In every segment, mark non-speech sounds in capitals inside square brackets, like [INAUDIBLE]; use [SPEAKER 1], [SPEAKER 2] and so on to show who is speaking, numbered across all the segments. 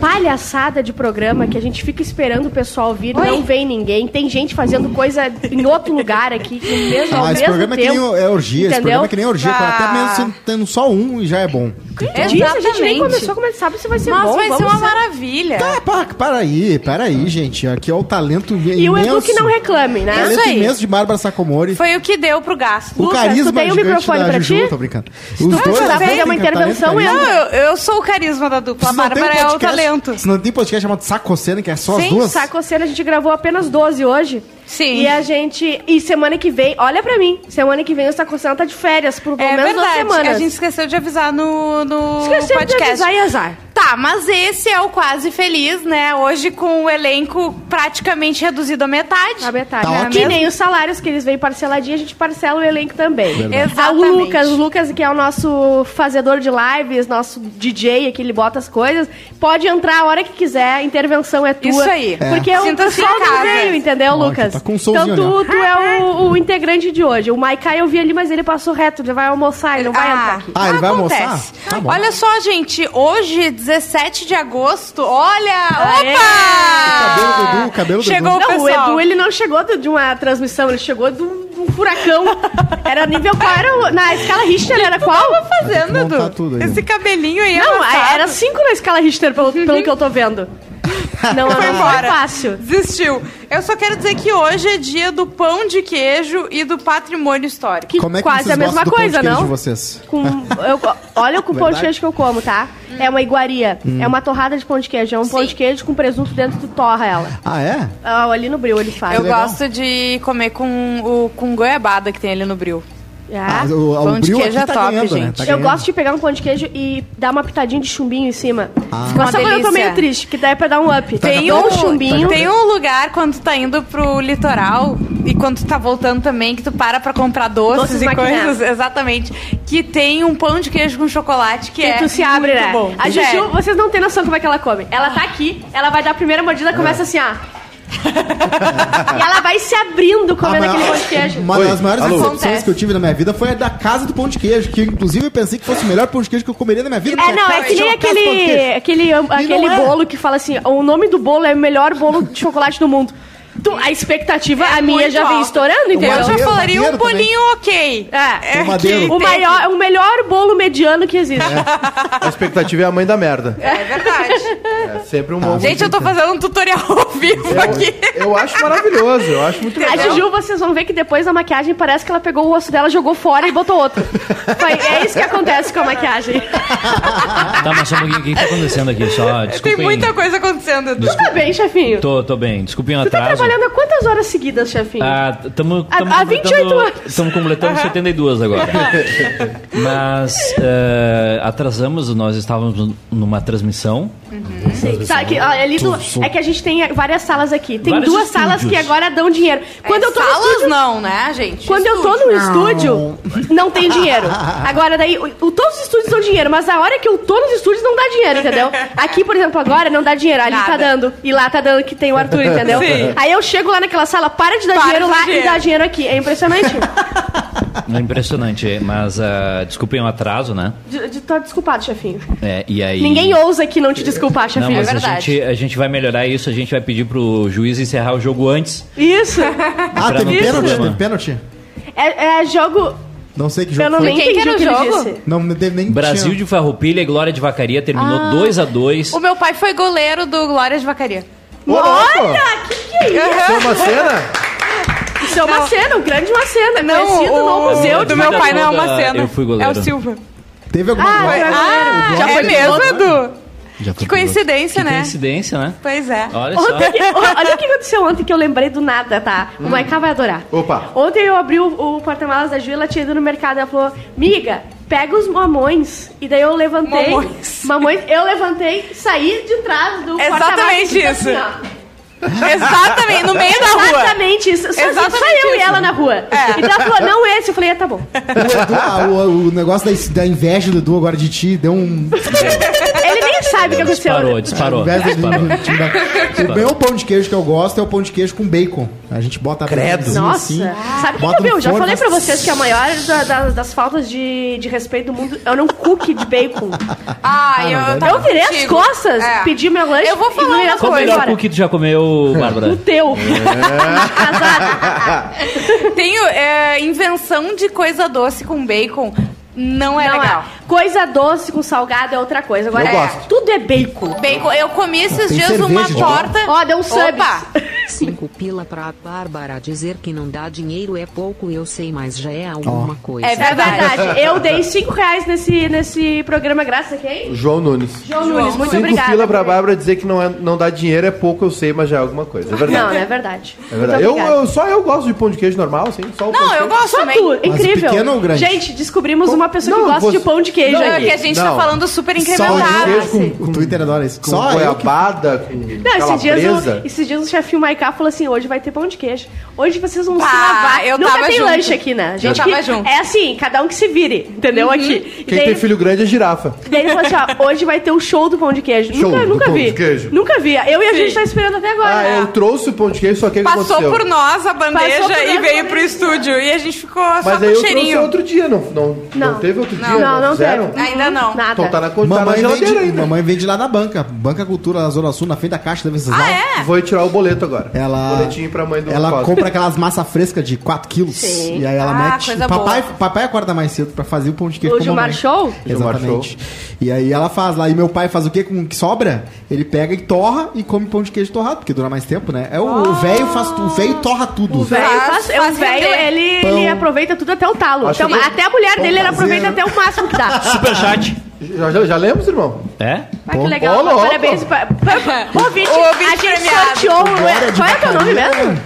[SPEAKER 1] palhaçada de programa que a gente fica esperando o pessoal vir,
[SPEAKER 2] Oi?
[SPEAKER 1] não vem ninguém. Tem gente fazendo coisa em outro lugar aqui, que mesmo, ao
[SPEAKER 3] Ah, esse
[SPEAKER 1] mesmo
[SPEAKER 3] programa
[SPEAKER 1] tempo.
[SPEAKER 3] é que nem o- é orgia,
[SPEAKER 1] entendeu?
[SPEAKER 3] esse
[SPEAKER 1] Ah.
[SPEAKER 3] programa é que nem orgia, tá? até mesmo sendo- tendo só um já é bom.
[SPEAKER 1] Diz, a gente nem
[SPEAKER 2] Exatamente.
[SPEAKER 1] começou, como é que sabe se vai ser
[SPEAKER 2] Nossa,
[SPEAKER 1] bom.
[SPEAKER 2] vai ser
[SPEAKER 1] vamos
[SPEAKER 2] uma
[SPEAKER 1] ver.
[SPEAKER 2] maravilha.
[SPEAKER 3] Tá, para, para aí, para aí, gente. Aqui é o talento imenso.
[SPEAKER 1] E o Edu que não reclame,
[SPEAKER 3] O
[SPEAKER 1] né?
[SPEAKER 2] Isso
[SPEAKER 3] talento
[SPEAKER 2] aí.
[SPEAKER 3] imenso de Bárbara Sacomori.
[SPEAKER 2] Foi o que deu pro gasto.
[SPEAKER 3] o
[SPEAKER 1] Lucas,
[SPEAKER 3] carisma
[SPEAKER 1] tu tem o
[SPEAKER 3] gigante
[SPEAKER 1] microfone
[SPEAKER 3] da
[SPEAKER 1] pra
[SPEAKER 3] Juju,
[SPEAKER 1] ti?
[SPEAKER 3] tô brincando. Os
[SPEAKER 1] tu precisar
[SPEAKER 3] eles
[SPEAKER 1] fazer
[SPEAKER 3] têm
[SPEAKER 1] uma
[SPEAKER 3] talento,
[SPEAKER 1] intervenção, é eu-
[SPEAKER 3] carisma.
[SPEAKER 2] Não, eu, eu sou o carisma da dupla. A
[SPEAKER 3] Se não tem
[SPEAKER 2] Bárbara é o
[SPEAKER 3] podcast-
[SPEAKER 2] talento.
[SPEAKER 3] Se não tem podcast chamado Sacocena, que é só as
[SPEAKER 1] Sim,
[SPEAKER 3] duas.
[SPEAKER 1] saco cena, a gente gravou apenas 12 hoje.
[SPEAKER 2] Sim.
[SPEAKER 1] E a gente. E semana que vem, olha pra mim, semana que vem o saco cena tá de férias por pelo
[SPEAKER 2] É
[SPEAKER 1] menos duas
[SPEAKER 2] verdade.
[SPEAKER 1] semanas.
[SPEAKER 2] A gente esqueceu de avisar no, no
[SPEAKER 1] Esqueceu de
[SPEAKER 2] podcast.
[SPEAKER 1] avisar e azar.
[SPEAKER 2] Tá, mas esse é o Quase Feliz, né? Hoje com o elenco praticamente reduzido à metade.
[SPEAKER 1] A metade.
[SPEAKER 3] Tá
[SPEAKER 1] Não é
[SPEAKER 3] ótimo.
[SPEAKER 1] que nem os salários que eles vêm parceladinho, a gente parcela o elenco também.
[SPEAKER 2] Verdade.
[SPEAKER 1] Ah, O
[SPEAKER 2] Exatamente.
[SPEAKER 1] Lucas, o Lucas, que é o nosso fazedor de lives, nosso DJ, que ele bota as coisas, pode entrar a hora que quiser, a intervenção é tua.
[SPEAKER 2] Isso aí.
[SPEAKER 1] É. Porque o
[SPEAKER 2] Sinta-se
[SPEAKER 1] pessoal
[SPEAKER 2] em
[SPEAKER 1] não
[SPEAKER 2] casa.
[SPEAKER 1] veio, entendeu,
[SPEAKER 3] Ó,
[SPEAKER 1] Lucas?
[SPEAKER 3] tá com um
[SPEAKER 1] então
[SPEAKER 3] solzinho
[SPEAKER 1] tu, tu é o, o integrante de hoje. O Maikai eu vi ali, mas ele passou reto, ele vai almoçar, ele não vai entrar aqui.
[SPEAKER 3] Ah, ele vai
[SPEAKER 2] acontece.
[SPEAKER 3] almoçar? Tá bom.
[SPEAKER 2] Olha só, gente, hoje, 17 de agosto, olha!
[SPEAKER 1] Aê!
[SPEAKER 2] Opa!
[SPEAKER 3] O cabelo do Edu, o cabelo do
[SPEAKER 2] Chegou
[SPEAKER 1] Não,
[SPEAKER 2] o
[SPEAKER 1] o
[SPEAKER 2] pessoal.
[SPEAKER 1] Edu, ele não chegou do- de uma transmissão, ele chegou de um, de um furacão. Era nível qual? Era o- na escala Richter
[SPEAKER 2] [LAUGHS]
[SPEAKER 1] era qual?
[SPEAKER 2] fazendo,
[SPEAKER 3] Tem que montar
[SPEAKER 2] Edu.
[SPEAKER 3] tudo aí, né?
[SPEAKER 2] Esse cabelinho aí
[SPEAKER 1] tá
[SPEAKER 2] é
[SPEAKER 1] Não, é,
[SPEAKER 2] amassado.
[SPEAKER 1] era cinco na escala Richter, pelo, pelo que eu tô vendo. [LAUGHS] Não, não
[SPEAKER 2] Foi
[SPEAKER 1] foi
[SPEAKER 2] embora.
[SPEAKER 1] fácil.
[SPEAKER 2] Desistiu. Eu só quero dizer que hoje é dia do pão de queijo e do patrimônio histórico.
[SPEAKER 1] Que
[SPEAKER 3] Como é que
[SPEAKER 1] quase
[SPEAKER 3] vocês
[SPEAKER 1] a mesma
[SPEAKER 3] gostam do pão de
[SPEAKER 1] coisa,
[SPEAKER 3] queijo
[SPEAKER 1] não?
[SPEAKER 3] de vocês?
[SPEAKER 1] Com, eu, olha o com pão de
[SPEAKER 3] Verdade. Hum.
[SPEAKER 1] queijo que eu como, tá? É uma iguaria. É uma torrada de pão de queijo. É um pão de queijo com presunto dentro, tu torra ela.
[SPEAKER 3] Ah, é?
[SPEAKER 1] Ah, ali no bril ele faz.
[SPEAKER 2] Eu
[SPEAKER 3] legal.
[SPEAKER 2] gosto de comer com o com goiabada que tem ali no bril.
[SPEAKER 1] Ah.
[SPEAKER 3] Ah, o,
[SPEAKER 2] pão de
[SPEAKER 3] Bril
[SPEAKER 2] queijo
[SPEAKER 3] aqui
[SPEAKER 2] é
[SPEAKER 3] tá
[SPEAKER 2] top,
[SPEAKER 3] ganhando, né?
[SPEAKER 2] gente.
[SPEAKER 3] Tá
[SPEAKER 1] eu
[SPEAKER 3] ganhando.
[SPEAKER 1] gosto de pegar um pão de queijo e dar uma pitadinha de chumbinho em cima.
[SPEAKER 2] uma
[SPEAKER 3] Ah.
[SPEAKER 1] Mas só quando eu tô
[SPEAKER 2] delícia.
[SPEAKER 1] meio triste, que daí é pra dar um up.
[SPEAKER 2] Tem
[SPEAKER 1] Dou
[SPEAKER 2] um,
[SPEAKER 1] um chumbinho.
[SPEAKER 2] tem um lugar quando tu tá indo pro litoral e quando tu tá voltando também, que tu para pra comprar doces,
[SPEAKER 1] Doces
[SPEAKER 2] e
[SPEAKER 1] maquinados.
[SPEAKER 2] coisas. [LAUGHS] Exatamente. Que tem um pão de queijo com chocolate que é.
[SPEAKER 1] E tu se abre,
[SPEAKER 2] muito
[SPEAKER 1] né?
[SPEAKER 2] Bom. É.
[SPEAKER 1] A
[SPEAKER 2] Sério.
[SPEAKER 1] Juju, vocês não têm noção como é que ela come. Ela tá aqui, ela vai dar a primeira mordida
[SPEAKER 3] É.
[SPEAKER 1] e começa assim,
[SPEAKER 3] [LAUGHS]
[SPEAKER 1] ó. e ela vai se abrindo
[SPEAKER 3] Ah,
[SPEAKER 1] comendo
[SPEAKER 3] mas-
[SPEAKER 1] aquele pão de queijo.
[SPEAKER 3] Uma
[SPEAKER 4] Oi,
[SPEAKER 3] das maiores
[SPEAKER 4] alô.
[SPEAKER 3] decepções
[SPEAKER 2] Acontece.
[SPEAKER 3] que eu tive na minha vida foi a da casa do pão de queijo, que inclusive eu pensei que fosse o melhor pão de queijo que eu comeria na minha vida.
[SPEAKER 1] É, não, é que nem aquele, aquele, aquele
[SPEAKER 3] não é.
[SPEAKER 1] bolo que fala assim, o nome do bolo é o melhor bolo de chocolate do mundo. Tu- a expectativa,
[SPEAKER 2] É
[SPEAKER 1] a minha já
[SPEAKER 2] muito
[SPEAKER 1] vem
[SPEAKER 2] alta.
[SPEAKER 1] estourando, entendeu?
[SPEAKER 2] Eu já
[SPEAKER 3] Madeiro,
[SPEAKER 2] falaria um
[SPEAKER 3] madeiro também.
[SPEAKER 2] bolinho ok.
[SPEAKER 1] É.
[SPEAKER 3] Tem madeiro.
[SPEAKER 2] que
[SPEAKER 1] O,
[SPEAKER 2] tem-
[SPEAKER 1] maior, o melhor bolo mediano que existe.
[SPEAKER 4] A expectativa é a mãe da merda.
[SPEAKER 1] [LAUGHS]
[SPEAKER 2] É verdade.
[SPEAKER 4] É sempre um
[SPEAKER 1] Tá.
[SPEAKER 4] bom.
[SPEAKER 2] Gente, eu tô fazendo um tutorial ao vivo
[SPEAKER 1] É.
[SPEAKER 2] aqui.
[SPEAKER 4] eu, eu acho maravilhoso, eu acho muito
[SPEAKER 1] A
[SPEAKER 4] legal.
[SPEAKER 1] Juju, vocês vão ver que depois da maquiagem parece que ela pegou o osso dela, jogou fora e botou outro. Foi- é isso que acontece com a maquiagem.
[SPEAKER 5] Tá, mas só um pouquinho, o que que tá acontecendo aqui? Só,
[SPEAKER 2] Tem
[SPEAKER 5] desculpem.
[SPEAKER 2] muita coisa acontecendo. Edu.
[SPEAKER 1] Tu tá bem, chefinho?
[SPEAKER 5] Tô, tô bem, desculpem o
[SPEAKER 1] Tu tá
[SPEAKER 5] atraso.
[SPEAKER 1] trabalhando há quantas horas seguidas, chefinho?
[SPEAKER 5] Ah, tamo, tamo
[SPEAKER 1] Há- há 28 anos.
[SPEAKER 5] Estamos completando 72 agora. Mas eh, atrasamos, nós estávamos numa transmissão.
[SPEAKER 1] Sabe que, ó, ali do- é que a gente tem várias salas aqui. Tem
[SPEAKER 5] Vários
[SPEAKER 1] duas salas
[SPEAKER 5] estúdios.
[SPEAKER 1] que agora dão dinheiro. Quando
[SPEAKER 2] É,
[SPEAKER 1] eu tô no
[SPEAKER 2] salas
[SPEAKER 1] estúdio-
[SPEAKER 2] não, né, gente?
[SPEAKER 1] Quando eu tô no estúdio, não tem
[SPEAKER 2] [LAUGHS]
[SPEAKER 1] dinheiro. Agora, daí, o, o- todos os estúdios dão dinheiro, mas a hora que eu tô nos estúdios não dá dinheiro, entendeu? Aqui, por exemplo, agora não dá dinheiro. Ali tá
[SPEAKER 2] Nada.
[SPEAKER 1] dando. E lá tá dando que tem o Arthur, entendeu?
[SPEAKER 2] Sim.
[SPEAKER 1] Aí eu chego lá naquela sala, para de dar
[SPEAKER 2] Para
[SPEAKER 1] dinheiro
[SPEAKER 2] de
[SPEAKER 1] lá
[SPEAKER 2] dar dinheiro.
[SPEAKER 1] e dá dinheiro aqui. É
[SPEAKER 2] [LAUGHS]
[SPEAKER 1] impressionante.
[SPEAKER 5] É Impressionante, mas ah, desculpem o atraso, né?
[SPEAKER 1] de, de, tô desculpado, chefinho.
[SPEAKER 5] É, e aí...
[SPEAKER 1] Ninguém ousa aqui não te desculpar,
[SPEAKER 5] Não,
[SPEAKER 1] chefinho.
[SPEAKER 5] mas
[SPEAKER 2] É
[SPEAKER 5] a
[SPEAKER 2] verdade.
[SPEAKER 5] gente, a gente vai melhorar isso, a gente vai pedir pro juiz encerrar o jogo antes.
[SPEAKER 1] Isso.
[SPEAKER 3] Ah,
[SPEAKER 5] Pra
[SPEAKER 3] teve
[SPEAKER 5] não ter
[SPEAKER 3] pênalti?
[SPEAKER 5] problema.
[SPEAKER 3] Teve pênalti?
[SPEAKER 1] [LAUGHS] É, é jogo.
[SPEAKER 3] Não sei que
[SPEAKER 1] Eu
[SPEAKER 3] jogo
[SPEAKER 1] não
[SPEAKER 3] foi.
[SPEAKER 1] nem
[SPEAKER 2] Quem que
[SPEAKER 1] entendi
[SPEAKER 2] era
[SPEAKER 1] o
[SPEAKER 2] o
[SPEAKER 1] que ele
[SPEAKER 2] jogo? [LAUGHS]
[SPEAKER 1] disse.
[SPEAKER 3] Não, não teve nem
[SPEAKER 5] Brasil de Farroupilha e Glória de Vacaria terminou 2 a 2
[SPEAKER 2] O meu pai foi goleiro do Glória de Vacaria.
[SPEAKER 4] Ô, louco!
[SPEAKER 1] Olha, que que é isso?
[SPEAKER 4] Foi uma cena?
[SPEAKER 1] Isso é uma
[SPEAKER 2] Não.
[SPEAKER 1] cena, um grande uma cena.
[SPEAKER 2] Não,
[SPEAKER 1] conhecido no
[SPEAKER 2] o
[SPEAKER 1] museu de
[SPEAKER 2] do meu
[SPEAKER 5] Vacaria.
[SPEAKER 2] pai não é uma cena.
[SPEAKER 5] Eu fui goleiro.
[SPEAKER 2] É o Silva.
[SPEAKER 3] Teve alguma
[SPEAKER 1] Ah,
[SPEAKER 3] coisa? [LAUGHS]
[SPEAKER 2] Ah,
[SPEAKER 1] Já foi
[SPEAKER 2] é mesmo, Edu?
[SPEAKER 5] Já foi
[SPEAKER 2] Que coincidência,
[SPEAKER 5] Que
[SPEAKER 2] né?
[SPEAKER 5] coincidência, né?
[SPEAKER 2] Pois é.
[SPEAKER 5] Olha só.
[SPEAKER 1] Ontem, que- [LAUGHS] olha o que aconteceu ontem que eu lembrei do nada, tá?
[SPEAKER 2] Hum.
[SPEAKER 1] O Maiká vai adorar.
[SPEAKER 4] Opa.
[SPEAKER 1] Ontem eu abri o, o porta-malas da Ju e ela tinha ido no mercado. Ela falou, miga, pega os mamões. E daí eu levantei.
[SPEAKER 2] Mamões.
[SPEAKER 1] [LAUGHS] Mamões, eu levei, saí de trás do
[SPEAKER 2] Exatamente
[SPEAKER 1] porta-malas e fiz
[SPEAKER 2] isso.
[SPEAKER 1] ó.
[SPEAKER 2] Exatamente, no meio da rua.
[SPEAKER 1] Exatamente isso. Só,
[SPEAKER 2] Exatamente
[SPEAKER 1] só eu e
[SPEAKER 2] isso.
[SPEAKER 1] ela na rua.
[SPEAKER 2] É.
[SPEAKER 1] Então ela falou, não esse. Eu falei, ah,
[SPEAKER 2] [LAUGHS]
[SPEAKER 1] tá bom.
[SPEAKER 3] O, Edu- ah, o- o negócio da, da inveja do Edu agora de ti deu um.
[SPEAKER 1] Ele nem sabe o que aconteceu.
[SPEAKER 5] Disparou,
[SPEAKER 1] né?
[SPEAKER 5] disparou.
[SPEAKER 3] Ao invés de- [LAUGHS]
[SPEAKER 5] disparou.
[SPEAKER 3] de- de- de- O meu pão de queijo que eu gosto é o pão de queijo com bacon. A gente bota a
[SPEAKER 4] Credo.
[SPEAKER 3] bacon
[SPEAKER 1] Nossa,
[SPEAKER 3] assim,
[SPEAKER 1] sabe o que
[SPEAKER 3] bota
[SPEAKER 1] que eu
[SPEAKER 3] no
[SPEAKER 1] vi? Já
[SPEAKER 3] forno,
[SPEAKER 1] falei pra
[SPEAKER 3] mas-
[SPEAKER 1] vocês que a maior da- da- das faltas de, de respeito do mundo era um cookie de
[SPEAKER 4] [LAUGHS]
[SPEAKER 1] bacon. Então
[SPEAKER 2] Ah, eu, eu, tava
[SPEAKER 1] Eu virei as
[SPEAKER 2] contigo.
[SPEAKER 1] costas,
[SPEAKER 2] É.
[SPEAKER 1] pedi meu lanche.
[SPEAKER 2] Eu vou falar
[SPEAKER 1] engoli
[SPEAKER 2] uma
[SPEAKER 1] as
[SPEAKER 5] Qual o
[SPEAKER 1] costas e
[SPEAKER 5] melhor
[SPEAKER 1] fora.
[SPEAKER 5] cookie que tu já comeu, Bárbara?
[SPEAKER 1] O teu.
[SPEAKER 4] É.
[SPEAKER 1] [LAUGHS] Casado.
[SPEAKER 2] Tenho é, invenção de coisa doce com bacon. Não é
[SPEAKER 1] Não
[SPEAKER 2] legal.
[SPEAKER 1] é. Coisa doce com salgado é outra coisa. Agora,
[SPEAKER 4] Eu
[SPEAKER 1] é,
[SPEAKER 4] gosto.
[SPEAKER 1] tudo é bacon.
[SPEAKER 2] Bacon, eu comi esses
[SPEAKER 3] Tem
[SPEAKER 2] dias
[SPEAKER 3] cerveja
[SPEAKER 2] uma
[SPEAKER 3] de
[SPEAKER 2] torta.
[SPEAKER 1] Ó, deu um subs.
[SPEAKER 2] Opa! é
[SPEAKER 6] 5 pila pra Bárbara dizer que não dá dinheiro é pouco, eu sei, mas já é alguma coisa.
[SPEAKER 2] É
[SPEAKER 1] É
[SPEAKER 2] verdade.
[SPEAKER 1] verdade. Eu dei 5 reais nesse, nesse programa, graças a quem?
[SPEAKER 4] João Nunes.
[SPEAKER 1] João
[SPEAKER 2] João.
[SPEAKER 1] Nunes, muito
[SPEAKER 4] Cinco
[SPEAKER 1] obrigada.
[SPEAKER 4] fila pra Bárbara dizer que não, é- não dá dinheiro é pouco, eu sei, mas já é alguma coisa. É verdade.
[SPEAKER 1] Não, não é verdade.
[SPEAKER 4] É verdade.
[SPEAKER 1] Muito
[SPEAKER 4] Eu,
[SPEAKER 1] obrigada.
[SPEAKER 4] eu- só eu gosto de pão de queijo normal, assim. Só o pão
[SPEAKER 2] Não,
[SPEAKER 4] de
[SPEAKER 2] eu
[SPEAKER 4] queijo.
[SPEAKER 2] gosto
[SPEAKER 1] Só
[SPEAKER 2] também.
[SPEAKER 1] tu, incrível.
[SPEAKER 3] pequeno ou grande?
[SPEAKER 1] Gente, descobrimos uma pessoa
[SPEAKER 4] Não,
[SPEAKER 1] que gosta
[SPEAKER 4] você-
[SPEAKER 1] de pão de queijo
[SPEAKER 4] Não,
[SPEAKER 2] Não, é
[SPEAKER 1] aqui.
[SPEAKER 2] que a gente
[SPEAKER 4] Não.
[SPEAKER 2] tá falando super
[SPEAKER 3] Só
[SPEAKER 2] incrementado.
[SPEAKER 3] eu-
[SPEAKER 4] Um Queijo com,
[SPEAKER 3] O Twitter adora isso.
[SPEAKER 4] com
[SPEAKER 3] Só eu que...
[SPEAKER 4] goiabada, com
[SPEAKER 1] ah, Não, esses dias,
[SPEAKER 4] calabresa.
[SPEAKER 1] o, esses dias o chefinho Maiká falou assim: hoje vai ter pão de queijo. Hoje vocês vão se
[SPEAKER 2] Pá,
[SPEAKER 1] lavar.
[SPEAKER 2] eu
[SPEAKER 1] Nunca
[SPEAKER 2] tava
[SPEAKER 1] tem
[SPEAKER 2] junto.
[SPEAKER 1] lanche aqui, né? Gente
[SPEAKER 2] tava
[SPEAKER 1] que-
[SPEAKER 2] junto. Uhum.
[SPEAKER 1] É assim, cada um que se vire, entendeu? Aqui. E
[SPEAKER 4] Quem
[SPEAKER 1] daí-
[SPEAKER 4] tem filho grande é girafa.
[SPEAKER 1] Daí ele falou assim, ó, hoje vai ter o show do pão de queijo.
[SPEAKER 4] Show
[SPEAKER 1] nunca
[SPEAKER 4] do
[SPEAKER 1] nunca
[SPEAKER 4] pão
[SPEAKER 1] vi.
[SPEAKER 4] de queijo.
[SPEAKER 1] Nunca vi. Eu e a gente tá esperando até agora.
[SPEAKER 4] Ah, eu trouxe o pão de queijo, só que o que
[SPEAKER 2] Passou
[SPEAKER 4] aconteceu?
[SPEAKER 2] por nós a bandeja
[SPEAKER 1] Passou por
[SPEAKER 2] e
[SPEAKER 1] nós a
[SPEAKER 2] veio pro
[SPEAKER 1] bandeja.
[SPEAKER 2] estúdio. E a gente ficou só
[SPEAKER 4] Mas
[SPEAKER 2] com
[SPEAKER 4] aí eu trouxe
[SPEAKER 2] cheirinho.
[SPEAKER 4] outro dia, não, não, não.
[SPEAKER 1] Não.
[SPEAKER 4] teve outro
[SPEAKER 1] Não,
[SPEAKER 4] dia?
[SPEAKER 1] não, não
[SPEAKER 4] fizeram?
[SPEAKER 1] teve. Ah,
[SPEAKER 2] Ainda não.
[SPEAKER 1] Nada.
[SPEAKER 4] Então tá na, tá na
[SPEAKER 3] Mamãe
[SPEAKER 4] geladeira
[SPEAKER 3] vende,
[SPEAKER 4] ainda.
[SPEAKER 3] mamãe vende lá na banca. Banca Cultura na Zona Sul, na frente da caixa, deve vocês
[SPEAKER 2] Ah,
[SPEAKER 3] lá.
[SPEAKER 2] é?
[SPEAKER 4] Vou tirar o boleto agora.
[SPEAKER 3] Ela,
[SPEAKER 4] Boletinho pra mãe do
[SPEAKER 3] ela
[SPEAKER 4] Cosme.
[SPEAKER 3] compra aquelas massas frescas de 4 quilos.
[SPEAKER 1] Sim.
[SPEAKER 3] E aí ela
[SPEAKER 2] Ah,
[SPEAKER 3] mete.
[SPEAKER 2] coisa
[SPEAKER 3] Papai, papai acorda mais cedo pra fazer o pão de queijo
[SPEAKER 1] O
[SPEAKER 3] com a
[SPEAKER 1] Gilmar
[SPEAKER 3] mamãe.
[SPEAKER 1] Show?
[SPEAKER 3] Exatamente.
[SPEAKER 4] Gilmar Show.
[SPEAKER 3] E aí ela faz lá. E meu pai faz o quê com o que sobra? Ele pega e torra e come pão de queijo torrado, porque dura mais tempo, né? É o o velho faz tu- o velho torra tudo.
[SPEAKER 1] Ah. O velho,
[SPEAKER 2] Faz-
[SPEAKER 1] faz, é, o
[SPEAKER 2] faz
[SPEAKER 1] velho
[SPEAKER 2] render.
[SPEAKER 1] ele,
[SPEAKER 3] Pão.
[SPEAKER 1] ele aproveita tudo até o talo.
[SPEAKER 4] Acho
[SPEAKER 1] Então,
[SPEAKER 4] que-
[SPEAKER 1] até a mulher dele, ele aproveita até
[SPEAKER 3] caseiro.
[SPEAKER 1] o máximo
[SPEAKER 3] [LAUGHS]
[SPEAKER 1] que dá.
[SPEAKER 5] Ah, Superchat.
[SPEAKER 4] Já, já, já lemos, irmão?
[SPEAKER 5] É?
[SPEAKER 1] Ah, que legal.
[SPEAKER 4] Ô, louco.
[SPEAKER 1] Parabéns. Pra, pra, ouvinte,
[SPEAKER 2] O [LAUGHS] ouvinte
[SPEAKER 1] a gente
[SPEAKER 2] premiado.
[SPEAKER 1] sorteou.
[SPEAKER 3] Glória de
[SPEAKER 1] Qual é o teu nome
[SPEAKER 3] Maria.
[SPEAKER 1] mesmo?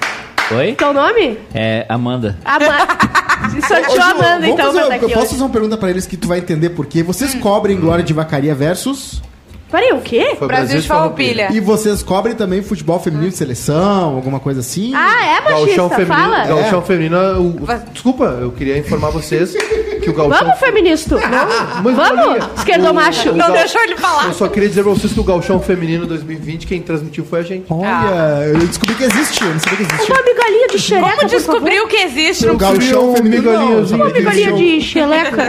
[SPEAKER 5] Oi?
[SPEAKER 1] Teu nome?
[SPEAKER 5] É Amanda.
[SPEAKER 1] Amanda.
[SPEAKER 3] [LAUGHS] Ô,
[SPEAKER 1] Sorteou
[SPEAKER 3] Gil,
[SPEAKER 1] a Amanda,
[SPEAKER 3] vamos
[SPEAKER 1] então,
[SPEAKER 3] fazer
[SPEAKER 1] pra estar
[SPEAKER 3] uma- eu
[SPEAKER 1] aqui
[SPEAKER 3] posso
[SPEAKER 1] hoje.
[SPEAKER 3] fazer uma pergunta pra eles que tu vai entender porque vocês cobrem glória de vacaria versus
[SPEAKER 1] Peraí, o quê?
[SPEAKER 4] Foi
[SPEAKER 2] Brasil de
[SPEAKER 1] É.
[SPEAKER 2] Farroupilha.
[SPEAKER 3] e vocês cobrem também futebol feminino de seleção, alguma coisa assim.
[SPEAKER 1] Ah, é,
[SPEAKER 4] Galchão
[SPEAKER 1] machista?
[SPEAKER 4] feminino.
[SPEAKER 1] Fala.
[SPEAKER 4] Galchão
[SPEAKER 3] É.
[SPEAKER 4] feminino. o- o- desculpa, eu queria informar vocês que o Galchão.
[SPEAKER 1] Vamos, feministo.
[SPEAKER 3] Ah,
[SPEAKER 4] Mas, Bolinha,
[SPEAKER 1] Vamos, esquerdomacho.
[SPEAKER 4] o
[SPEAKER 2] Não
[SPEAKER 4] Gal-
[SPEAKER 2] deixou ele falar.
[SPEAKER 4] Eu só queria dizer pra vocês que o Galchão Feminino 2020, quem transmitiu foi a gente.
[SPEAKER 3] Olha,
[SPEAKER 1] Ah.
[SPEAKER 3] eu descobri que existe, eu não sabia que existia.
[SPEAKER 1] Uma migalhinha de xereca,
[SPEAKER 2] Como
[SPEAKER 1] por favor.
[SPEAKER 2] descobriu que existe
[SPEAKER 3] O
[SPEAKER 2] um
[SPEAKER 3] gauchão
[SPEAKER 4] Frio,
[SPEAKER 3] feminino,
[SPEAKER 4] migalhinha,
[SPEAKER 3] não, só
[SPEAKER 1] Uma migalhinha
[SPEAKER 3] gauchão.
[SPEAKER 1] de xeleca.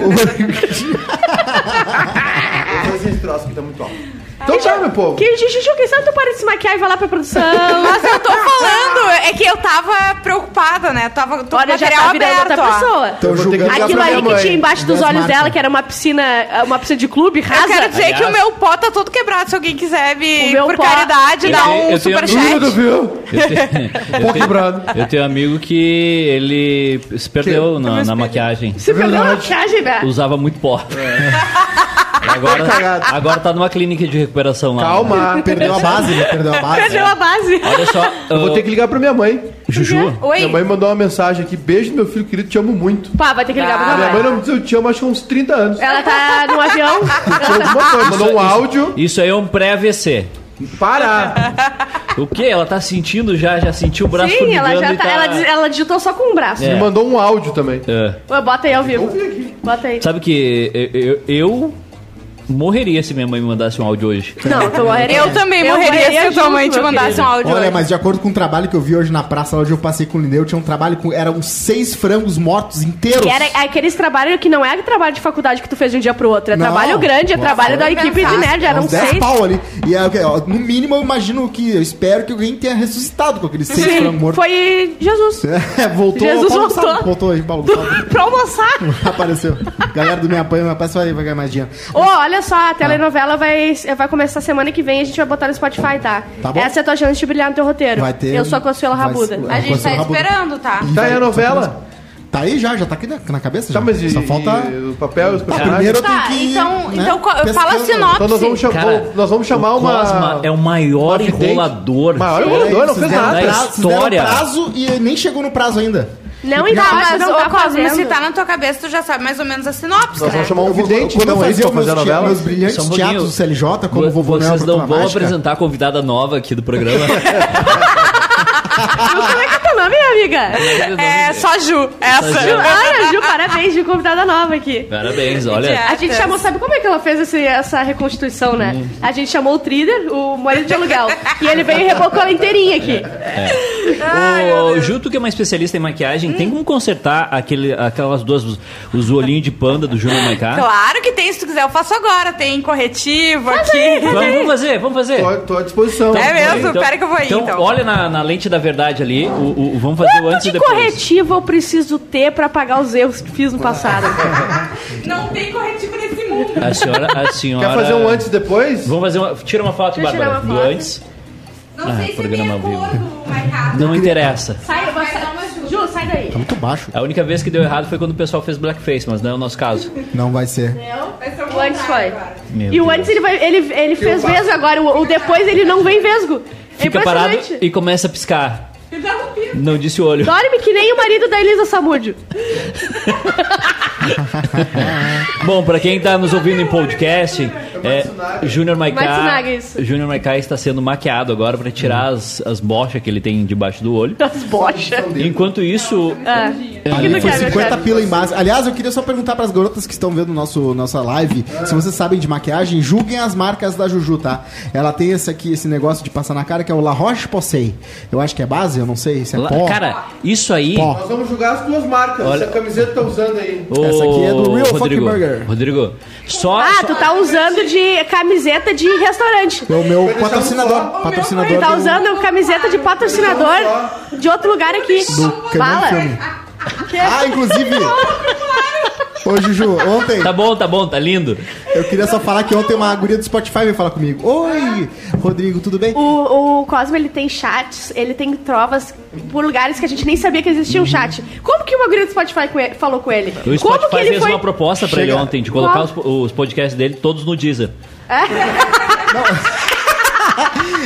[SPEAKER 4] Eu fiz esse troço que tá muito alto. Então tá, meu povo.
[SPEAKER 1] Que gente, gente, quem sabe tu para de se maquiar e vai lá pra
[SPEAKER 2] [LAUGHS]
[SPEAKER 1] produção.
[SPEAKER 2] Mas eu tô falando, é que eu tava preocupada, né? Tava tô com
[SPEAKER 1] Olha, já
[SPEAKER 2] material
[SPEAKER 1] tá virando
[SPEAKER 2] aberto,
[SPEAKER 1] outra
[SPEAKER 2] ó.
[SPEAKER 1] pessoa.
[SPEAKER 3] Então,
[SPEAKER 4] Eu vou ter que
[SPEAKER 3] julgando
[SPEAKER 4] ligar
[SPEAKER 1] Aquilo
[SPEAKER 4] pra
[SPEAKER 1] ali
[SPEAKER 4] minha
[SPEAKER 1] que
[SPEAKER 4] mãe.
[SPEAKER 1] tinha embaixo dos
[SPEAKER 3] Das
[SPEAKER 1] olhos
[SPEAKER 3] marcas.
[SPEAKER 1] dela, que era uma piscina, uh, uma piscina de clube,
[SPEAKER 2] Eu
[SPEAKER 1] rasa.
[SPEAKER 2] quero dizer
[SPEAKER 5] Aliás-
[SPEAKER 2] que o meu pó tá todo quebrado. Se alguém quiser
[SPEAKER 1] O
[SPEAKER 2] me
[SPEAKER 1] meu
[SPEAKER 2] por
[SPEAKER 1] pó-
[SPEAKER 2] caridade,
[SPEAKER 5] Eu
[SPEAKER 2] dar
[SPEAKER 5] tenho-
[SPEAKER 2] um
[SPEAKER 5] eu tenho-
[SPEAKER 4] Liga,
[SPEAKER 2] superchat.
[SPEAKER 4] viu?
[SPEAKER 5] Eu tenho, eu, tenho, eu tenho um amigo que ele se perdeu na, na maquiagem.
[SPEAKER 1] Se perdeu na
[SPEAKER 4] Verdade.
[SPEAKER 1] maquiagem, velho.
[SPEAKER 5] Usava muito pó. E [LAUGHS] Agora, agora tá numa clínica de recuperação lá.
[SPEAKER 4] Calma.
[SPEAKER 1] [LAUGHS]
[SPEAKER 3] Perdeu a base, né? Perdeu a base.
[SPEAKER 1] Perdeu a base.
[SPEAKER 5] Olha só.
[SPEAKER 4] Eu vou ter que ligar pra minha mãe.
[SPEAKER 5] Juju,
[SPEAKER 4] Minha
[SPEAKER 2] Oi.
[SPEAKER 4] mãe mandou uma mensagem aqui. Beijo, meu filho querido, te amo muito.
[SPEAKER 1] Pá, vai ter que ligar
[SPEAKER 2] Ah.
[SPEAKER 1] pra
[SPEAKER 4] Minha
[SPEAKER 1] minha
[SPEAKER 4] mãe
[SPEAKER 1] mãe.
[SPEAKER 4] não me diz eu te amo, acho que há uns 30 anos.
[SPEAKER 1] Ela tá no avião.
[SPEAKER 4] Tinha alguma coisa, Mandou um áudio.
[SPEAKER 5] isso aí é um pré-AVC.
[SPEAKER 4] Para!
[SPEAKER 5] O quê? Ela tá sentindo já? Já sentiu o braço
[SPEAKER 1] Sim, ela
[SPEAKER 5] formigando
[SPEAKER 1] já
[SPEAKER 5] e
[SPEAKER 1] tá. Ela, diz- ela digitou só com um braço.
[SPEAKER 5] É.
[SPEAKER 4] Me mandou um áudio também.
[SPEAKER 5] É.
[SPEAKER 1] Ué, Bota aí ao vivo. Bota aí.
[SPEAKER 5] Sabe que eu, eu- eu morreria se minha mãe me mandasse um áudio hoje.
[SPEAKER 1] Não, tu morreria.
[SPEAKER 2] Eu também morreria se a tua
[SPEAKER 1] junto,
[SPEAKER 2] mãe te
[SPEAKER 1] meu
[SPEAKER 2] mandasse
[SPEAKER 1] querido.
[SPEAKER 2] um áudio.
[SPEAKER 3] Olha,
[SPEAKER 2] hoje.
[SPEAKER 3] mas de acordo com o trabalho que eu vi hoje na praça, onde eu passei com o Lindeu, tinha um trabalho com. Eram seis frangos mortos inteiros.
[SPEAKER 1] Que era aqueles trabalhos que não é trabalho de faculdade que tu fez de um dia pro outro. É
[SPEAKER 3] Não.
[SPEAKER 1] trabalho grande, é
[SPEAKER 3] Nossa,
[SPEAKER 1] trabalho da
[SPEAKER 2] foi
[SPEAKER 1] equipe de
[SPEAKER 2] fantástico.
[SPEAKER 1] nerd. Eram
[SPEAKER 3] uns dez
[SPEAKER 1] seis.
[SPEAKER 3] pau ali. E aí, ok, ó, no mínimo, eu imagino que. Eu espero que alguém tenha ressuscitado com aqueles seis frangos
[SPEAKER 1] Sim,
[SPEAKER 3] mortos.
[SPEAKER 1] foi Jesus.
[SPEAKER 3] [LAUGHS] É, voltou.
[SPEAKER 1] Jesus
[SPEAKER 3] Paulo Gustavo,
[SPEAKER 1] voltou.
[SPEAKER 3] voltou aí, Paulo Gustavo.
[SPEAKER 1] [LAUGHS] pra almoçar.
[SPEAKER 3] Apareceu. Galera do Minha Pai, Minha Pai só aí vai ganhar mais dinheiro.
[SPEAKER 1] Ô, olha só, a telenovela vai, vai começar semana que vem a gente vai botar no Spotify, tá?
[SPEAKER 3] Tá bom.
[SPEAKER 1] Essa é a tua chance de brilhar no teu roteiro.
[SPEAKER 3] Vai ter-
[SPEAKER 1] Eu sou a Consuelo
[SPEAKER 3] vai-
[SPEAKER 1] Rabuda.
[SPEAKER 3] vai-
[SPEAKER 2] A gente tá
[SPEAKER 3] Conselho Rabuda.
[SPEAKER 2] esperando, tá?
[SPEAKER 3] E
[SPEAKER 4] Tá aí
[SPEAKER 3] vai-
[SPEAKER 4] a novela?
[SPEAKER 3] Tá aí já, já tá aqui na, na cabeça.
[SPEAKER 4] Tá,
[SPEAKER 3] já.
[SPEAKER 4] mas e,
[SPEAKER 3] Só falta.
[SPEAKER 4] e o papel, os
[SPEAKER 3] Tá,
[SPEAKER 4] personagens?
[SPEAKER 3] primeiro eu tenho
[SPEAKER 2] Tá,
[SPEAKER 3] que.
[SPEAKER 2] então,
[SPEAKER 3] né,
[SPEAKER 2] então co- fala a
[SPEAKER 3] pesquisando.
[SPEAKER 4] Então nós
[SPEAKER 2] sinopse.
[SPEAKER 4] vamos, chamar-
[SPEAKER 5] Cara,
[SPEAKER 4] vamos- nós vamos chamar
[SPEAKER 5] o
[SPEAKER 4] uma.
[SPEAKER 5] Cosma é o maior
[SPEAKER 4] uma vidente.
[SPEAKER 5] enrolador.
[SPEAKER 4] Maior
[SPEAKER 5] Sim.
[SPEAKER 4] enrolador, não fez
[SPEAKER 3] Vocês deram
[SPEAKER 4] nada.
[SPEAKER 5] pra-
[SPEAKER 3] prazo- vocês deram
[SPEAKER 5] História.
[SPEAKER 3] prazo e nem chegou no prazo ainda.
[SPEAKER 1] Não
[SPEAKER 3] E-
[SPEAKER 1] importa,
[SPEAKER 2] Tá, mas,
[SPEAKER 1] não
[SPEAKER 2] ô,
[SPEAKER 1] tá
[SPEAKER 2] Cosmo, se
[SPEAKER 1] fazendo.
[SPEAKER 2] tá na tua cabeça, tu já sabe mais ou menos a sinopse,
[SPEAKER 4] Nós
[SPEAKER 2] né?
[SPEAKER 4] vamos chamar um
[SPEAKER 3] Eu vou-
[SPEAKER 4] vidente,
[SPEAKER 3] quando
[SPEAKER 4] então,
[SPEAKER 3] eu
[SPEAKER 4] é isso
[SPEAKER 3] fazia
[SPEAKER 4] pra fazer a
[SPEAKER 3] meus,
[SPEAKER 4] novela?
[SPEAKER 3] meus brilhantes
[SPEAKER 5] Só um pouquinho.
[SPEAKER 3] teatros do CLJ, como o vovô Noel
[SPEAKER 5] Vocês não
[SPEAKER 3] Fortuna
[SPEAKER 5] vão
[SPEAKER 3] Mágica.
[SPEAKER 4] [LAUGHS]
[SPEAKER 5] apresentar a convidada nova aqui do programa.
[SPEAKER 1] Como é que é teu nome, amiga?
[SPEAKER 2] É, só Ju. Essa.
[SPEAKER 5] Ju.
[SPEAKER 1] Olha, Ju, parabéns, Ju, convidada nova aqui.
[SPEAKER 5] Parabéns, olha.
[SPEAKER 1] A gente chamou, sabe como é que ela fez esse- essa reconstituição, né?
[SPEAKER 3] Hum.
[SPEAKER 1] A gente chamou o Trider, o marido de aluguel, e ele veio e rebocou ela inteirinha aqui.
[SPEAKER 5] O Juto, que é uma especialista em maquiagem,
[SPEAKER 2] Hum.
[SPEAKER 5] tem como consertar aquele, aquelas duas, os, os olhinhos de panda do Júnior Maiká?
[SPEAKER 2] Claro que tem, se tu quiser, eu faço agora. Tem corretivo aqui.
[SPEAKER 5] Vamos, vamos fazer, vamos fazer.
[SPEAKER 4] Tô, tô à disposição.
[SPEAKER 2] É mesmo?
[SPEAKER 5] Então-
[SPEAKER 2] Pera que eu vou ir, então.
[SPEAKER 5] Então, olha na, na lente da verdade ali, o, o- o- vamos fazer o antes
[SPEAKER 1] De
[SPEAKER 5] e depois.
[SPEAKER 1] corretivo eu preciso ter pra pagar os erros que fiz no passado.
[SPEAKER 2] Não tem corretivo nesse mundo.
[SPEAKER 5] A senhora, a senhora...
[SPEAKER 4] Quer fazer um antes e depois?
[SPEAKER 5] Vamos fazer uma... Tira uma foto,
[SPEAKER 1] Deixa eu
[SPEAKER 5] Bárbara,
[SPEAKER 1] tirar uma
[SPEAKER 5] do
[SPEAKER 1] foto.
[SPEAKER 5] antes.
[SPEAKER 2] Não
[SPEAKER 5] Ah,
[SPEAKER 2] sei se é
[SPEAKER 5] programa
[SPEAKER 2] minha
[SPEAKER 5] ao vivo.
[SPEAKER 2] cor do Maicá.
[SPEAKER 5] Não interessa.
[SPEAKER 1] Sai, vai, sai. Ju, sai daí.
[SPEAKER 3] Muito baixo.
[SPEAKER 5] A única vez que deu errado foi quando o pessoal fez blackface, mas não é o nosso caso.
[SPEAKER 3] Não vai ser.
[SPEAKER 2] Vai ser
[SPEAKER 1] O antes foi.
[SPEAKER 5] Meu
[SPEAKER 1] e o
[SPEAKER 5] Deus.
[SPEAKER 1] antes ele, vai, ele, ele fez vesgo agora, o, o depois ele não vem vesgo. É
[SPEAKER 5] Fica parado
[SPEAKER 1] impressionante.
[SPEAKER 5] e começa a piscar.
[SPEAKER 2] foi.
[SPEAKER 5] Não disse o olho.
[SPEAKER 1] Dorme que nem o marido da Elisa Samúdio.
[SPEAKER 5] Bom, pra quem tá nos ouvindo em podcast, é, Júnior Maiká.
[SPEAKER 1] Matsunaga, isso.
[SPEAKER 5] Júnior Maiká está sendo maquiado agora pra tirar as, as bochas que ele tem debaixo do olho.
[SPEAKER 1] Das bochas.
[SPEAKER 5] Enquanto isso,
[SPEAKER 1] É.
[SPEAKER 5] Ali
[SPEAKER 1] não
[SPEAKER 3] Foi
[SPEAKER 1] quer, não
[SPEAKER 3] 50
[SPEAKER 1] quer.
[SPEAKER 3] pila em base. Aliás, eu queria só perguntar pras garotas que estão vendo nosso, nossa live, se vocês sabem de maquiagem, julguem as marcas da Juju, tá? Ela tem esse aqui, esse negócio de passar na cara, que é o La Roche-Posay. Eu acho que é base, eu não sei se é
[SPEAKER 5] lá-
[SPEAKER 3] pó.
[SPEAKER 5] cara, isso aí.
[SPEAKER 3] Pó.
[SPEAKER 4] Nós vamos julgar as duas marcas.
[SPEAKER 5] Olha-
[SPEAKER 4] Essa camiseta tá usando aí.
[SPEAKER 5] Ô,
[SPEAKER 3] Essa aqui é do Real Fucking
[SPEAKER 5] Rodrigo,
[SPEAKER 3] Burger.
[SPEAKER 5] Rodrigo, só.
[SPEAKER 1] Ah,
[SPEAKER 5] só-
[SPEAKER 1] tu tá usando de camiseta de restaurante.
[SPEAKER 3] É o meu
[SPEAKER 4] Vai deixar um
[SPEAKER 3] patrocinador.
[SPEAKER 4] só?
[SPEAKER 1] Ele
[SPEAKER 3] Patrocinador
[SPEAKER 1] tá
[SPEAKER 3] do-
[SPEAKER 1] usando camiseta de patrocinador de outro lugar aqui.
[SPEAKER 3] que
[SPEAKER 1] Fala.
[SPEAKER 3] não é filme.
[SPEAKER 1] [LAUGHS]
[SPEAKER 3] Ah, inclusive. Ô, Juju, ontem.
[SPEAKER 5] Tá bom, tá bom, tá lindo.
[SPEAKER 3] Eu queria só falar que ontem uma guria do Spotify veio falar comigo. Oi, Rodrigo, tudo bem?
[SPEAKER 1] O, o Cosmo, ele tem chats, ele tem trovas por lugares que a gente nem sabia que existia um chat. Como que uma guria do Spotify com ele- falou com ele?
[SPEAKER 5] O
[SPEAKER 1] Como
[SPEAKER 5] Spotify fez uma proposta pra ele
[SPEAKER 3] Chega.
[SPEAKER 5] ontem de colocar
[SPEAKER 1] Qual?
[SPEAKER 5] os, os podcasts dele todos no Deezer.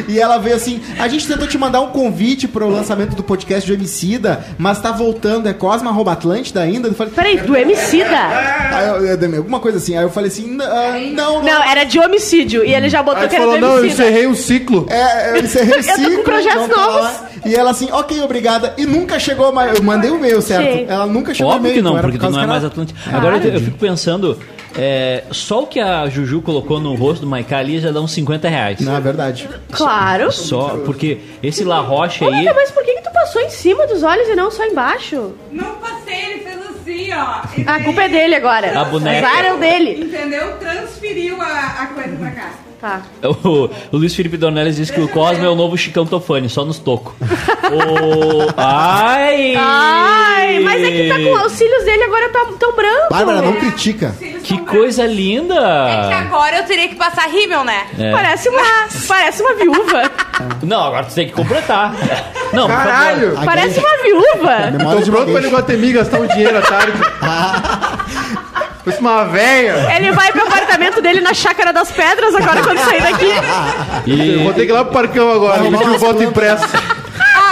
[SPEAKER 3] E ela veio assim: a gente tentou te mandar um convite pro lançamento do podcast do Emicida, mas tá voltando, é Cosma arroba Atlântida ainda? Eu falei,
[SPEAKER 1] Peraí, do homicida?
[SPEAKER 3] aí eu- eu- alguma coisa assim. Aí eu falei assim: "N- ah,
[SPEAKER 1] Não,
[SPEAKER 3] não, não.
[SPEAKER 1] era de homicídio. E ele já botou
[SPEAKER 4] Aí
[SPEAKER 1] que
[SPEAKER 4] tu
[SPEAKER 1] era do
[SPEAKER 4] falou, não, eu
[SPEAKER 1] homicida.
[SPEAKER 4] encerrei um ciclo.
[SPEAKER 1] [LAUGHS]
[SPEAKER 3] É, eu encerrei o
[SPEAKER 1] Eu tô com
[SPEAKER 3] ciclo,
[SPEAKER 1] projetos
[SPEAKER 3] não tá
[SPEAKER 1] novos.
[SPEAKER 3] lá." E ela assim, ok, obrigada. E nunca chegou mais. Eu mandei o e-mail, certo?
[SPEAKER 1] Sim.
[SPEAKER 3] Ela nunca chegou
[SPEAKER 5] Óbvio
[SPEAKER 3] e-mail,
[SPEAKER 5] que não,
[SPEAKER 3] era
[SPEAKER 5] porque
[SPEAKER 3] por
[SPEAKER 5] tu
[SPEAKER 3] causa
[SPEAKER 5] não é
[SPEAKER 3] que
[SPEAKER 5] mais
[SPEAKER 3] ela-
[SPEAKER 5] Atlântico. Agora eu, eu fico pensando, é, só o que a Juju colocou no rosto do Maiká ali já dá uns 50 reais.
[SPEAKER 3] Não, é verdade.
[SPEAKER 1] Claro.
[SPEAKER 5] Só, porque esse La Roche
[SPEAKER 1] Ô,
[SPEAKER 5] aí. [LAUGHS]
[SPEAKER 1] Lívia, mas por que, que tu passou em cima dos olhos e não só embaixo?
[SPEAKER 7] Não passei, ele fez assim, ó.
[SPEAKER 1] A culpa é dele agora.
[SPEAKER 5] A boneca.
[SPEAKER 1] Usaram dele.
[SPEAKER 7] Entendeu? Transferiu a, a coisa pra cá.
[SPEAKER 1] Tá.
[SPEAKER 5] O, o Luiz Felipe Dornelles disse que o Cosmo é o novo Chicão Tofani, só nos tocos. o... Ai!
[SPEAKER 1] Ai, mas é que tá com os cílios dele agora tá tão branco.
[SPEAKER 3] Bárbara, não critica.
[SPEAKER 5] Que coisa
[SPEAKER 2] É Que
[SPEAKER 5] linda!
[SPEAKER 2] agora eu teria que passar rímel, né?
[SPEAKER 5] É.
[SPEAKER 1] Parece uma, parece uma viúva.
[SPEAKER 5] Não, agora tu tem que completar. Não, por favor.
[SPEAKER 4] Caralho!
[SPEAKER 3] A
[SPEAKER 1] parece
[SPEAKER 3] gay-
[SPEAKER 1] uma
[SPEAKER 3] a
[SPEAKER 1] viúva.
[SPEAKER 3] memória
[SPEAKER 4] Tô
[SPEAKER 3] de
[SPEAKER 4] pronto pra
[SPEAKER 3] Baguete.
[SPEAKER 4] Iguatemi gastar um dinheiro à tarde. Fosse uma véia.
[SPEAKER 1] Ele vai pro apartamento dele na Chácara das Pedras agora quando sair daqui.
[SPEAKER 4] Eu vou
[SPEAKER 5] E...
[SPEAKER 4] ter que ir lá pro Parcão agora,
[SPEAKER 3] Vai
[SPEAKER 4] pedir
[SPEAKER 3] arrumar
[SPEAKER 4] o voto
[SPEAKER 3] umas
[SPEAKER 4] impresso.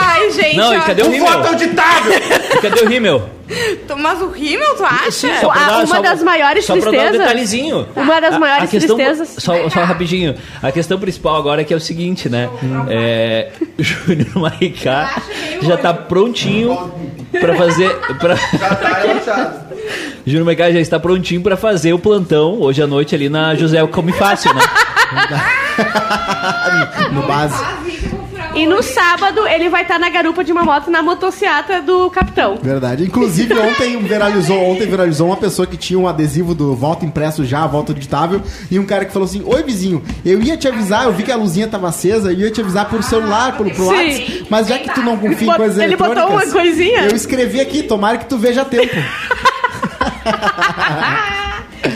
[SPEAKER 2] Ai, gente.
[SPEAKER 5] Não, e
[SPEAKER 2] ó,
[SPEAKER 5] cadê o
[SPEAKER 4] Um voto
[SPEAKER 5] rímel?
[SPEAKER 4] auditável!
[SPEAKER 5] Cadê o rímel?
[SPEAKER 2] tu- Mas o rímel, tu acha?
[SPEAKER 5] Só pra
[SPEAKER 1] Ah, uma
[SPEAKER 5] só-
[SPEAKER 1] das maiores
[SPEAKER 5] só pra dar um
[SPEAKER 1] tristezas. Tá.
[SPEAKER 5] detalhezinho.
[SPEAKER 1] Uma das maiores
[SPEAKER 5] questão,
[SPEAKER 1] tristezas.
[SPEAKER 5] Só, só rapidinho. A questão principal agora é que é o seguinte, né? É, Júnior Maricá já tá prontinho pra fazer... Pra...
[SPEAKER 4] Já tá relaxado.
[SPEAKER 5] Júnior Maricá já está prontinho pra fazer o plantão hoje à noite ali na José Come
[SPEAKER 1] [LAUGHS]
[SPEAKER 5] Fácil, né?
[SPEAKER 3] No base.
[SPEAKER 1] E no sábado ele vai estar na garupa de uma moto na motociata do capitão.
[SPEAKER 3] Verdade. Inclusive, ontem viralizou, ontem viralizou uma pessoa que tinha um adesivo do voto impresso já, voto digitável, e um cara que falou assim: Oi, vizinho, eu ia te avisar, eu vi que a luzinha tava acesa, eu ia te avisar por celular, pelo pro
[SPEAKER 1] Sim.
[SPEAKER 3] WhatsApp, mas já que tu não confia em
[SPEAKER 1] Bot-
[SPEAKER 3] coisas
[SPEAKER 1] ele botou
[SPEAKER 3] eletrônicas,
[SPEAKER 1] uma coisinha?
[SPEAKER 3] Eu escrevi aqui, tomara que tu veja a tempo.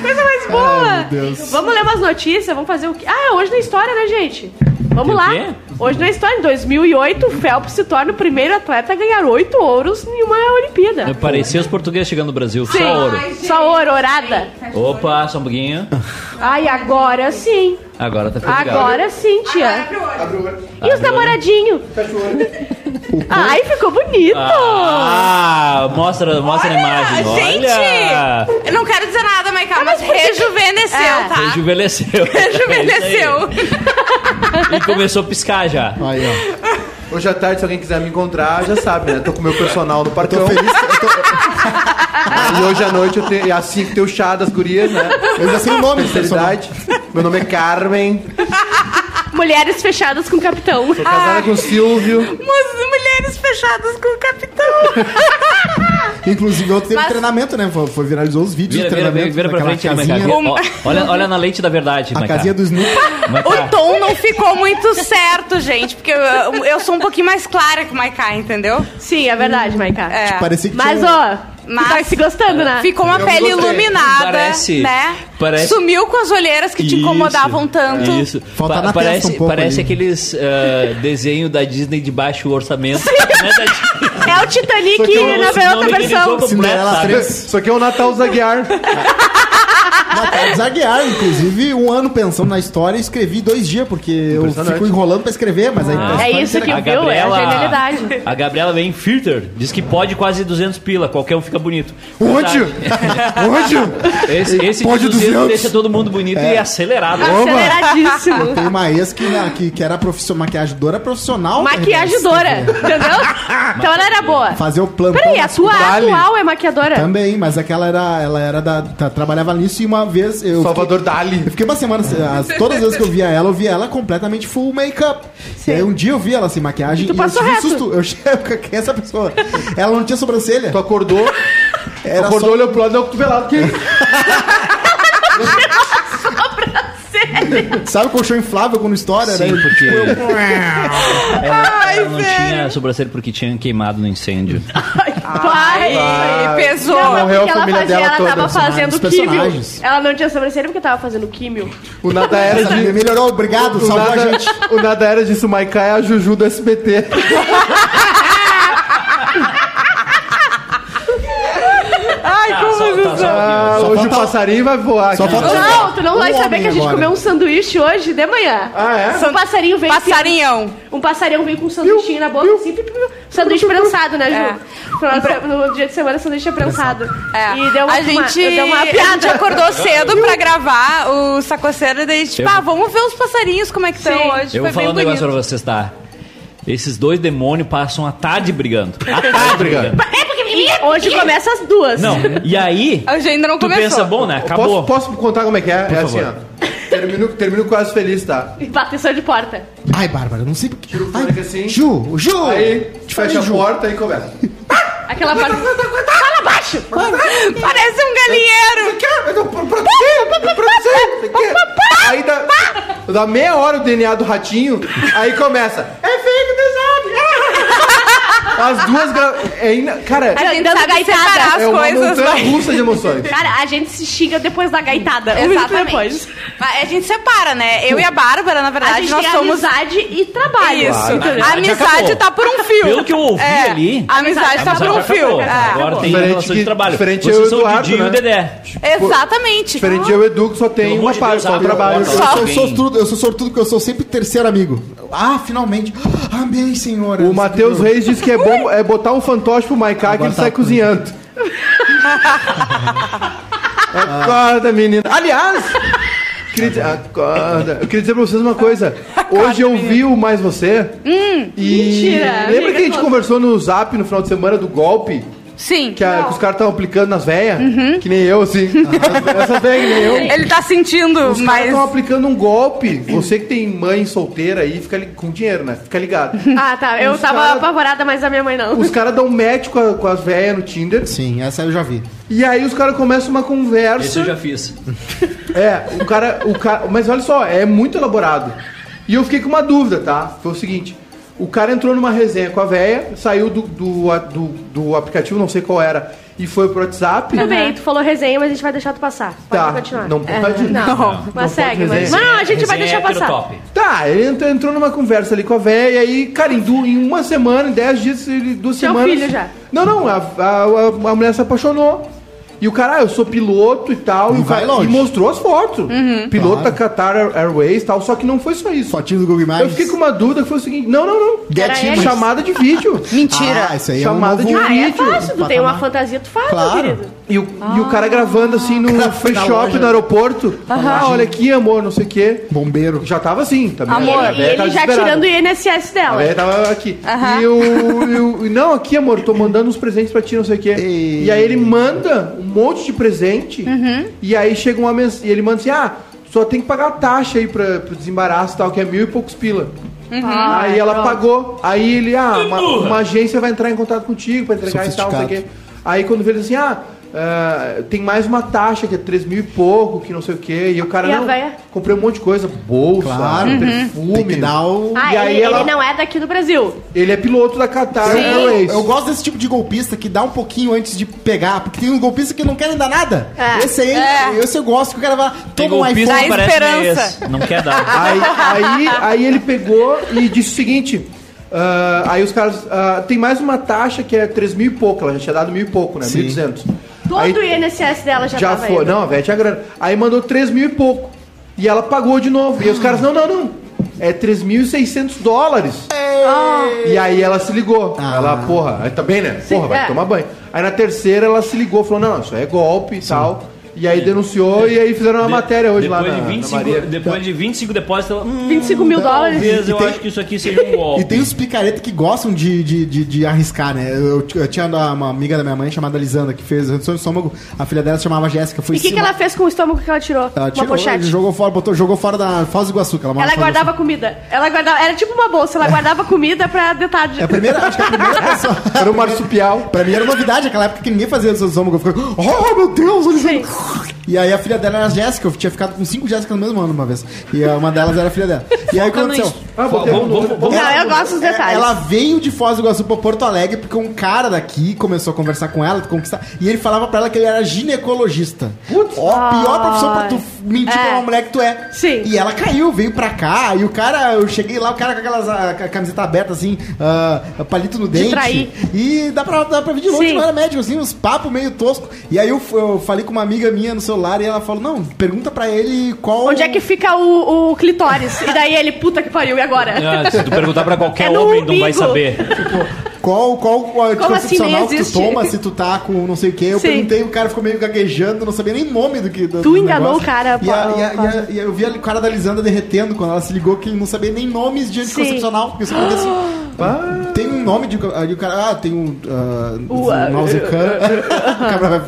[SPEAKER 1] Coisa mais boa.
[SPEAKER 3] Ai, meu Deus.
[SPEAKER 1] Vamos ler umas notícias, vamos fazer o quê? Ah, hoje na história, né, gente? Vamos
[SPEAKER 5] O
[SPEAKER 1] lá.
[SPEAKER 5] quê?
[SPEAKER 1] Hoje na história, em 2008, o Phelps se torna o primeiro atleta a ganhar oito ouros em uma Olimpíada.
[SPEAKER 5] Eu parecia os portugueses chegando no Brasil.
[SPEAKER 1] Sim.
[SPEAKER 5] É Só ouro.
[SPEAKER 1] Só ouro, orada.
[SPEAKER 5] Opa, só um pouquinho.
[SPEAKER 1] Ai, agora sim.
[SPEAKER 5] Agora tá ficando legal.
[SPEAKER 1] Agora é sim, tia.
[SPEAKER 4] Abre o olho.
[SPEAKER 1] E os namoradinhos? [LAUGHS] Ai, ficou bonito.
[SPEAKER 5] Ah, mostra, mostra a imagem.
[SPEAKER 2] Ah, gente!
[SPEAKER 5] Olha!
[SPEAKER 2] Eu não quero dizer nada, Maiká, mas rejuvenesceu,
[SPEAKER 1] É.
[SPEAKER 2] tá? [LAUGHS]
[SPEAKER 5] Rejuvenesceu.
[SPEAKER 2] Rejuvenesceu.
[SPEAKER 5] É isso aí. e começou a piscar já.
[SPEAKER 3] Aí, ó.
[SPEAKER 4] Hoje à tarde, se alguém quiser me encontrar, já sabe, né? Tô com meu personal no parcão.
[SPEAKER 3] Tô feliz.
[SPEAKER 4] E hoje à noite, eu tenho, e às 5 tem o chá das gurias, né?
[SPEAKER 3] Eu já sei o nome do personagem.
[SPEAKER 4] Felicidade. Meu nome é Carmen.
[SPEAKER 1] Mulheres fechadas com o capitão.
[SPEAKER 4] Tô casada com o Silvio.
[SPEAKER 2] Mas mulheres fechadas com o
[SPEAKER 5] [LAUGHS]
[SPEAKER 2] capitão.
[SPEAKER 3] Inclusive, outro teve
[SPEAKER 2] Mas-
[SPEAKER 3] treinamento, né? Foi, foi- viralizou os vídeos
[SPEAKER 5] Vira,
[SPEAKER 3] de
[SPEAKER 5] vira, vira,
[SPEAKER 3] treinamento.
[SPEAKER 5] vira pra frente aí,
[SPEAKER 3] daquela
[SPEAKER 5] Maiká.
[SPEAKER 2] Um-
[SPEAKER 3] casinha,
[SPEAKER 5] Ó, Olha, olha na lente da verdade,
[SPEAKER 3] a
[SPEAKER 5] Maiká.
[SPEAKER 3] casinha do Snoopy.
[SPEAKER 5] Maiká.
[SPEAKER 2] o tom não ficou muito certo, gente, porque eu, eu sou um pouquinho mais clara que o Maiká, entendeu?
[SPEAKER 1] Sim, é verdade, Maiká.
[SPEAKER 2] É.
[SPEAKER 3] Parecia que
[SPEAKER 1] Mas,
[SPEAKER 3] tinha um-
[SPEAKER 1] ó,
[SPEAKER 2] Mas-
[SPEAKER 1] tu tá se gostando, né?
[SPEAKER 2] Ficou uma
[SPEAKER 4] Eu
[SPEAKER 2] pele
[SPEAKER 4] gostei.
[SPEAKER 2] iluminada,
[SPEAKER 5] Parece-
[SPEAKER 2] né?
[SPEAKER 5] parece-
[SPEAKER 2] Sumiu com as olheiras que te
[SPEAKER 5] Isso, é
[SPEAKER 2] incomodavam tanto.
[SPEAKER 5] Isso.
[SPEAKER 3] Falta na
[SPEAKER 5] parece
[SPEAKER 3] testa um pouco
[SPEAKER 5] parece
[SPEAKER 3] ali.
[SPEAKER 5] aqueles ah, desenho da Disney de baixo orçamento. né, da Disney.
[SPEAKER 1] É o Titanic
[SPEAKER 5] Só que
[SPEAKER 3] um
[SPEAKER 5] eu-
[SPEAKER 1] na
[SPEAKER 5] senão
[SPEAKER 1] outra
[SPEAKER 5] ele
[SPEAKER 1] versão.
[SPEAKER 5] resolve-
[SPEAKER 3] Cinderela
[SPEAKER 5] sabe?
[SPEAKER 3] 3.
[SPEAKER 4] Isso aqui é o Natal Zaguiar.
[SPEAKER 1] [LAUGHS]
[SPEAKER 3] Natal Zaguear, É inclusive, um ano pensando na história e escrevi dois dias, porque eu
[SPEAKER 4] Impressionante.
[SPEAKER 3] fico enrolando pra escrever, mas aí.
[SPEAKER 1] É isso que
[SPEAKER 5] A
[SPEAKER 1] viu, é a
[SPEAKER 5] Gabriela,
[SPEAKER 1] genialidade.
[SPEAKER 5] a Gabriela vem filter, diz que pode quase 200 pila, qualquer um fica bonito.
[SPEAKER 1] É
[SPEAKER 4] Onde?
[SPEAKER 5] Verdade.
[SPEAKER 4] Onde?
[SPEAKER 5] Esse, esse
[SPEAKER 4] Pode
[SPEAKER 5] de 200
[SPEAKER 4] 200?
[SPEAKER 5] deixa todo mundo bonito
[SPEAKER 3] É.
[SPEAKER 5] e acelerado. né?
[SPEAKER 1] Aceleradíssimo.
[SPEAKER 2] [LAUGHS]
[SPEAKER 3] Tem uma ex que, que, que era profissional, maquiagedora profissional. né?
[SPEAKER 1] Maquiagemdora, entendeu? Então ela era boa.
[SPEAKER 3] Fazer o plano.
[SPEAKER 1] Peraí, a tua atual é maquiadora?
[SPEAKER 3] Também, mas aquela era. Ela era da. tá- trabalhava nisso e uma vez eu.
[SPEAKER 4] Salvador
[SPEAKER 3] fiquei,
[SPEAKER 4] Dali.
[SPEAKER 3] Eu fiquei uma semana. as- todas as vezes que eu via ela, eu via ela completamente full make-up. E aí um dia eu vi ela sem maquiagem
[SPEAKER 1] E tu
[SPEAKER 3] e
[SPEAKER 1] passou
[SPEAKER 3] eu
[SPEAKER 1] reto.
[SPEAKER 3] tive um susto. Eu [LAUGHS] chego que é essa pessoa. Ela não tinha sobrancelha.
[SPEAKER 4] Tu acordou,
[SPEAKER 3] Era
[SPEAKER 4] acordou,
[SPEAKER 3] só-
[SPEAKER 4] olhou pro lado, deu o cotovelado. Que
[SPEAKER 3] Sabe o colchão inflável quando estoura?
[SPEAKER 5] Sim,
[SPEAKER 3] né?
[SPEAKER 5] porque ela, um- ela não tinha sobrancelha porque tinha queimado no incêndio.
[SPEAKER 1] Pai!
[SPEAKER 2] Ai, pesou.
[SPEAKER 1] Não, é
[SPEAKER 4] morreu a
[SPEAKER 1] porque ela,
[SPEAKER 4] família
[SPEAKER 1] fazia,
[SPEAKER 4] dela
[SPEAKER 1] ela tava
[SPEAKER 4] toda, assim, né?
[SPEAKER 3] os
[SPEAKER 1] fazendo químio.
[SPEAKER 3] personagens.
[SPEAKER 1] Ela não tinha sobrancelha porque tava fazendo químio.
[SPEAKER 4] O nada era
[SPEAKER 3] Essa
[SPEAKER 4] de.
[SPEAKER 3] vida melhorou, obrigado,
[SPEAKER 4] O
[SPEAKER 3] salvou a
[SPEAKER 4] nada,
[SPEAKER 3] gente.
[SPEAKER 4] o nada era disso, Maiká é a Juju do SBT.
[SPEAKER 2] Ai, como
[SPEAKER 5] Tá, só
[SPEAKER 4] Ah,
[SPEAKER 3] Só
[SPEAKER 4] hoje
[SPEAKER 3] falta-
[SPEAKER 4] o passarinho vai voar.
[SPEAKER 3] Só
[SPEAKER 4] aqui.
[SPEAKER 3] falta-
[SPEAKER 1] Não, tu não
[SPEAKER 3] Um
[SPEAKER 1] vai saber
[SPEAKER 3] homem
[SPEAKER 1] que a gente
[SPEAKER 3] agora.
[SPEAKER 1] comeu um sanduíche hoje de manhã.
[SPEAKER 4] Ah, é?
[SPEAKER 1] Um passarinho veio.
[SPEAKER 2] Passarinhão.
[SPEAKER 1] Um passarinho veio com um sanduichinho na boca, assim, piu, piu, piu. sanduíche prensado, né, Ju? No- No, dia de semana, sanduíche é prensado.
[SPEAKER 2] É.
[SPEAKER 1] E deu uma,
[SPEAKER 2] a gente,
[SPEAKER 1] deu uma
[SPEAKER 2] a gente
[SPEAKER 1] piada.
[SPEAKER 2] acordou cedo pra gravar o Sacoceiro e daí, tipo,
[SPEAKER 5] Eu-
[SPEAKER 2] ah, vamos ver os passarinhos como é que estão
[SPEAKER 1] Sim.
[SPEAKER 2] hoje. Foi
[SPEAKER 5] Eu vou falar
[SPEAKER 2] bem
[SPEAKER 5] um negócio pra
[SPEAKER 2] bonito.
[SPEAKER 5] vocês, tá? Esses dois demônios passam a tarde brigando. A tarde brigando.
[SPEAKER 1] E hoje começa as duas.
[SPEAKER 5] Não, e aí,
[SPEAKER 2] Hoje ainda não
[SPEAKER 5] tu
[SPEAKER 2] começou.
[SPEAKER 5] pensa, bom, né? Acabou.
[SPEAKER 4] Posso, posso contar como é que é? é
[SPEAKER 5] favor.
[SPEAKER 4] assim, ó. Termino, termino quase feliz, tá?
[SPEAKER 1] [LAUGHS] E bateção de porta.
[SPEAKER 3] Ai, Bárbara, eu não sei porque.
[SPEAKER 4] Tira o
[SPEAKER 3] Ai,
[SPEAKER 4] fone assim.
[SPEAKER 3] Ju, Ju!
[SPEAKER 4] Aí, te fecha a
[SPEAKER 3] Ju.
[SPEAKER 4] porta e começa.
[SPEAKER 1] Aquela parte. [LAUGHS] Fala baixo!
[SPEAKER 2] [LAUGHS] Parece um galinheiro.
[SPEAKER 4] Aí dá, dá meia hora o DNA do ratinho, aí começa. É fake design! [LAUGHS] As duas. Gra... É ina- Cara,
[SPEAKER 2] A gente
[SPEAKER 1] Dando
[SPEAKER 2] sabe
[SPEAKER 1] gaitada.
[SPEAKER 2] separar as
[SPEAKER 4] é uma
[SPEAKER 2] coisas,
[SPEAKER 4] montanha
[SPEAKER 2] né?
[SPEAKER 4] russa de emoções.
[SPEAKER 1] Cara, a gente se xinga depois da gaitada. Um minuto
[SPEAKER 2] Exatamente.
[SPEAKER 1] depois.
[SPEAKER 2] Mas a gente separa, né? Eu e a Bárbara, na
[SPEAKER 1] A
[SPEAKER 2] verdade,
[SPEAKER 1] gente
[SPEAKER 2] nós
[SPEAKER 1] tem
[SPEAKER 2] somos
[SPEAKER 1] amizade e trabalho.
[SPEAKER 2] Isso.
[SPEAKER 1] entendeu?
[SPEAKER 2] A
[SPEAKER 5] amizade acabou.
[SPEAKER 2] amizade tá por um fio.
[SPEAKER 5] Pelo que eu ouvi
[SPEAKER 2] É,
[SPEAKER 5] ali,
[SPEAKER 2] A amizade tá por
[SPEAKER 5] Agora
[SPEAKER 2] um fio.
[SPEAKER 5] acabou.
[SPEAKER 2] É.
[SPEAKER 5] Agora tem
[SPEAKER 4] Diferente
[SPEAKER 5] relação de
[SPEAKER 4] que-
[SPEAKER 5] trabalho.
[SPEAKER 4] diferente eu
[SPEAKER 5] Vocês
[SPEAKER 4] e
[SPEAKER 5] são o
[SPEAKER 4] Eduardo,
[SPEAKER 5] Didi e o
[SPEAKER 4] né?
[SPEAKER 5] Dedé.
[SPEAKER 2] Exatamente.
[SPEAKER 4] Diferente eu, Edu, que só tem
[SPEAKER 5] Pelo amor
[SPEAKER 4] uma
[SPEAKER 5] de
[SPEAKER 4] parte,
[SPEAKER 5] Deus,
[SPEAKER 4] só o
[SPEAKER 5] abre a
[SPEAKER 4] trabalho.
[SPEAKER 5] porta.
[SPEAKER 3] Eu sou,
[SPEAKER 5] Bem.
[SPEAKER 3] sortudo, eu sou sortudo porque eu sou sempre terceiro amigo. Ah, finalmente. [GASPS] Amém, senhora.
[SPEAKER 4] O Matheus Reis disse que é bom é botar um fantoche pro Maiká que
[SPEAKER 3] Agora
[SPEAKER 4] ele
[SPEAKER 3] tá
[SPEAKER 4] sai
[SPEAKER 3] tudo.
[SPEAKER 4] cozinhando.
[SPEAKER 3] [LAUGHS] Ah.
[SPEAKER 4] Acorda, menina.
[SPEAKER 3] [LAUGHS]
[SPEAKER 4] Aliás, queria dizer, acorda. Eu queria dizer pra vocês uma coisa. Hoje eu vi o Mais Você. e
[SPEAKER 1] Hum, mentira.
[SPEAKER 4] Lembra
[SPEAKER 1] Amiga,
[SPEAKER 4] que a gente
[SPEAKER 1] conta.
[SPEAKER 4] conversou no zap no final de semana do golpe?
[SPEAKER 2] Sim.
[SPEAKER 4] Que, a- que os caras estavam aplicando nas veias?
[SPEAKER 1] Uhum.
[SPEAKER 4] Que nem
[SPEAKER 1] [LAUGHS]
[SPEAKER 4] eu, assim. Essas veias que nem eu.
[SPEAKER 2] Ele tá sentindo,
[SPEAKER 4] Os caras
[SPEAKER 2] mas...
[SPEAKER 4] estão aplicando um golpe. Você que tem mãe solteira aí, fica li- com dinheiro, né? Fica ligado.
[SPEAKER 1] Ah, tá. Eu
[SPEAKER 4] Os
[SPEAKER 1] tava
[SPEAKER 4] cara-
[SPEAKER 1] apavorada, mas a minha mãe não.
[SPEAKER 4] Os caras dão match com, a- com as velhas no Tinder.
[SPEAKER 3] Sim, essa eu já vi.
[SPEAKER 4] E aí os caras começam uma
[SPEAKER 5] Esse eu
[SPEAKER 4] conversa.
[SPEAKER 5] já fiz.
[SPEAKER 4] É, o cara, o cara. Mas olha só, é muito elaborado. E eu fiquei com uma dúvida, tá? Foi o seguinte. O cara entrou numa resenha com a véia, saiu do, do, a- do, do aplicativo, não sei qual era, e foi pro WhatsApp.
[SPEAKER 1] Tudo bem, tu falou resenha, mas a gente vai deixar tu passar. Pode
[SPEAKER 4] Tá,
[SPEAKER 1] continuar. É.
[SPEAKER 4] não pode-
[SPEAKER 1] não.
[SPEAKER 4] não, não
[SPEAKER 1] Mas
[SPEAKER 4] pode
[SPEAKER 1] segue, mas.
[SPEAKER 4] resenha.
[SPEAKER 1] Não, a gente vai
[SPEAKER 5] Resenha
[SPEAKER 1] deixar passar.
[SPEAKER 5] hétero é top.
[SPEAKER 4] Tá, ele entrou, entrou numa conversa ali com a véia e, cara, em, du- em uma semana, em dez dias, ele- duas
[SPEAKER 1] Seu
[SPEAKER 4] semanas.
[SPEAKER 1] filho já.
[SPEAKER 4] Não, não, a, a, a- a mulher se apaixonou. E o cara, ah, eu sou piloto e tal,
[SPEAKER 3] E
[SPEAKER 4] e, o
[SPEAKER 3] vai
[SPEAKER 4] cara,
[SPEAKER 3] longe.
[SPEAKER 4] e mostrou as fotos.
[SPEAKER 1] Uhum.
[SPEAKER 4] Piloto
[SPEAKER 3] Claro.
[SPEAKER 4] da Qatar Air- Airways e tal, só que não foi só isso.
[SPEAKER 3] Fotinho do Google Imagens.
[SPEAKER 4] Eu fiquei com uma dúvida que foi o seguinte: não, não, não.
[SPEAKER 1] Era
[SPEAKER 3] Get
[SPEAKER 1] ele.
[SPEAKER 3] Images. [LAUGHS]
[SPEAKER 4] Chamada de vídeo.
[SPEAKER 3] Ah, isso aí é um
[SPEAKER 4] Chamada
[SPEAKER 3] novo...
[SPEAKER 4] de
[SPEAKER 1] é Ah, é
[SPEAKER 4] vídeo.
[SPEAKER 1] fácil. Ah. Tu tem
[SPEAKER 3] Patamar.
[SPEAKER 1] uma fantasia, tu faz, meu
[SPEAKER 3] Claro.
[SPEAKER 1] querido.
[SPEAKER 4] E o, e o cara gravando assim no free
[SPEAKER 3] na
[SPEAKER 4] shop
[SPEAKER 3] loja.
[SPEAKER 4] no aeroporto. Ah, olha aqui, amor, não sei o quê.
[SPEAKER 3] Bombeiro.
[SPEAKER 4] Já tava assim também.
[SPEAKER 1] Amor,
[SPEAKER 4] A
[SPEAKER 1] e
[SPEAKER 4] véia
[SPEAKER 1] ele
[SPEAKER 4] tava
[SPEAKER 1] já
[SPEAKER 4] desesperada.
[SPEAKER 1] tirando o INSS
[SPEAKER 4] A
[SPEAKER 1] dela.
[SPEAKER 4] véia tava aqui.
[SPEAKER 2] Aham.
[SPEAKER 4] E o, e o- e Não, aqui, amor, tô mandando uns presentes pra ti, não sei o quê.
[SPEAKER 3] Ei.
[SPEAKER 4] E aí ele manda um monte de presente.
[SPEAKER 1] Uhum.
[SPEAKER 4] E aí chega uma mensagem. E ele manda assim: ah, só tem que pagar a taxa aí pra, pro desembaraço e tal, que é mil e poucos pila.
[SPEAKER 1] Ah, é,
[SPEAKER 4] aí ela pagou. Aí ele, ah, uma, uma agência vai entrar em contato contigo pra entregar e tal, não sei o quê. Aí quando vê ele assim, ah. ah, tem mais uma taxa que é 3 mil e pouco, que não sei o quê. E o cara
[SPEAKER 1] E a
[SPEAKER 4] não.
[SPEAKER 1] véia? Uhum.
[SPEAKER 4] Comprei um monte de coisa, bolsa,
[SPEAKER 3] Claro. Uhum.
[SPEAKER 4] perfume.
[SPEAKER 3] Tem que dar o...
[SPEAKER 1] Ah,
[SPEAKER 4] E aí
[SPEAKER 1] ele, ele
[SPEAKER 4] ela-
[SPEAKER 1] não é daqui do Brasil.
[SPEAKER 4] Ele é piloto da Qatar
[SPEAKER 3] Eu,
[SPEAKER 4] Airways.
[SPEAKER 3] eu gosto desse tipo de golpista que dá um pouquinho antes de pegar, porque tem um golpista que não querem dar nada.
[SPEAKER 1] É.
[SPEAKER 3] Esse aí, esse eu gosto, que o cara vai lá,
[SPEAKER 5] Tem
[SPEAKER 3] toma um
[SPEAKER 5] golpista
[SPEAKER 3] iPhone.
[SPEAKER 5] que
[SPEAKER 2] Dá
[SPEAKER 5] parece
[SPEAKER 2] esperança.
[SPEAKER 5] meio esse. Não quer dar.
[SPEAKER 4] [LAUGHS] Aí, aí, aí ele pegou e disse o seguinte. ah, aí os caras. ah, tem mais uma taxa que é 3 mil e pouco. Ela já tinha dado mil e pouco, né?
[SPEAKER 3] Sim.
[SPEAKER 4] 1.200.
[SPEAKER 1] Todo
[SPEAKER 4] Aí-
[SPEAKER 1] o INSS dela já,
[SPEAKER 4] Já
[SPEAKER 1] tava
[SPEAKER 4] foi. né?
[SPEAKER 1] indo.
[SPEAKER 4] Não, a velha tinha grana. Aí mandou 3 mil e pouco. E ela pagou de novo.
[SPEAKER 1] [GASPS]
[SPEAKER 4] E os caras, não, não, não. É 3.600 dólares. E aí ela se ligou.
[SPEAKER 3] Ah.
[SPEAKER 4] Ela, porra, aí tá bem, né?
[SPEAKER 1] Sim,
[SPEAKER 4] Porra, vai
[SPEAKER 1] é.
[SPEAKER 4] tomar banho. Aí na terceira ela se ligou, falou, não, isso é golpe e tal. E aí denunciou e aí fizeram uma matéria hoje lá
[SPEAKER 5] depois
[SPEAKER 4] na,
[SPEAKER 5] É. de
[SPEAKER 4] na
[SPEAKER 5] 25,
[SPEAKER 4] Maria.
[SPEAKER 5] Depois de 25 depósitos, ela... Hum,
[SPEAKER 1] 25 mil dólares.
[SPEAKER 5] Talvez
[SPEAKER 3] E
[SPEAKER 5] eu
[SPEAKER 3] tem-
[SPEAKER 5] acho que isso aqui seja um golpe.
[SPEAKER 3] E tem os picareta que gostam de, de, de, de arriscar, né? Eu, eu tinha uma uma amiga da minha mãe chamada Lisanda, que fez redução de estômago. A filha dela se chamava Jéssica. Foi
[SPEAKER 1] E o que, que ela fez com o estômago que ela tirou?
[SPEAKER 3] Ela tirou,
[SPEAKER 1] Uma pochete.
[SPEAKER 3] jogou fora, botou, jogou fora da Foz do Iguaçu, que ela mora
[SPEAKER 1] Ela
[SPEAKER 3] na Foz do Iguaçu.
[SPEAKER 1] guardava comida. Ela guardava. Era tipo uma bolsa, ela guardava comida pra detalhe.
[SPEAKER 3] É a primeira, acho que é
[SPEAKER 1] [LAUGHS]
[SPEAKER 3] a primeira pessoa.
[SPEAKER 4] Era o marsupial.
[SPEAKER 3] Pra mim era novidade aquela época que ninguém fazia redução de estômago. Eu ficava, oh meu Deus, olha
[SPEAKER 1] Sim.
[SPEAKER 3] E aí a filha dela era a Jéssica, eu tinha ficado com cinco Jéssicas no mesmo ano uma vez. E uma delas era a filha dela. E aí o que
[SPEAKER 6] Foca no
[SPEAKER 3] aconteceu?
[SPEAKER 6] isso.
[SPEAKER 4] Ah, botei
[SPEAKER 5] Vamos-
[SPEAKER 4] no-
[SPEAKER 5] vamos- vamos-
[SPEAKER 1] Não, eu gosto dos
[SPEAKER 3] É,
[SPEAKER 1] detalhes.
[SPEAKER 3] Ela veio de Foz do Iguaçu pra Porto Alegre porque um cara daqui começou a conversar com ela, conquistar, e ele falava pra ela que ele era ginecologista. Putz, ó, a pior profissão pra tu mentir
[SPEAKER 1] É.
[SPEAKER 3] pra uma mulher que tu é.
[SPEAKER 1] Sim.
[SPEAKER 3] E ela caiu, veio pra cá, e o cara, eu cheguei lá, o cara com aquelas ah, com a camiseta aberta assim, ah, palito no dente.
[SPEAKER 1] trair.
[SPEAKER 3] E dá pra, dá pra ver de longe,
[SPEAKER 1] Sim.
[SPEAKER 3] não era médico, assim, uns papos meio tosco. E aí eu, f- eu falei com uma amiga minha no celular e ela falou: não, pergunta pra ele qual.
[SPEAKER 1] Onde é que fica o, o clitóris? E daí ele, puta que pariu, e agora?
[SPEAKER 5] Ah, se tu perguntar pra qualquer
[SPEAKER 1] É no
[SPEAKER 5] homem, não vai
[SPEAKER 1] umbigo.
[SPEAKER 5] saber.
[SPEAKER 3] Qual, qual a anticoncepcional
[SPEAKER 1] Tipo, assim nem
[SPEAKER 3] que tu
[SPEAKER 1] existe?
[SPEAKER 3] toma se tu tá com não sei o que? Eu
[SPEAKER 1] Sim.
[SPEAKER 3] perguntei, o cara ficou meio gaguejando, não sabia nem nome do que. Do,
[SPEAKER 1] Tu
[SPEAKER 3] do
[SPEAKER 1] enganou
[SPEAKER 3] negócio.
[SPEAKER 1] o cara,
[SPEAKER 3] E, a-
[SPEAKER 1] Paulo,
[SPEAKER 3] e a- e a-
[SPEAKER 1] Paulo.
[SPEAKER 3] e eu vi o cara da Lisanda derretendo quando ela se ligou que ele não sabia nem nomes de anticoncepcional. Porque isso acontece.
[SPEAKER 1] [GASPS]
[SPEAKER 3] Tem um nome de. Aí o cara. Ah, tem um.
[SPEAKER 1] O, ah, [LAUGHS]
[SPEAKER 3] Uh, Nausicaa.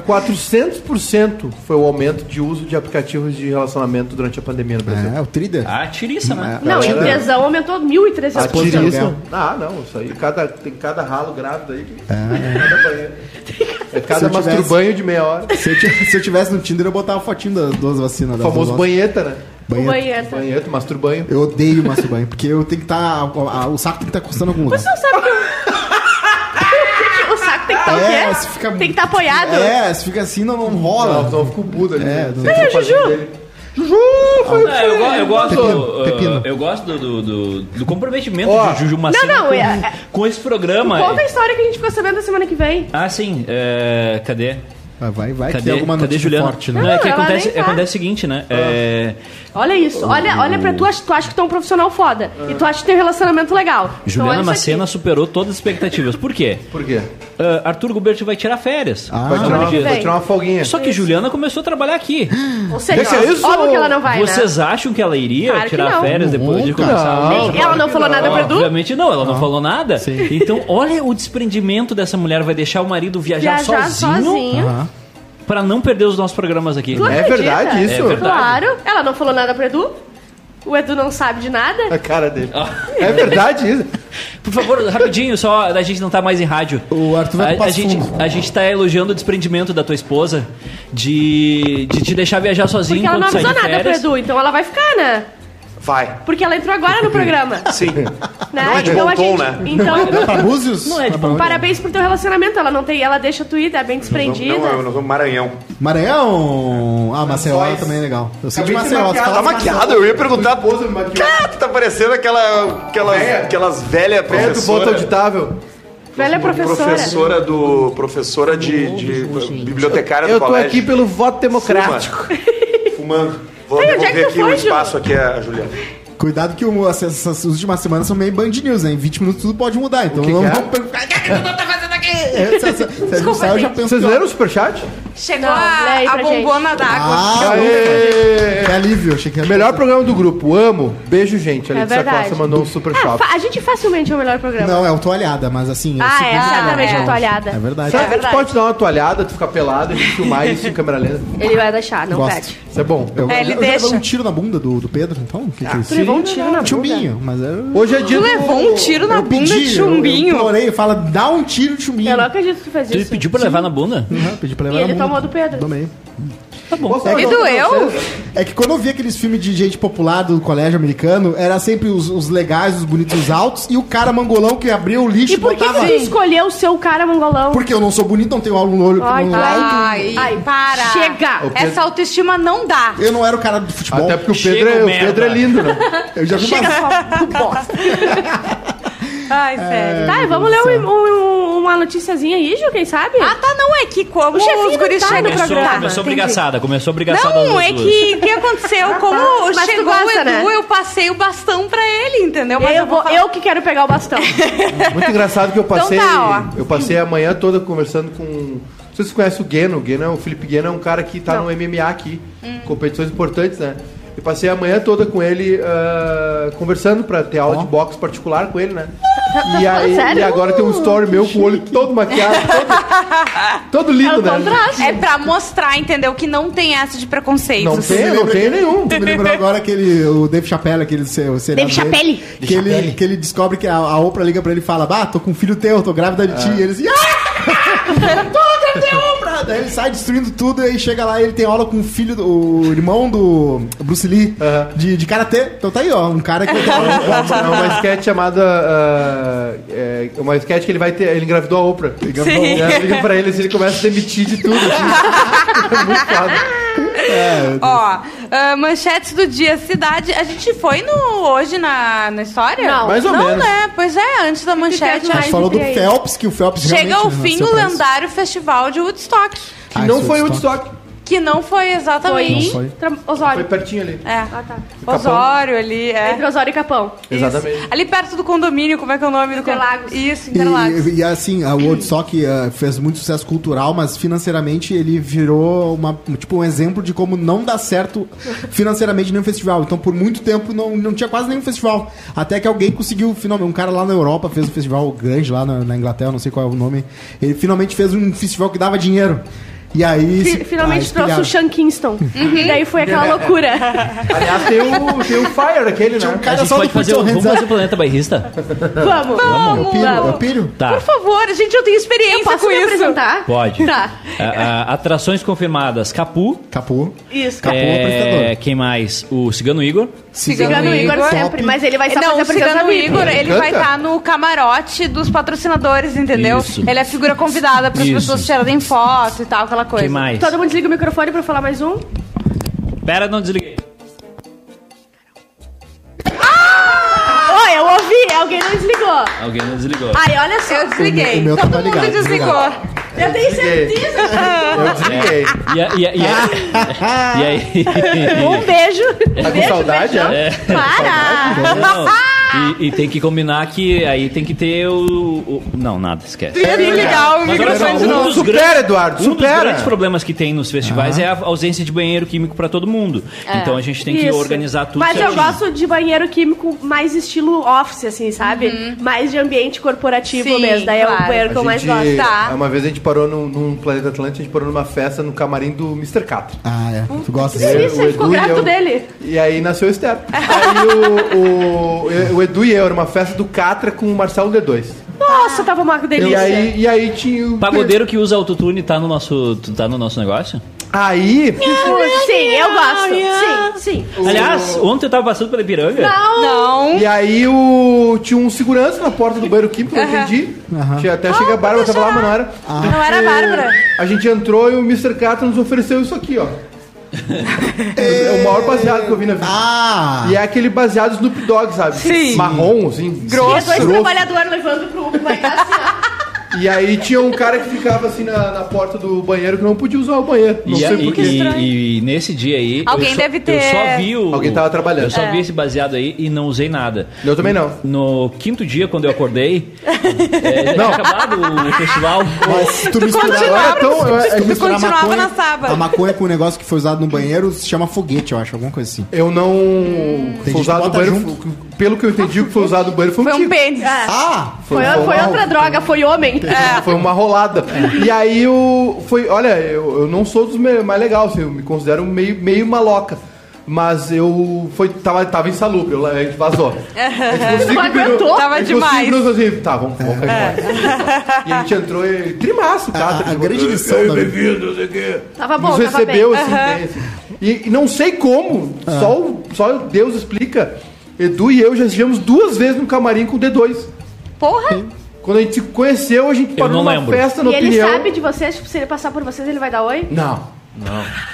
[SPEAKER 4] 400% foi o aumento de uso de aplicativos de relacionamento durante a pandemia no Brasil.
[SPEAKER 3] [LAUGHS] É, o Trida.
[SPEAKER 5] Ah, tiriça,
[SPEAKER 3] É,
[SPEAKER 5] né?
[SPEAKER 1] Não, e o tesão aumentou 1.300%.
[SPEAKER 4] A
[SPEAKER 3] Esposa Tá de
[SPEAKER 4] tiriça.
[SPEAKER 3] aluguel.
[SPEAKER 4] Ah, não, isso aí. Cada, tem cada ralo grávido aí. que- Cada banheiro. É
[SPEAKER 3] Ah. Se
[SPEAKER 4] cada
[SPEAKER 3] eu tivesse-
[SPEAKER 4] masturbanho de meia hora.
[SPEAKER 3] Se eu, ti- se eu tivesse no Tinder, eu botava fotinho das duas vacinas.
[SPEAKER 4] O
[SPEAKER 3] das
[SPEAKER 4] famoso
[SPEAKER 3] duas
[SPEAKER 4] banheta, né?
[SPEAKER 1] O
[SPEAKER 3] vacinas. Banheiro.
[SPEAKER 1] banheiro.
[SPEAKER 4] Banheta, masturbanho.
[SPEAKER 3] Eu odeio masturbanho, porque eu tenho que estar. o saco tem que estar coçando algum lugar.
[SPEAKER 1] Você não sabe que [LAUGHS] o- o saco tem que estar
[SPEAKER 3] É,
[SPEAKER 1] Tá o quê?
[SPEAKER 3] se fica-
[SPEAKER 1] Tem que estar apoiado.
[SPEAKER 3] É, se fica assim, não, não rola.
[SPEAKER 4] Não, não fica o Buda ali.
[SPEAKER 3] É,
[SPEAKER 4] né?
[SPEAKER 3] não-
[SPEAKER 4] Sempre
[SPEAKER 1] Aí,
[SPEAKER 4] o padrinho
[SPEAKER 1] Juju.
[SPEAKER 4] dele.
[SPEAKER 5] É, eu, go- eu gosto,
[SPEAKER 3] Pepino,
[SPEAKER 5] uh,
[SPEAKER 3] pepino.
[SPEAKER 5] eu gosto do, do, do- do comprometimento
[SPEAKER 4] Ó.
[SPEAKER 5] de Juju Macena
[SPEAKER 1] Não, não,
[SPEAKER 5] com,
[SPEAKER 1] é- é-
[SPEAKER 5] com esse
[SPEAKER 1] Tu
[SPEAKER 5] programa.
[SPEAKER 1] Conta a história que a gente ficou sabendo na semana que vem.
[SPEAKER 5] Ah, sim. é, cadê?
[SPEAKER 3] Ah, vai, vai, que
[SPEAKER 5] Cadê,
[SPEAKER 3] tem alguma
[SPEAKER 5] cadê
[SPEAKER 3] notícia
[SPEAKER 5] Juliana?
[SPEAKER 3] forte,
[SPEAKER 5] Não,
[SPEAKER 3] né? Ah.
[SPEAKER 5] é que
[SPEAKER 1] Não, ela
[SPEAKER 5] acontece,
[SPEAKER 1] nem tá.
[SPEAKER 5] acontece o seguinte, né? É,
[SPEAKER 1] Olha isso. Olha, olha pra tu, acha- tu acha que tu é um profissional foda. E tu acha que tem um relacionamento legal. Então olha
[SPEAKER 5] Juliana
[SPEAKER 1] isso
[SPEAKER 5] Macena
[SPEAKER 1] aqui.
[SPEAKER 5] superou todas as expectativas. Por quê?
[SPEAKER 4] Por quê?
[SPEAKER 5] Ah, Arthur Gubert vai tirar férias.
[SPEAKER 3] Ah.
[SPEAKER 4] Vai tirar, uma,
[SPEAKER 5] Nove
[SPEAKER 4] vai
[SPEAKER 1] dias.
[SPEAKER 4] tirar uma folguinha.
[SPEAKER 5] Só que Juliana começou a trabalhar aqui.
[SPEAKER 1] Ou seja,
[SPEAKER 4] Deixa isso.
[SPEAKER 1] óbvio que ela não vai, né?
[SPEAKER 5] Vocês acham que ela iria
[SPEAKER 1] Claro que
[SPEAKER 5] tirar
[SPEAKER 1] não.
[SPEAKER 5] férias depois de
[SPEAKER 3] Nunca.
[SPEAKER 5] começar?
[SPEAKER 1] Nem- ela não falou nada pro Edu?
[SPEAKER 5] Obviamente não, ela não falou nada. Então, olha o desprendimento dessa mulher. Vai deixar o marido viajar,
[SPEAKER 1] Viajar
[SPEAKER 5] sozinho
[SPEAKER 1] sozinho.
[SPEAKER 3] Aham.
[SPEAKER 5] pra não perder os nossos programas aqui.
[SPEAKER 1] Tu
[SPEAKER 4] É
[SPEAKER 1] acredita?
[SPEAKER 4] verdade isso?
[SPEAKER 5] É verdade.
[SPEAKER 1] Claro. Ela não falou nada pro Edu. O Edu não sabe de nada.
[SPEAKER 4] A cara dele.
[SPEAKER 5] Ah.
[SPEAKER 4] É verdade isso.
[SPEAKER 5] Por favor, rapidinho, só a gente não tá mais em rádio.
[SPEAKER 3] O Arthur vai
[SPEAKER 5] a,
[SPEAKER 3] pro
[SPEAKER 5] a
[SPEAKER 3] Passo
[SPEAKER 5] gente
[SPEAKER 3] Fundo.
[SPEAKER 5] A gente tá elogiando o desprendimento da tua esposa de, de te deixar viajar sozinho
[SPEAKER 1] Porque ela não
[SPEAKER 5] enquanto
[SPEAKER 1] avisou
[SPEAKER 5] sai de
[SPEAKER 1] nada pro
[SPEAKER 5] férias.
[SPEAKER 1] Edu. Então ela vai ficar, né?
[SPEAKER 8] Vai.
[SPEAKER 1] Porque ela entrou agora
[SPEAKER 5] [LAUGHS]
[SPEAKER 1] no programa.
[SPEAKER 8] Sim.
[SPEAKER 1] Né?
[SPEAKER 8] Não é de
[SPEAKER 1] então
[SPEAKER 8] bom
[SPEAKER 1] a gente.
[SPEAKER 8] tom, né?
[SPEAKER 1] [LAUGHS] Então,
[SPEAKER 3] Pra Búzios?
[SPEAKER 5] Não é de
[SPEAKER 3] Pra
[SPEAKER 5] bom
[SPEAKER 3] onde?
[SPEAKER 1] parabéns pro teu relacionamento. Ela não tem. Ela deixa tu ir, é bem desprendida.
[SPEAKER 8] Não, eu não sou Maranhão.
[SPEAKER 3] Maranhão! Ah, Maceió também é legal. Eu sou de
[SPEAKER 4] Acabei de
[SPEAKER 3] Maceió.
[SPEAKER 4] maquiar,
[SPEAKER 3] você
[SPEAKER 8] Tá
[SPEAKER 3] fala Maceió.
[SPEAKER 8] maquiado, eu ia perguntar.
[SPEAKER 4] Esposa me maquiou.
[SPEAKER 8] Cara, tu tá parecendo aquela, aquelas, aquelas velhas
[SPEAKER 4] É do
[SPEAKER 8] professora.
[SPEAKER 4] boto auditável.
[SPEAKER 1] Velha é professora.
[SPEAKER 8] Professora do. Professora de. de bibliotecária
[SPEAKER 4] Eu
[SPEAKER 8] do
[SPEAKER 4] tô
[SPEAKER 8] colégio.
[SPEAKER 4] aqui pelo voto democrático.
[SPEAKER 8] Fuma. Fumando. Vou
[SPEAKER 1] Ei, onde é que tu
[SPEAKER 8] devolver aqui
[SPEAKER 1] foi,
[SPEAKER 8] o
[SPEAKER 1] Ju?
[SPEAKER 8] espaço aqui a Juliana.
[SPEAKER 3] Cuidado que o- essas, essas últimas semanas são meio band news, né? Em 20 minutos tudo pode mudar, então
[SPEAKER 4] que
[SPEAKER 3] não
[SPEAKER 4] que é?
[SPEAKER 3] vamos perguntar. "Ah, O que [LAUGHS] é que tu tá fazendo aqui? É, Se se- se a gente
[SPEAKER 1] Desculpa,
[SPEAKER 3] sai, eu já
[SPEAKER 1] gente.
[SPEAKER 3] penso.
[SPEAKER 4] Vocês
[SPEAKER 3] que, ó,
[SPEAKER 4] leram o superchat?
[SPEAKER 2] Chegou
[SPEAKER 1] Não, lê aí
[SPEAKER 2] a, a
[SPEAKER 1] pra gente.
[SPEAKER 2] bombona d'água.
[SPEAKER 3] Ah, que
[SPEAKER 4] Aê!
[SPEAKER 3] alívio. Achei que ia-
[SPEAKER 4] Melhor programa do grupo, amo. Beijo, gente. A
[SPEAKER 1] É
[SPEAKER 4] Letícia
[SPEAKER 1] verdade.
[SPEAKER 4] Costa mandou um super
[SPEAKER 1] Ah,
[SPEAKER 4] chop.
[SPEAKER 1] fa- a gente facilmente é o melhor programa.
[SPEAKER 3] Não, é o Toalhada, mas assim... eu
[SPEAKER 1] Ah,
[SPEAKER 3] sigo
[SPEAKER 1] é,
[SPEAKER 3] esse
[SPEAKER 1] exatamente,
[SPEAKER 3] programa.
[SPEAKER 1] é o Toalhada.
[SPEAKER 3] É verdade.
[SPEAKER 4] Será que a gente
[SPEAKER 2] verdade.
[SPEAKER 4] pode dar uma toalhada, tu ficar pelado, a gente filmar isso em câmera lenta?
[SPEAKER 1] Ele vai deixar, não
[SPEAKER 3] Gosto.
[SPEAKER 1] pede.
[SPEAKER 4] Isso é bom.
[SPEAKER 3] Eu,
[SPEAKER 2] É, ele
[SPEAKER 3] eu já levei
[SPEAKER 2] deixa.
[SPEAKER 3] um tiro na bunda do, do Pedro, então? O que, que é isso?
[SPEAKER 1] Levou um tiro na bunda.
[SPEAKER 3] Chumbinho, mas eu...
[SPEAKER 4] Hoje é dia
[SPEAKER 2] Tu
[SPEAKER 4] do...
[SPEAKER 2] levou um tiro na
[SPEAKER 3] eu
[SPEAKER 2] bunda
[SPEAKER 3] pedi,
[SPEAKER 2] de
[SPEAKER 3] eu-
[SPEAKER 2] chumbinho.
[SPEAKER 3] Eu implorei, fala, dá um tiro de chumbinho.
[SPEAKER 1] Eu não acredito que tu fez
[SPEAKER 5] Ele
[SPEAKER 1] isso.
[SPEAKER 5] pediu pra levar na bunda?
[SPEAKER 3] Uhum, pedi pra
[SPEAKER 1] E
[SPEAKER 3] levar na
[SPEAKER 1] ele
[SPEAKER 3] bunda.
[SPEAKER 1] tomou do Pedro.
[SPEAKER 3] Tomei.
[SPEAKER 5] Tá bom.
[SPEAKER 4] Posso dar uma
[SPEAKER 2] E
[SPEAKER 4] nota pra
[SPEAKER 2] doeu?
[SPEAKER 4] vocês?
[SPEAKER 3] É que quando eu vi aqueles filmes de gente popular do colégio americano, era sempre os, os legais, os bonitos, os altos, e o cara mangolão que abriu o lixo
[SPEAKER 1] E por que
[SPEAKER 3] botava...
[SPEAKER 1] tu escolheu o seu cara mongolão?
[SPEAKER 3] Porque eu não sou bonito, não tenho aluno no olho
[SPEAKER 1] Ai,
[SPEAKER 3] no
[SPEAKER 1] tá.
[SPEAKER 3] alto.
[SPEAKER 2] Ai,
[SPEAKER 1] Ai,
[SPEAKER 2] para.
[SPEAKER 1] chega.
[SPEAKER 2] Essa autoestima não dá.
[SPEAKER 3] Eu não era o cara do futebol.
[SPEAKER 4] Até porque o
[SPEAKER 5] Chega,
[SPEAKER 4] Pedro, é, o
[SPEAKER 5] merda.
[SPEAKER 4] Pedro é lindo, né?
[SPEAKER 5] [LAUGHS]
[SPEAKER 3] Eu já vi
[SPEAKER 1] Chega
[SPEAKER 3] umas...
[SPEAKER 1] só do bosta.
[SPEAKER 4] É.
[SPEAKER 2] Ai, sério.
[SPEAKER 1] Tá, vamos ler um- um- uma noticiazinha aí, Ju, quem sabe?
[SPEAKER 2] Ah, tá, não, é que como
[SPEAKER 1] O chefinho
[SPEAKER 2] os guris
[SPEAKER 1] não tá no
[SPEAKER 2] chegam
[SPEAKER 1] programa.
[SPEAKER 5] Começou,
[SPEAKER 1] Tá,
[SPEAKER 5] começou
[SPEAKER 2] Entendi.
[SPEAKER 5] brigaçada, começou brigaçada
[SPEAKER 2] Não,
[SPEAKER 5] das
[SPEAKER 2] é
[SPEAKER 5] duas.
[SPEAKER 2] que o
[SPEAKER 1] [LAUGHS]
[SPEAKER 2] que aconteceu? Como
[SPEAKER 1] Mas tu
[SPEAKER 2] chegou o
[SPEAKER 1] gosta,
[SPEAKER 2] Edu,
[SPEAKER 1] né?
[SPEAKER 2] eu passei o bastão pra ele, entendeu? Mas
[SPEAKER 1] eu, vou,
[SPEAKER 2] falar-
[SPEAKER 1] eu que quero pegar o [LAUGHS] bastão.
[SPEAKER 4] Muito engraçado
[SPEAKER 1] [LAUGHS]
[SPEAKER 4] que eu
[SPEAKER 1] Então
[SPEAKER 4] passei.
[SPEAKER 2] tá,
[SPEAKER 4] eu passei a manhã toda conversando com. Não sei se você conhece o Gueno, o Gueno é o Felipe Gueno é um cara que tá no MMA aqui,
[SPEAKER 1] Hum.
[SPEAKER 4] competições importantes, né? Eu passei a manhã toda com ele ah, conversando pra ter aula de boxe particular com ele, né? E, aí,
[SPEAKER 1] Tá, Sério?
[SPEAKER 4] e agora tem um story meu com
[SPEAKER 1] [LAUGHS]
[SPEAKER 4] o olho todo maquiado, todo, todo lindo,
[SPEAKER 1] É o
[SPEAKER 4] né?
[SPEAKER 1] contraste.
[SPEAKER 2] É pra mostrar, entendeu? Que não tem essa de
[SPEAKER 4] Não
[SPEAKER 2] preconceitos.
[SPEAKER 4] tem, não tem nenhum.
[SPEAKER 3] Tu me lembrou agora aquele, o Dave Chappelle, aquele seu seriado
[SPEAKER 1] Dave
[SPEAKER 3] dele, Que ele, que ele descobre que a, a Oprah liga pra ele e fala, bah, tô com um filho teu, tô grávida de ti. E ele assim, ah!
[SPEAKER 2] [LAUGHS]
[SPEAKER 3] tô grávida de Oprah! Daí ele sai destruindo tudo e aí chega lá e ele tem aula com o filho, do, o irmão do Bruce Lee,
[SPEAKER 4] Aham.
[SPEAKER 3] de, de Karatê. Então tá aí, ó, um
[SPEAKER 2] [LAUGHS]
[SPEAKER 3] cara que vai ter aula de boxe.
[SPEAKER 4] É uma sketch chamada. ah, é uma sketch que ele vai ter. Ele engravidou a Oprah. E ela liga pra ele assim, ele começa a demitir de tudo. Assim. [LAUGHS] É muito foda.
[SPEAKER 2] Ó, ah, manchetes do dia, cidade. A gente foi no hoje na, na história?
[SPEAKER 1] Não.
[SPEAKER 4] Mais ou
[SPEAKER 2] não,
[SPEAKER 4] menos.
[SPEAKER 2] né? Pois é, antes da manchete.
[SPEAKER 1] quer
[SPEAKER 3] A
[SPEAKER 1] mais?
[SPEAKER 2] Mas
[SPEAKER 3] gente falou do
[SPEAKER 1] e aí?
[SPEAKER 3] Phelps, que o Phelps
[SPEAKER 2] Chega ao
[SPEAKER 3] realmente
[SPEAKER 2] fim é
[SPEAKER 3] nasceu
[SPEAKER 2] o
[SPEAKER 3] pra isso.
[SPEAKER 2] lendário festival de Woodstock.
[SPEAKER 4] Que
[SPEAKER 3] Ah,
[SPEAKER 4] não
[SPEAKER 3] isso
[SPEAKER 4] foi
[SPEAKER 3] é
[SPEAKER 4] o
[SPEAKER 3] Woodstock.
[SPEAKER 4] Woodstock.
[SPEAKER 2] Que não foi
[SPEAKER 1] Foi
[SPEAKER 2] exatamente.
[SPEAKER 1] em
[SPEAKER 3] foi.
[SPEAKER 1] Tra-
[SPEAKER 4] Foi
[SPEAKER 1] Osório.
[SPEAKER 4] pertinho ali.
[SPEAKER 2] É.
[SPEAKER 1] Ah, tá.
[SPEAKER 2] Osório ali, é.
[SPEAKER 1] Entre Osório e Capão.
[SPEAKER 3] Ah,
[SPEAKER 4] Exatamente.
[SPEAKER 2] Ali perto do condomínio, como é que é o nome do
[SPEAKER 1] Interlagos.
[SPEAKER 2] condomínio? Isso, Interlagos.
[SPEAKER 3] E, e assim, a Woodstock eh, fez muito sucesso cultural, mas financeiramente ele virou uma, tipo, um exemplo de como não dá certo financeiramente nenhum festival. Então, por muito tempo, não, não tinha quase nenhum festival. Até que alguém conseguiu, finalmente, um cara lá na Europa fez um festival grande lá na, na Inglaterra, não sei qual é o nome. Ele finalmente fez um festival que dava dinheiro. E aí.
[SPEAKER 1] Fi-
[SPEAKER 3] se- ah, É.
[SPEAKER 1] finalmente trouxe
[SPEAKER 3] espelharam.
[SPEAKER 1] o Sean Kingston. E daí foi aquela loucura.
[SPEAKER 3] [LAUGHS]
[SPEAKER 4] Aliás, tem o, tem o Fire aquele,
[SPEAKER 3] Tinha um
[SPEAKER 4] né?
[SPEAKER 5] A
[SPEAKER 3] cara
[SPEAKER 5] gente
[SPEAKER 3] só do
[SPEAKER 5] pode fazer,
[SPEAKER 3] Put Your
[SPEAKER 5] o-
[SPEAKER 3] Hands
[SPEAKER 5] vamos
[SPEAKER 3] Up.
[SPEAKER 5] fazer o planeta bairrista?
[SPEAKER 1] Vamos.
[SPEAKER 3] Eu pilho, eu pilho.
[SPEAKER 5] Tá,
[SPEAKER 2] Por favor, gente, eu tenho experiência
[SPEAKER 1] Eu posso
[SPEAKER 2] com
[SPEAKER 1] me
[SPEAKER 2] isso.
[SPEAKER 1] apresentar?
[SPEAKER 5] pode.
[SPEAKER 1] Tá.
[SPEAKER 5] Ah, ah, atrações confirmadas: Capu.
[SPEAKER 3] Capô.
[SPEAKER 1] Isso.
[SPEAKER 3] Capô,
[SPEAKER 5] é,
[SPEAKER 3] apresentador.
[SPEAKER 5] quem mais? O Cigano Igor.
[SPEAKER 1] Cigano Igor
[SPEAKER 2] Igor.
[SPEAKER 1] sempre, mas ele vai só
[SPEAKER 2] É, Não,
[SPEAKER 1] fazer
[SPEAKER 2] o
[SPEAKER 1] apresentação
[SPEAKER 2] Cigano
[SPEAKER 1] do
[SPEAKER 2] Igor, ele vai
[SPEAKER 4] Canta?
[SPEAKER 2] estar no camarote dos patrocinadores, entendeu?
[SPEAKER 5] Isso.
[SPEAKER 2] Ele é figura convidada para as
[SPEAKER 5] Isso.
[SPEAKER 2] pessoas tirarem foto e tal, aquela coisa.
[SPEAKER 5] Quem mais?
[SPEAKER 1] é. Todo mundo desliga o microfone pra eu falar mais um.
[SPEAKER 5] Pera, não desliguei.
[SPEAKER 1] Oi, eu ouvi, alguém não desligou.
[SPEAKER 5] Alguém não desligou.
[SPEAKER 1] Ai, olha só.
[SPEAKER 2] Eu desliguei.
[SPEAKER 3] O meu
[SPEAKER 2] Todo
[SPEAKER 3] tava
[SPEAKER 2] mundo
[SPEAKER 3] ligado,
[SPEAKER 2] desligou.
[SPEAKER 1] Eu tenho
[SPEAKER 4] Desliguei.
[SPEAKER 1] certeza.
[SPEAKER 4] Eu desliguei.
[SPEAKER 1] Ah.
[SPEAKER 5] E, a- e a- e
[SPEAKER 4] [LAUGHS]
[SPEAKER 5] a- e aí. [LAUGHS]
[SPEAKER 1] Um beijo.
[SPEAKER 4] Tá com saudade, é?
[SPEAKER 1] Para!
[SPEAKER 5] Não, E, e tem que combinar que aí tem que ter o. o- não, nada, esquece.
[SPEAKER 2] Eu desligar o
[SPEAKER 5] Mas olha só,
[SPEAKER 2] microfone de
[SPEAKER 5] um
[SPEAKER 2] novo.
[SPEAKER 5] dos
[SPEAKER 4] Supera,
[SPEAKER 5] grandes-
[SPEAKER 4] Eduardo,
[SPEAKER 5] Um dos
[SPEAKER 4] supera.
[SPEAKER 5] grandes problemas que tem nos festivais é a ausência de banheiro químico pra todo mundo. Então a gente tem que
[SPEAKER 1] É. Isso.
[SPEAKER 5] organizar tudo
[SPEAKER 1] Mas eu
[SPEAKER 5] certinho.
[SPEAKER 1] gosto de banheiro químico mais estilo office, assim, sabe? Mais de ambiente corporativo
[SPEAKER 2] Uhum. Sim,
[SPEAKER 1] mesmo. Daí é
[SPEAKER 2] claro.
[SPEAKER 1] o banheiro que eu mais gosto.
[SPEAKER 2] Tá.
[SPEAKER 4] Uma vez a gente parou num, num Planeta Atlântico, a gente parou numa festa no camarim do Mr. Catra.
[SPEAKER 3] Ah, é.
[SPEAKER 1] um
[SPEAKER 3] Tu gosta
[SPEAKER 1] Que
[SPEAKER 3] disso?
[SPEAKER 1] delícia, ele ficou
[SPEAKER 4] Edu e
[SPEAKER 1] grato
[SPEAKER 4] eu.
[SPEAKER 1] dele.
[SPEAKER 4] E aí nasceu o Esther. Aí o, o, o Edu e eu, era uma festa do Catra com o Marcelo D2.
[SPEAKER 1] Nossa,
[SPEAKER 2] Ah.
[SPEAKER 1] tava uma delícia.
[SPEAKER 4] E aí, e aí tinha o.
[SPEAKER 5] Pagodeiro que usa autotune tá no nosso, tá no nosso negócio?
[SPEAKER 4] Aí.
[SPEAKER 1] Sim, eu gosto. Sim, sim.
[SPEAKER 5] Aliás, ontem eu tava passando pela Ipiranga.
[SPEAKER 2] Não.
[SPEAKER 4] E aí o... tinha um segurança na porta do banheiro químico, eu entendi. Tinha- Até chega
[SPEAKER 2] Ah,
[SPEAKER 4] a Bárbara, tava lá, mas não era.
[SPEAKER 2] Não era a Bárbara.
[SPEAKER 4] A gente entrou e o Mr. Catra nos ofereceu isso aqui,
[SPEAKER 2] [LAUGHS]
[SPEAKER 4] ó. é o maior baseado que eu vi na vida.
[SPEAKER 3] Ah!
[SPEAKER 4] E é aquele baseado Snoop Dogg, sabe?
[SPEAKER 2] Sim.
[SPEAKER 4] Marrom, assim.
[SPEAKER 1] E os
[SPEAKER 4] Grosso.
[SPEAKER 1] dois trabalhadores levando pro Uber, vai dar assim, ó.
[SPEAKER 4] E aí tinha um cara que ficava assim na, na porta do banheiro que não podia usar o banheiro. Não
[SPEAKER 5] E,
[SPEAKER 4] sei
[SPEAKER 5] e-
[SPEAKER 4] porquê.
[SPEAKER 5] e- e nesse dia aí.
[SPEAKER 2] Alguém
[SPEAKER 5] eu só,
[SPEAKER 2] deve
[SPEAKER 5] Eu
[SPEAKER 2] ter- É.
[SPEAKER 5] só vi o.
[SPEAKER 4] Alguém tava trabalhando.
[SPEAKER 5] Eu só vi esse baseado aí e não usei nada.
[SPEAKER 4] Eu também não.
[SPEAKER 5] No quinto dia, quando eu acordei.
[SPEAKER 4] [LAUGHS]
[SPEAKER 5] é, já
[SPEAKER 4] Não.
[SPEAKER 5] tinha acabado o festival.
[SPEAKER 3] Mas se tu misturar,
[SPEAKER 4] Agora então, eu,
[SPEAKER 3] se tu
[SPEAKER 4] eu-
[SPEAKER 3] misturar
[SPEAKER 2] continuava
[SPEAKER 3] maconha-
[SPEAKER 2] na sábado.
[SPEAKER 3] A maconha com um negócio que foi usado no banheiro se chama foguete, eu acho, alguma coisa assim.
[SPEAKER 4] eu não.
[SPEAKER 3] Tem gente
[SPEAKER 4] Foi usado
[SPEAKER 3] que
[SPEAKER 4] o
[SPEAKER 3] bota
[SPEAKER 4] banheiro. Pelo que eu entendi, o que foi usado o banheiro foi um
[SPEAKER 2] Foi um
[SPEAKER 4] tiro.
[SPEAKER 2] pênis.
[SPEAKER 3] Ah!
[SPEAKER 1] Foi, foi outra droga, foi homem. É.
[SPEAKER 4] Foi uma rolada.
[SPEAKER 3] É.
[SPEAKER 4] E aí o. Foi, olha, eu, eu não sou dos me- mais legais, assim, eu me considero meio, meio maloca. Mas eu foi, tava, tava insalubre, eu, a gente vazou. A gente
[SPEAKER 1] Não aguentou.
[SPEAKER 2] Tava demais.
[SPEAKER 4] Minutos, assim, tá, vamos, vamos é. E a gente entrou e. Trimaço,
[SPEAKER 3] A,
[SPEAKER 4] tá?
[SPEAKER 3] a- a grande lição da vida.
[SPEAKER 1] Tava Tá bom,
[SPEAKER 4] Nos
[SPEAKER 1] tava
[SPEAKER 4] recebeu
[SPEAKER 1] bem.
[SPEAKER 4] assim, bem, assim. E, e não sei como, só, o- só Deus explica. Edu e eu já estivemos duas vezes no camarim com o D2.
[SPEAKER 2] Porra!
[SPEAKER 4] Quando a gente se conheceu, a gente parou
[SPEAKER 5] não
[SPEAKER 4] numa
[SPEAKER 5] lembro.
[SPEAKER 4] festa no
[SPEAKER 1] E ele
[SPEAKER 4] opinião.
[SPEAKER 1] sabe de vocês, tipo, se ele passar por vocês, ele vai dar oi?
[SPEAKER 4] Não.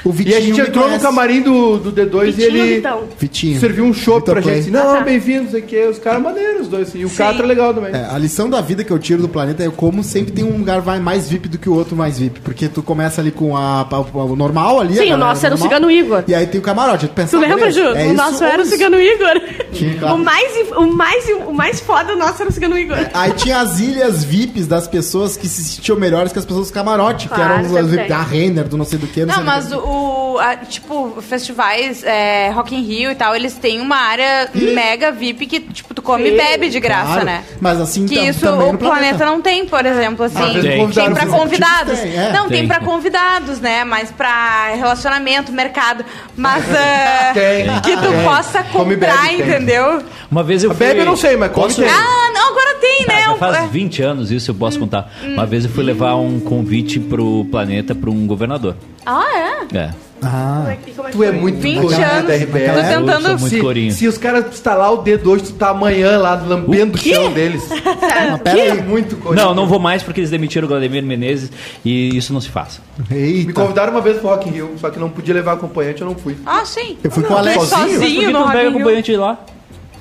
[SPEAKER 3] O
[SPEAKER 4] E a gente
[SPEAKER 3] me
[SPEAKER 4] entrou no
[SPEAKER 3] conhece.
[SPEAKER 4] camarim do, do D2 e
[SPEAKER 1] Vitinho,
[SPEAKER 4] ele
[SPEAKER 1] então. Ah, tá.
[SPEAKER 3] Vitinho.
[SPEAKER 4] serviu um show
[SPEAKER 3] Vitor
[SPEAKER 4] pra
[SPEAKER 3] Clay.
[SPEAKER 4] gente. Assim, não, bem-vindo, não sei o que. Os caras maneiros, os dois. Assim. E o Catra é legal também.
[SPEAKER 3] É, a lição da vida que eu tiro do planeta é como sempre tem um lugar vai mais VIP do que o outro mais VIP. Porque tu começa ali com a, pa- pa- o normal ali. a
[SPEAKER 1] Sim, o
[SPEAKER 3] galera
[SPEAKER 1] nosso era o
[SPEAKER 3] normal,
[SPEAKER 1] Cigano Igor.
[SPEAKER 3] E aí tem o camarote. Tu, pensa,
[SPEAKER 1] Tu lembra,
[SPEAKER 3] beleza,
[SPEAKER 1] Ju?
[SPEAKER 3] é
[SPEAKER 1] o
[SPEAKER 3] isso
[SPEAKER 1] nosso
[SPEAKER 3] ou
[SPEAKER 1] era o
[SPEAKER 3] isso?
[SPEAKER 1] Cigano Igor.
[SPEAKER 3] Que, claro.
[SPEAKER 1] O, mais, o, mais, o mais foda nosso era o Cigano Igor.
[SPEAKER 3] Aí tinha as ilhas VIPs das pessoas que se sentiam melhores que as pessoas do camarote,
[SPEAKER 1] Claro,
[SPEAKER 3] que eram
[SPEAKER 1] sempre
[SPEAKER 3] as VIP
[SPEAKER 1] tem.
[SPEAKER 3] da Renner, do não sei do que,
[SPEAKER 2] Não,
[SPEAKER 3] sei do
[SPEAKER 2] mas
[SPEAKER 3] que.
[SPEAKER 2] o. a- tipo, festivais, é, Rock in Rio e tal, eles têm uma área mega VIP que, tipo, tu come e bebe de graça,
[SPEAKER 3] Claro,
[SPEAKER 2] né?
[SPEAKER 3] Mas assim
[SPEAKER 2] Que
[SPEAKER 3] tam-
[SPEAKER 2] isso
[SPEAKER 3] também
[SPEAKER 2] o
[SPEAKER 3] no
[SPEAKER 2] planeta não tem, por exemplo, assim.
[SPEAKER 4] Ah,
[SPEAKER 5] tem.
[SPEAKER 2] tem
[SPEAKER 4] Convidados
[SPEAKER 2] pra
[SPEAKER 4] executivos
[SPEAKER 2] convidados.
[SPEAKER 3] tem, é.
[SPEAKER 2] Não, tem,
[SPEAKER 5] Tem.
[SPEAKER 2] pra convidados, né? Mas pra relacionamento, mercado. Mas ah,
[SPEAKER 4] Tem.
[SPEAKER 2] que tu
[SPEAKER 4] Tem.
[SPEAKER 2] possa
[SPEAKER 4] Come e bebe,
[SPEAKER 2] comprar,
[SPEAKER 4] tem.
[SPEAKER 2] entendeu?
[SPEAKER 5] Uma vez eu fui.
[SPEAKER 4] Bebe eu não sei, mas come
[SPEAKER 5] Posso-
[SPEAKER 4] tem.
[SPEAKER 2] Ah, não, agora tem,
[SPEAKER 5] Cara,
[SPEAKER 2] né?
[SPEAKER 5] Tá,
[SPEAKER 2] Hum.
[SPEAKER 5] já
[SPEAKER 2] Um-
[SPEAKER 5] faz 20 anos isso, eu posso contar. Uma vez eu fui levar um convite pro planeta pra um governador.
[SPEAKER 2] Ah, é?
[SPEAKER 5] É.
[SPEAKER 3] Ah,
[SPEAKER 4] Tu é muito
[SPEAKER 2] 20
[SPEAKER 4] coringa
[SPEAKER 2] anos.
[SPEAKER 4] da RBS.
[SPEAKER 5] Naquela
[SPEAKER 2] Tô
[SPEAKER 5] época eu
[SPEAKER 2] tentando-
[SPEAKER 5] sou muito
[SPEAKER 4] Se,
[SPEAKER 5] corinho.
[SPEAKER 4] se os caras instalar o D2, tu tá amanhã lá lambendo o,
[SPEAKER 5] quê?
[SPEAKER 4] chão deles.
[SPEAKER 3] mas pera aí.
[SPEAKER 4] Muito coringa.
[SPEAKER 5] Não, não vou mais porque eles demitiram o Vladimir Menezes e isso não se faz.
[SPEAKER 4] Me
[SPEAKER 3] Eita.
[SPEAKER 4] convidaram uma vez pro Rock in Rio, só que não podia levar acompanhante, eu não fui.
[SPEAKER 2] Ah, sim.
[SPEAKER 3] Eu fui com o
[SPEAKER 2] Não,
[SPEAKER 3] Alex
[SPEAKER 2] tu é
[SPEAKER 3] sozinho?
[SPEAKER 5] Mas por que
[SPEAKER 2] sozinho
[SPEAKER 5] tu
[SPEAKER 2] no
[SPEAKER 5] não pega
[SPEAKER 2] Rock in Rio.
[SPEAKER 5] acompanhante lá?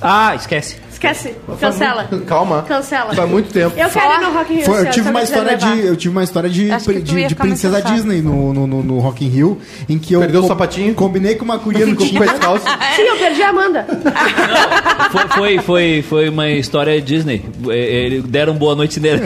[SPEAKER 5] Ah, esquece.
[SPEAKER 1] Esquece.
[SPEAKER 4] Mas faz
[SPEAKER 1] Cancela.
[SPEAKER 4] muito- [LAUGHS] Calma.
[SPEAKER 1] Cancela.
[SPEAKER 4] Faz muito tempo.
[SPEAKER 1] Eu quero ir no Rock in Rio. esse
[SPEAKER 3] Foi- eu,
[SPEAKER 1] ano,
[SPEAKER 3] tive
[SPEAKER 1] se alguém
[SPEAKER 3] uma
[SPEAKER 1] quiser
[SPEAKER 3] história
[SPEAKER 1] levar.
[SPEAKER 3] de, eu tive uma história de,
[SPEAKER 2] Acho que
[SPEAKER 3] pri-
[SPEAKER 2] tu
[SPEAKER 3] de,
[SPEAKER 2] ia
[SPEAKER 3] de
[SPEAKER 2] ficar mais
[SPEAKER 3] princesa
[SPEAKER 2] cansado.
[SPEAKER 3] Disney no, no, no- no Rock in Rio, em que eu
[SPEAKER 4] Perdeu o
[SPEAKER 3] co-
[SPEAKER 4] sapatinho?
[SPEAKER 3] combinei com uma curia no
[SPEAKER 4] Ficou com
[SPEAKER 3] Tinder.
[SPEAKER 1] [LAUGHS]
[SPEAKER 4] esse calço.
[SPEAKER 1] Sim, eu perdi a Amanda.
[SPEAKER 5] Foi, foi, foi, foi uma história Disney. É, Eles deram boa
[SPEAKER 1] [LAUGHS]
[SPEAKER 5] noite nele.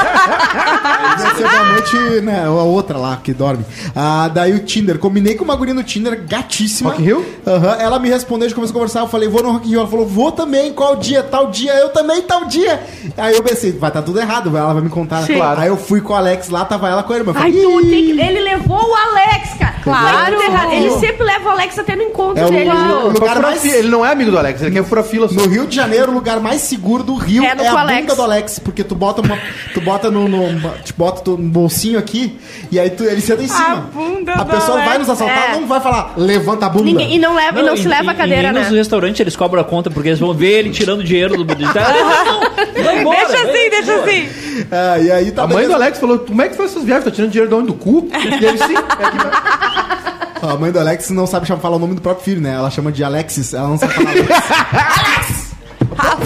[SPEAKER 3] Ia ser uma noite, né, a outra lá que dorme. Ah, daí o Tinder. Combinei com uma guria no Tinder, gatíssima.
[SPEAKER 4] Rock in Rio?
[SPEAKER 3] Aham. Ela me respondeu, a gente começou a conversar. Eu falei, vou no Rock in Rio. Ela falou, vou também, qual dia? Tal dia, eu também, tal dia. Aí eu pensei, vai tá tudo errado, ela vai me contar.
[SPEAKER 1] Sim.
[SPEAKER 3] Claro. Aí eu fui com o Alex lá, tava ela com a irmã. Eu
[SPEAKER 1] Ai,
[SPEAKER 3] falei,
[SPEAKER 1] tu
[SPEAKER 3] "Ih,
[SPEAKER 1] tem que... Ele levou o Alex, cara.
[SPEAKER 2] Claro.
[SPEAKER 1] Vai enterrar. Ele sempre leva o Alex até no encontro
[SPEAKER 3] É o-
[SPEAKER 1] dele.
[SPEAKER 3] o- o-
[SPEAKER 4] Só
[SPEAKER 3] lugar
[SPEAKER 4] fura
[SPEAKER 3] mais-
[SPEAKER 4] fi- Ele não é amigo do Alex, ele quer furar fila só.
[SPEAKER 3] No Rio de Janeiro, o lugar mais seguro do Rio
[SPEAKER 1] É
[SPEAKER 3] é,
[SPEAKER 1] no
[SPEAKER 3] a
[SPEAKER 1] com o
[SPEAKER 3] bunda
[SPEAKER 1] Alex.
[SPEAKER 3] do Alex, porque tu bota uma, tu bota no, no- te bota tu- no bolsinho aqui e aí tu, ele senta em cima.
[SPEAKER 2] bunda
[SPEAKER 3] a
[SPEAKER 2] do
[SPEAKER 3] pessoa vai nos assaltar,
[SPEAKER 1] É.
[SPEAKER 3] não vai falar levanta a bunda.
[SPEAKER 1] Ninguém- e não, leva, e não se
[SPEAKER 5] em-
[SPEAKER 1] leva a
[SPEAKER 5] em-
[SPEAKER 1] cadeira, né?
[SPEAKER 5] em Minas, no restaurante eles cobram a conta porque eles vão ver ele tirando dinheiro do. do- Ah, não, não, vai embora,
[SPEAKER 2] Deixa
[SPEAKER 5] vai-
[SPEAKER 2] assim, deixa assim.
[SPEAKER 3] Ah, e aí tá
[SPEAKER 4] A mãe do
[SPEAKER 3] beleza.
[SPEAKER 4] Alex falou: Como é que tu faz essas viagens? Tá tirando dinheiro de onde? Do cu? E ele sim. é que-
[SPEAKER 3] A mãe do Alex não sabe chamar- falar o nome do próprio filho, né? Ela chama de Alexis, ela não sabe falar Alex.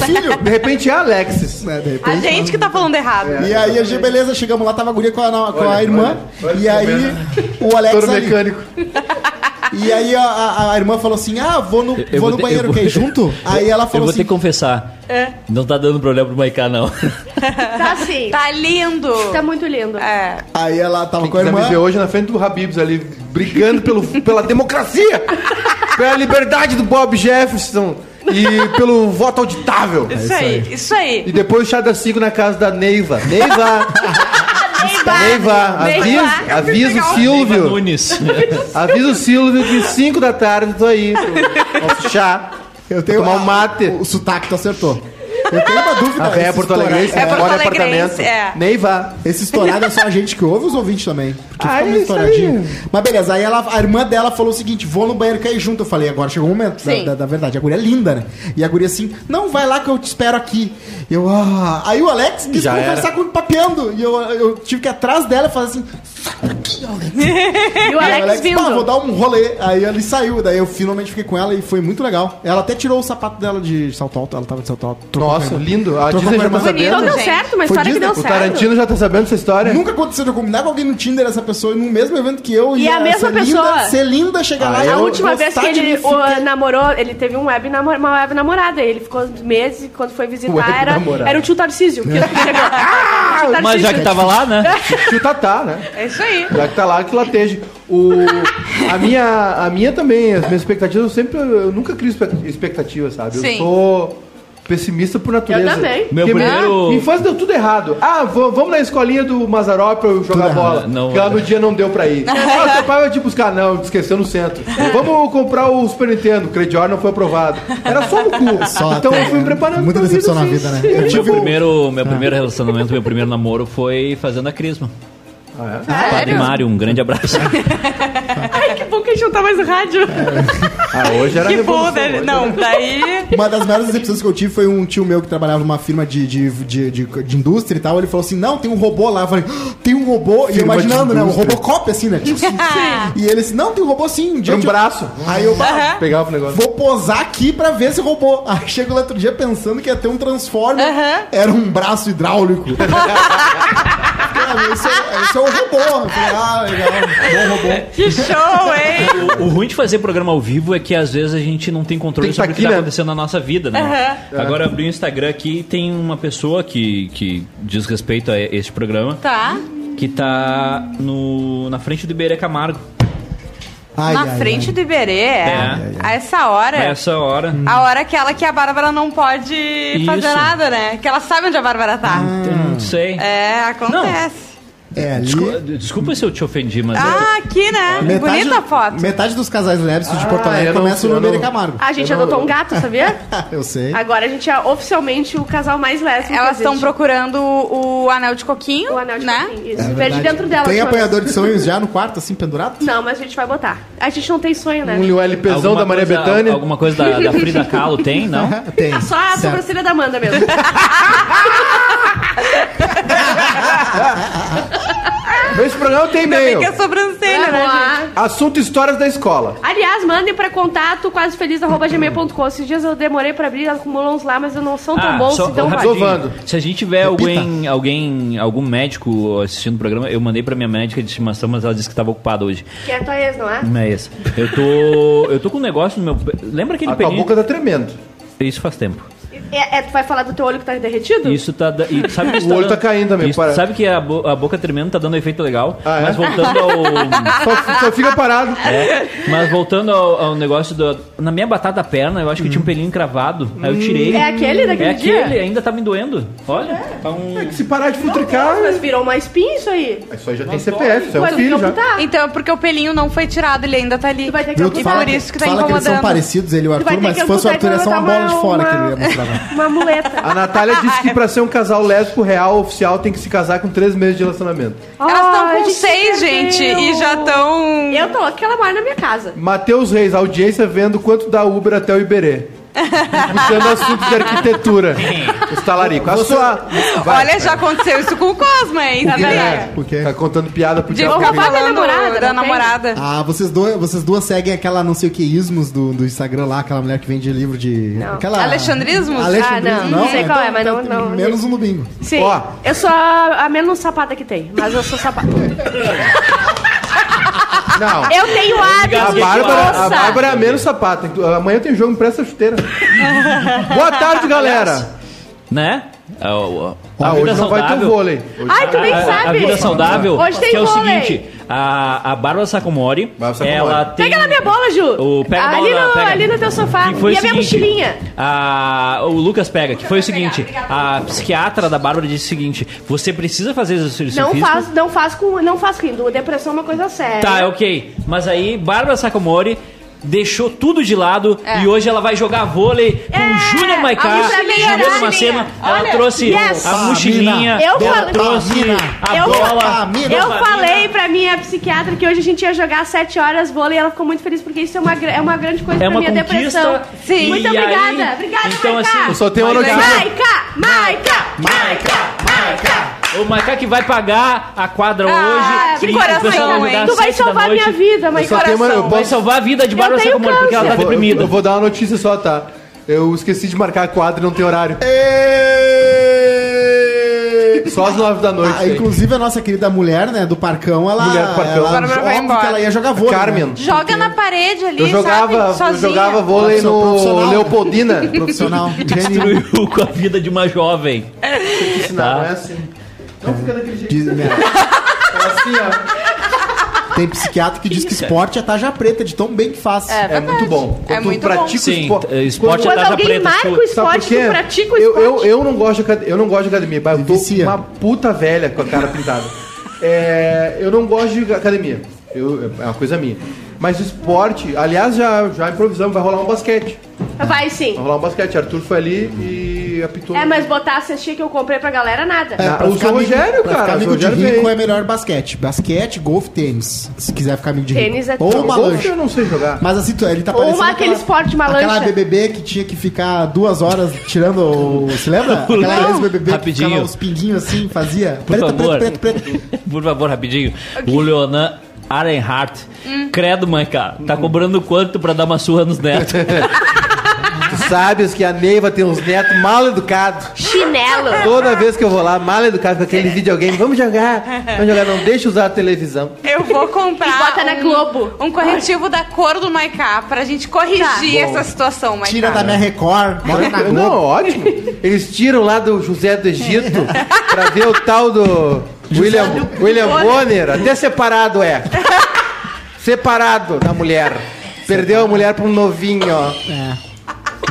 [SPEAKER 3] filho,
[SPEAKER 4] De repente é Alexis.
[SPEAKER 3] né? De repente.
[SPEAKER 2] A gente que tá falando errado.
[SPEAKER 3] E aí, a gente, beleza, chegamos lá, tava a guria com a, com a
[SPEAKER 4] Olha,
[SPEAKER 3] irmã.
[SPEAKER 4] olha, olha
[SPEAKER 3] e
[SPEAKER 4] esse
[SPEAKER 3] aí, o Alex
[SPEAKER 4] Todo
[SPEAKER 3] ali.
[SPEAKER 4] mecânico.
[SPEAKER 3] E aí a, a- a irmã falou assim: Ah, vou no,
[SPEAKER 5] Eu
[SPEAKER 3] vou
[SPEAKER 5] vou
[SPEAKER 3] no
[SPEAKER 5] ter-
[SPEAKER 3] banheiro,
[SPEAKER 5] eu vou-
[SPEAKER 3] quer ir junto? Aí ela
[SPEAKER 5] Eu
[SPEAKER 3] falou
[SPEAKER 5] vou
[SPEAKER 3] assim:
[SPEAKER 5] ter que confessar.
[SPEAKER 1] É.
[SPEAKER 5] Não tá dando problema pro Maiká, não.
[SPEAKER 1] Tá sim. Tá,
[SPEAKER 2] Tá lindo.
[SPEAKER 1] muito lindo.
[SPEAKER 2] É.
[SPEAKER 3] Aí ela tava com a
[SPEAKER 4] Quiser me
[SPEAKER 3] irmã.
[SPEAKER 4] ver hoje na frente do Habibs ali, brigando pelo, pela democracia, pela liberdade do Bob Jefferson e pelo voto auditável.
[SPEAKER 3] É.
[SPEAKER 2] Isso aí, isso
[SPEAKER 4] E
[SPEAKER 2] aí.
[SPEAKER 4] depois o chá das 5 na casa da Neiva. Neiva! Neiva!
[SPEAKER 2] Neiva.
[SPEAKER 4] Avisa, avisa o
[SPEAKER 5] Neiva
[SPEAKER 1] [LAUGHS]
[SPEAKER 4] Silvio!
[SPEAKER 5] Nunes.
[SPEAKER 4] Avisa o Silvio que 5 da tarde eu tô aí. pro Nosso chá.
[SPEAKER 3] Eu tenho
[SPEAKER 4] Tomar um
[SPEAKER 3] a-
[SPEAKER 4] mate.
[SPEAKER 3] O sotaque tu acertou. Eu tenho uma dúvida.
[SPEAKER 4] A véia é
[SPEAKER 3] esse
[SPEAKER 4] Porto
[SPEAKER 3] estourado-
[SPEAKER 4] Alegre,
[SPEAKER 2] É Porto
[SPEAKER 4] mora em
[SPEAKER 2] Alegrense,
[SPEAKER 4] apartamento.
[SPEAKER 2] é.
[SPEAKER 4] Neiva!
[SPEAKER 3] Esse estourado é só a gente que ouve, os ouvintes também. Porque
[SPEAKER 4] Ah,
[SPEAKER 3] fica
[SPEAKER 4] é
[SPEAKER 3] meio
[SPEAKER 4] isso
[SPEAKER 3] estouradinho. Mas beleza, aí ela, a irmã dela falou o seguinte: vou no banheiro cair junto. Eu falei, agora chegou o momento da,
[SPEAKER 2] Sim.
[SPEAKER 3] da, da verdade. A guria é linda, né? E a guria assim, não, vai lá que eu te espero aqui. Eu, ah. Aí o Alex quis
[SPEAKER 4] Já
[SPEAKER 3] conversar com papeando. E eu, eu tive que ir atrás dela e falar assim: aí, Alex.
[SPEAKER 1] E o
[SPEAKER 3] Aí
[SPEAKER 1] Alex
[SPEAKER 3] "Pá, vou
[SPEAKER 1] vindo.
[SPEAKER 3] dar um rolê. Aí ele saiu, daí eu finalmente fiquei com ela e foi muito legal. Ela até tirou o sapato dela de salto alto, ela tava de salto alto. trocou com
[SPEAKER 4] Nossa,
[SPEAKER 3] a irmã.
[SPEAKER 4] lindo. A
[SPEAKER 3] Trocou
[SPEAKER 4] Disney
[SPEAKER 3] com a
[SPEAKER 4] já tá
[SPEAKER 3] irmã.
[SPEAKER 1] Então
[SPEAKER 4] sabendo.
[SPEAKER 1] deu
[SPEAKER 2] gente.
[SPEAKER 1] certo, uma
[SPEAKER 3] Foi
[SPEAKER 1] história que
[SPEAKER 3] Disney,
[SPEAKER 1] deu
[SPEAKER 4] O
[SPEAKER 1] certo.
[SPEAKER 4] Tarantino já tá sabendo essa história?
[SPEAKER 3] Nunca aconteceu de eu combinar com alguém no Tinder essa pessoa e no mesmo evento que eu
[SPEAKER 1] E a mesma
[SPEAKER 3] ser
[SPEAKER 1] pessoa.
[SPEAKER 3] Linda, ser linda, chegar lá.
[SPEAKER 1] A
[SPEAKER 3] Ah, eu
[SPEAKER 1] última vez
[SPEAKER 3] gostar
[SPEAKER 1] que
[SPEAKER 3] de
[SPEAKER 1] ele
[SPEAKER 3] mim,
[SPEAKER 1] o,
[SPEAKER 3] fiquei-
[SPEAKER 1] namorou, ele teve um web namor, uma web namorada. Ele ficou meses e quando foi
[SPEAKER 4] Web
[SPEAKER 1] visitar era,
[SPEAKER 4] namorada.
[SPEAKER 1] era o tio Tarcísio. Que chegou. Ah, tio
[SPEAKER 5] Mas já que
[SPEAKER 1] Tarcísio.
[SPEAKER 5] tava
[SPEAKER 1] [LAUGHS]
[SPEAKER 5] lá, né?
[SPEAKER 4] Tio Tatá, né?
[SPEAKER 2] É isso aí.
[SPEAKER 4] Já que tá lá, que lateje. O, a, minha, a minha também, as minhas expectativas, eu sempre. Eu nunca crio expect- expectativa, sabe?
[SPEAKER 2] Sim.
[SPEAKER 4] Eu sou pessimista por natureza.
[SPEAKER 1] Eu também.
[SPEAKER 5] Meu
[SPEAKER 4] Porque
[SPEAKER 5] primeiro-
[SPEAKER 4] Minha infância deu tudo errado. Ah, v- vamos na escolinha do Mazarop pra eu jogar
[SPEAKER 3] errado.
[SPEAKER 4] bola.
[SPEAKER 5] Não,
[SPEAKER 4] Porque lá no dia não deu pra
[SPEAKER 2] [LAUGHS]
[SPEAKER 4] ir. Ah, seu pai vai te buscar. Não, te esqueceu no centro. Vamos comprar o Super Nintendo. O Credior não foi aprovado. Era só no cu.
[SPEAKER 3] Só
[SPEAKER 4] então
[SPEAKER 3] até-
[SPEAKER 4] eu fui me preparando.
[SPEAKER 3] muita
[SPEAKER 4] pra assim,
[SPEAKER 3] decepção na vida, né?
[SPEAKER 4] Eu
[SPEAKER 5] Meu
[SPEAKER 4] tive um-
[SPEAKER 5] primeiro,
[SPEAKER 3] Ah.
[SPEAKER 5] meu primeiro relacionamento, meu primeiro namoro foi fazendo a Crisma.
[SPEAKER 4] Ah, é?
[SPEAKER 5] Padre Mário, um grande abraço.
[SPEAKER 1] Ai, que bom que a gente não tá mais no rádio.
[SPEAKER 4] Ah, hoje era
[SPEAKER 2] Que bom,
[SPEAKER 4] revolução,
[SPEAKER 2] né?
[SPEAKER 4] hoje
[SPEAKER 1] Tá
[SPEAKER 2] Não, daí.
[SPEAKER 3] Uma das maiores decepções que eu tive foi um tio meu que trabalhava numa firma de, de, de, de- de indústria e tal. Ele falou assim: não, tem um robô lá. Eu falei, "Ah, tem um robô. e eu
[SPEAKER 4] Firma de
[SPEAKER 3] imaginando, né? Um
[SPEAKER 4] indústria.
[SPEAKER 3] robocop assim, né? Tipo assim.
[SPEAKER 2] ah,
[SPEAKER 3] E ele assim: não, tem um robô sim. Um dia
[SPEAKER 4] Era um
[SPEAKER 3] eu-
[SPEAKER 4] braço.
[SPEAKER 3] Aí eu "Ah,
[SPEAKER 2] Aham.
[SPEAKER 4] Pegava o negócio.
[SPEAKER 3] vou posar aqui pra ver esse robô. [LAUGHS] Aí chego lá outro dia pensando que ia ter um Transformer.
[SPEAKER 2] Aham.
[SPEAKER 3] Era um braço hidráulico. [LAUGHS] Cara, esse, é, esse é um robô. Eu falei, ah, legal. Bom robô.
[SPEAKER 2] Que show, hein?
[SPEAKER 5] O ruim de fazer programa ao vivo é que às vezes a gente não tem controle
[SPEAKER 4] Tem É. que
[SPEAKER 5] sobre
[SPEAKER 4] tá
[SPEAKER 5] o que
[SPEAKER 4] aqui,
[SPEAKER 5] está
[SPEAKER 4] né?
[SPEAKER 5] acontecendo na nossa vida, né? Agora eu abri o Instagram aqui e tem uma pessoa que, que diz respeito a este programa
[SPEAKER 2] Tá.
[SPEAKER 5] que tá no, na frente do Iberê Camargo.
[SPEAKER 3] Ai,
[SPEAKER 2] Na
[SPEAKER 3] ai,
[SPEAKER 2] frente
[SPEAKER 3] ai.
[SPEAKER 2] do Iberê,
[SPEAKER 5] É.
[SPEAKER 2] a essa hora.
[SPEAKER 5] Essa hora.
[SPEAKER 4] Hum.
[SPEAKER 2] A hora aquela que a Bárbara não pode fazer
[SPEAKER 5] Isso.
[SPEAKER 2] nada, né? Que ela sabe onde a Bárbara tá.
[SPEAKER 5] Eu não
[SPEAKER 3] Ah.
[SPEAKER 5] sei.
[SPEAKER 2] É, acontece.
[SPEAKER 3] É, ali.
[SPEAKER 5] Desculpa, desculpa se eu te ofendi, mas. é
[SPEAKER 2] Ah, aqui, né? Bonita a foto.
[SPEAKER 3] Metade dos casais leves de Porto
[SPEAKER 4] Ah, eu
[SPEAKER 3] Alegre
[SPEAKER 4] não-
[SPEAKER 3] começam no
[SPEAKER 4] eu não-
[SPEAKER 3] Iberê Camargo.
[SPEAKER 1] A gente adotou um gato, sabia?
[SPEAKER 3] [LAUGHS] Eu sei.
[SPEAKER 1] Agora a gente é oficialmente o casal mais lésbico.
[SPEAKER 2] Elas
[SPEAKER 1] que
[SPEAKER 2] estão
[SPEAKER 1] existe.
[SPEAKER 2] procurando o anel de coquinho,
[SPEAKER 1] o anel de
[SPEAKER 2] né?
[SPEAKER 1] coquinho, isso.
[SPEAKER 3] É
[SPEAKER 1] Perdi
[SPEAKER 3] verdade.
[SPEAKER 1] dentro dela.
[SPEAKER 3] Tem
[SPEAKER 1] tipo-
[SPEAKER 3] apanhador de sonhos já no quarto, assim,
[SPEAKER 1] [LAUGHS]
[SPEAKER 3] pendurado? [LAUGHS]
[SPEAKER 1] Não, mas a gente vai botar. A gente não tem
[SPEAKER 2] Tá.
[SPEAKER 1] sonho, né?
[SPEAKER 4] Um
[SPEAKER 5] alguma
[SPEAKER 4] LPzão da Maria
[SPEAKER 5] coisa-
[SPEAKER 4] Bethânia.
[SPEAKER 5] Alguma coisa da, da Frida Kahlo tem,
[SPEAKER 2] [LAUGHS]
[SPEAKER 5] não?
[SPEAKER 2] Então
[SPEAKER 3] Tem.
[SPEAKER 1] Tá Só a
[SPEAKER 3] certo.
[SPEAKER 1] sobrancelha da Amanda mesmo.
[SPEAKER 4] Esse programa tem
[SPEAKER 2] Ainda bem
[SPEAKER 4] e-mail.
[SPEAKER 2] que é sobrancelha, né,
[SPEAKER 1] Vamos
[SPEAKER 2] gente?
[SPEAKER 1] lá.
[SPEAKER 4] Assunto histórias da escola.
[SPEAKER 1] Aliás, mandem pra contato quasefeliz.gmail.com. Esses dias eu demorei pra abrir, acumulou uns lá, mas eu não são tão
[SPEAKER 2] tá
[SPEAKER 5] Ah,
[SPEAKER 1] bons,
[SPEAKER 5] só-
[SPEAKER 2] um
[SPEAKER 1] então vai.
[SPEAKER 5] rapidinho,
[SPEAKER 4] Provando.
[SPEAKER 5] Se a gente tiver
[SPEAKER 3] Repita.
[SPEAKER 5] alguém, alguém, algum médico assistindo o programa, eu mandei pra minha médica de estimação, mas ela disse que tava ocupada hoje.
[SPEAKER 1] Que é tua ex, não é?
[SPEAKER 5] Não é isso. Eu tô. Eu tô com um negócio no meu. pe- Lembra aquele
[SPEAKER 4] A tua
[SPEAKER 5] pelinho?
[SPEAKER 4] boca tá tremendo.
[SPEAKER 5] Isso faz tempo.
[SPEAKER 1] é? é, Tu vai falar do teu olho que tá derretido?
[SPEAKER 5] Isso tá. da- E sabe que isso
[SPEAKER 4] [LAUGHS] O olho
[SPEAKER 5] dando-
[SPEAKER 4] tá caindo também,
[SPEAKER 5] Isso,
[SPEAKER 4] para.
[SPEAKER 5] sabe que a, bo- a boca tremendo tá dando efeito legal.
[SPEAKER 4] Ah, é?
[SPEAKER 5] Mas voltando
[SPEAKER 4] [LAUGHS]
[SPEAKER 5] ao.
[SPEAKER 4] Só, só fica parado.
[SPEAKER 5] é, mas voltando ao, ao negócio do. Na minha batata da perna, eu acho que tinha
[SPEAKER 4] Hum.
[SPEAKER 5] um pelinho cravado. Aí eu tirei.
[SPEAKER 1] É aquele daquele
[SPEAKER 5] É
[SPEAKER 1] dia? É.
[SPEAKER 5] aquele, ainda tá me doendo. Olha, tá um.
[SPEAKER 4] Se parar de futricar.
[SPEAKER 1] Mas virou uma espinha isso aí.
[SPEAKER 4] Isso aí já tem CPF, isso é
[SPEAKER 1] Mas
[SPEAKER 4] um filho já.
[SPEAKER 1] amputar.
[SPEAKER 2] Então, porque o pelinho não foi tirado, ele ainda tá ali.
[SPEAKER 1] Ah. Tu vai ter que
[SPEAKER 3] Viu? Tu
[SPEAKER 1] amputar.
[SPEAKER 3] fala,
[SPEAKER 2] por isso que tá
[SPEAKER 3] fala que eles são
[SPEAKER 2] incomodando.
[SPEAKER 3] parecidos, ele e o
[SPEAKER 1] Tu vai
[SPEAKER 3] Arthur,
[SPEAKER 1] ter
[SPEAKER 3] mas
[SPEAKER 1] que
[SPEAKER 3] se fosse o
[SPEAKER 1] amputar,
[SPEAKER 3] Arthur, é
[SPEAKER 1] então
[SPEAKER 3] só uma
[SPEAKER 1] vai botar
[SPEAKER 3] bola de fora
[SPEAKER 1] uma-
[SPEAKER 3] que ele ia mostrar. lá.
[SPEAKER 1] Uma muleta.
[SPEAKER 4] A Natália disse que pra ser um casal lésbico real oficial tem que se casar com três meses de relacionamento.
[SPEAKER 2] Elas estão
[SPEAKER 1] Ai,
[SPEAKER 2] com
[SPEAKER 1] gente,
[SPEAKER 2] seis,
[SPEAKER 1] meu
[SPEAKER 2] gente,
[SPEAKER 1] Deus.
[SPEAKER 2] e já estão.
[SPEAKER 1] Eu tô aqui, ela mora na minha casa.
[SPEAKER 4] Matheus Reis, audiência vendo quanto dá Uber até o Iberê. Buscando assuntos de arquitetura. Os talarico. A sua.
[SPEAKER 5] Tá
[SPEAKER 4] Vai.
[SPEAKER 2] Olha, já aconteceu isso com o Cosma, hein? Tá
[SPEAKER 4] É,
[SPEAKER 2] vendo?
[SPEAKER 3] Por quê?
[SPEAKER 4] Tá contando piada pro
[SPEAKER 2] Digo,
[SPEAKER 4] diabo.
[SPEAKER 1] Vamos falar
[SPEAKER 2] tá
[SPEAKER 1] da
[SPEAKER 2] falando
[SPEAKER 1] namorada,
[SPEAKER 2] da
[SPEAKER 1] não tem?
[SPEAKER 2] namorada.
[SPEAKER 3] Ah, vocês, dois, vocês duas seguem aquela não sei o que ismos do, do Instagram lá, aquela mulher que vende livro de.
[SPEAKER 1] Não.
[SPEAKER 3] Aquela...
[SPEAKER 2] Alexandrismos?
[SPEAKER 3] Alexandrismos,
[SPEAKER 1] Ah, não. Não sei qual é, mas não- não-
[SPEAKER 3] Menos um
[SPEAKER 1] [LAUGHS]
[SPEAKER 3] no bingo.
[SPEAKER 1] Sim.
[SPEAKER 4] Ó.
[SPEAKER 1] Eu sou a, a menos sapada que tem, mas eu sou
[SPEAKER 5] [LAUGHS]
[SPEAKER 1] sapada.
[SPEAKER 4] Não.
[SPEAKER 1] eu tenho
[SPEAKER 4] A
[SPEAKER 1] hábito de
[SPEAKER 4] Bárbara, a
[SPEAKER 1] moça.
[SPEAKER 4] Bárbara é a menos sapata. Amanhã tem jogo, me presta
[SPEAKER 3] [LAUGHS]
[SPEAKER 4] a chuteira. Boa tarde, galera.
[SPEAKER 5] Né? A, a, a
[SPEAKER 4] Ah,
[SPEAKER 5] vida
[SPEAKER 4] hoje não vai ter o
[SPEAKER 5] saudável-
[SPEAKER 4] vôlei.
[SPEAKER 1] Ai, tu bem
[SPEAKER 5] a, a-
[SPEAKER 1] sabe.
[SPEAKER 5] A vida saudável.
[SPEAKER 1] Hoje tem
[SPEAKER 5] que é o
[SPEAKER 1] vôlei.
[SPEAKER 5] seguinte, a, a Bárbara Sacomori,
[SPEAKER 4] Bárbara Sacomori.
[SPEAKER 5] ela tem...
[SPEAKER 1] Pega na minha bola, Ju.
[SPEAKER 5] O- pega a bola,
[SPEAKER 1] ali, no,
[SPEAKER 5] pega.
[SPEAKER 1] ali no teu sofá.
[SPEAKER 5] Que foi
[SPEAKER 1] E
[SPEAKER 5] o
[SPEAKER 1] a minha
[SPEAKER 5] seguinte,
[SPEAKER 1] mochilinha.
[SPEAKER 5] a- o Lucas pega, que foi o seguinte: a psiquiatra da Bárbara disse o seguinte: você precisa fazer exercício
[SPEAKER 1] Não
[SPEAKER 5] físico.
[SPEAKER 1] faz, não faz com, não faz rindo. Depressão é uma coisa séria.
[SPEAKER 5] Tá, ok. Mas aí, Bárbara Sacomori deixou tudo de lado e hoje ela vai jogar vôlei com o Júnior Maiká,
[SPEAKER 1] É. isso é melhorar,
[SPEAKER 5] Juliano Macena.
[SPEAKER 2] menina.
[SPEAKER 5] Ela
[SPEAKER 2] Olha,
[SPEAKER 5] trouxe
[SPEAKER 1] yes.
[SPEAKER 5] a mochilinha,
[SPEAKER 1] Eu
[SPEAKER 5] ela
[SPEAKER 1] falei-
[SPEAKER 5] trouxe
[SPEAKER 3] Dopamina.
[SPEAKER 5] a
[SPEAKER 1] Eu-
[SPEAKER 5] bola.
[SPEAKER 3] Dopamina.
[SPEAKER 1] Eu
[SPEAKER 5] dopamina.
[SPEAKER 1] falei pra minha psiquiatra que hoje a gente ia jogar às 7 horas vôlei e ela ficou muito feliz porque isso é uma, gra- é uma grande coisa
[SPEAKER 5] É
[SPEAKER 1] pra
[SPEAKER 5] uma
[SPEAKER 1] minha depressão.
[SPEAKER 5] conquista.
[SPEAKER 1] Sim. Muito
[SPEAKER 5] E aí-
[SPEAKER 1] obrigada. Obrigada,
[SPEAKER 5] então,
[SPEAKER 1] Maica.
[SPEAKER 5] assim,
[SPEAKER 4] Eu só tenho uma
[SPEAKER 5] Mas
[SPEAKER 4] notícia.
[SPEAKER 1] Maica, Maica, Maica, Maica,
[SPEAKER 5] O Macaque vai pagar a quadra
[SPEAKER 2] Ah, que
[SPEAKER 5] hoje. e o
[SPEAKER 2] coração,
[SPEAKER 4] Então,
[SPEAKER 5] pessoal vai
[SPEAKER 2] hein?
[SPEAKER 4] é
[SPEAKER 5] mudar às
[SPEAKER 1] Tu vai
[SPEAKER 5] sete da
[SPEAKER 1] salvar
[SPEAKER 5] noite.
[SPEAKER 1] minha vida, mas
[SPEAKER 4] só tenho uma- eu
[SPEAKER 5] Vai
[SPEAKER 4] posso-
[SPEAKER 5] salvar a vida de Bárbara
[SPEAKER 1] Eu tenho
[SPEAKER 5] Sacomori, porque ela tá
[SPEAKER 4] Eu vou-
[SPEAKER 5] deprimida.
[SPEAKER 4] Eu vou dar uma notícia só, tá? Eu esqueci de marcar a quadra e não tem horário.
[SPEAKER 1] É.
[SPEAKER 4] Só às nove da noite.
[SPEAKER 3] Ah, inclusive a nossa querida mulher, né, do Parcão, ela.
[SPEAKER 4] Mulher do Parcão.
[SPEAKER 3] ela-
[SPEAKER 2] Bárbara vai
[SPEAKER 3] óbvio que
[SPEAKER 2] embora.
[SPEAKER 3] ela ia jogar vôlei.
[SPEAKER 4] Carmen.
[SPEAKER 3] né?
[SPEAKER 2] Joga na parede ali,
[SPEAKER 4] eu jogava,
[SPEAKER 2] sabe?
[SPEAKER 4] eu
[SPEAKER 2] Sozinha.
[SPEAKER 4] jogava vôlei
[SPEAKER 3] Sou
[SPEAKER 4] no
[SPEAKER 3] profissional.
[SPEAKER 4] Leopoldina.
[SPEAKER 1] [LAUGHS]
[SPEAKER 3] [LAUGHS] Profissional. Jenny,
[SPEAKER 5] Destruiu com a vida de uma jovem.
[SPEAKER 4] Não,
[SPEAKER 3] Tá.
[SPEAKER 4] não é assim. Não fica daquele jeito.
[SPEAKER 3] diz- né,
[SPEAKER 4] É assim, ó.
[SPEAKER 3] Tem psiquiatra que diz que
[SPEAKER 5] isso,
[SPEAKER 3] esporte é tarja preta, de tão bem que faz.
[SPEAKER 4] É muito bom. Quando tu
[SPEAKER 2] muito bom.
[SPEAKER 4] pratica o
[SPEAKER 5] Sim,
[SPEAKER 4] esporte.
[SPEAKER 5] eh, esporte
[SPEAKER 4] Quando-
[SPEAKER 1] Quando
[SPEAKER 5] tarja
[SPEAKER 1] alguém
[SPEAKER 5] preta,
[SPEAKER 1] marca
[SPEAKER 5] tu-
[SPEAKER 1] o
[SPEAKER 4] Sabe
[SPEAKER 1] esporte,
[SPEAKER 4] por quê?
[SPEAKER 1] tu pratica o
[SPEAKER 4] eu, eu,
[SPEAKER 1] esporte.
[SPEAKER 4] eu não gosto de academia, eu não gosto de academia, mas eu tô
[SPEAKER 3] Vicia.
[SPEAKER 4] uma puta velha com a cara pintada. É, eu não gosto de academia. Eu- é uma coisa minha. Mas esporte, aliás, já, já improvisamos, vai rolar um basquete.
[SPEAKER 1] Vai sim.
[SPEAKER 4] Vai rolar um basquete. Arthur foi ali e apitou.
[SPEAKER 1] É, mas botar a cestinha que eu comprei pra galera, nada.
[SPEAKER 4] É.
[SPEAKER 3] pra
[SPEAKER 4] o
[SPEAKER 3] ficar
[SPEAKER 4] seu
[SPEAKER 3] amigo-
[SPEAKER 4] Rogério,
[SPEAKER 3] pra
[SPEAKER 4] cara,
[SPEAKER 3] Ficar
[SPEAKER 4] o
[SPEAKER 3] amigo
[SPEAKER 4] seu
[SPEAKER 3] de
[SPEAKER 4] Rogério
[SPEAKER 3] rico
[SPEAKER 4] veio.
[SPEAKER 3] é melhor basquete. Basquete, golfe, tênis. Se quiser ficar amigo de rico.
[SPEAKER 1] Tênis é
[SPEAKER 3] Ou
[SPEAKER 1] tudo.
[SPEAKER 3] uma
[SPEAKER 4] Golfe eu
[SPEAKER 3] lancha.
[SPEAKER 4] não sei jogar.
[SPEAKER 3] Mas assim, tu- ele tá
[SPEAKER 1] Ou
[SPEAKER 3] parecendo
[SPEAKER 1] uma- aquele esporte, uma
[SPEAKER 3] Aquela
[SPEAKER 1] lancha.
[SPEAKER 3] BBB que tinha que ficar duas horas tirando o... Se
[SPEAKER 5] [LAUGHS]
[SPEAKER 3] lembra? Aquela ex-BBB que
[SPEAKER 5] Rapidinho.
[SPEAKER 3] ficava os pinguinhos assim, fazia.
[SPEAKER 5] Por favor.
[SPEAKER 3] preto, preto, preto.
[SPEAKER 5] Por favor, rapidinho. O Leonan Arenhart.
[SPEAKER 1] Hum.
[SPEAKER 5] Credo, mãe, cara. Tá cobrando quanto pra dar uma surra nos netos?
[SPEAKER 4] Tu sabes que a Neiva tem uns netos mal educados.
[SPEAKER 1] Chinelo.
[SPEAKER 4] Toda vez que eu vou lá, mal educado com aquele videogame, vamos jogar. Vamos jogar, não deixa usar a televisão.
[SPEAKER 2] Eu vou comprar.
[SPEAKER 1] E bota na Globo.
[SPEAKER 2] Um corretivo da cor do Maiká pra gente corrigir essa situação, Maiká.
[SPEAKER 3] Tira da minha Record. Mora na [LAUGHS] Globo.
[SPEAKER 4] Não, ótimo. Eles tiram lá do José do Egito pra ver o tal do William, William Bonner. Até separado é. Separado da mulher. Perdeu a mulher pra um novinho, ó.
[SPEAKER 3] É.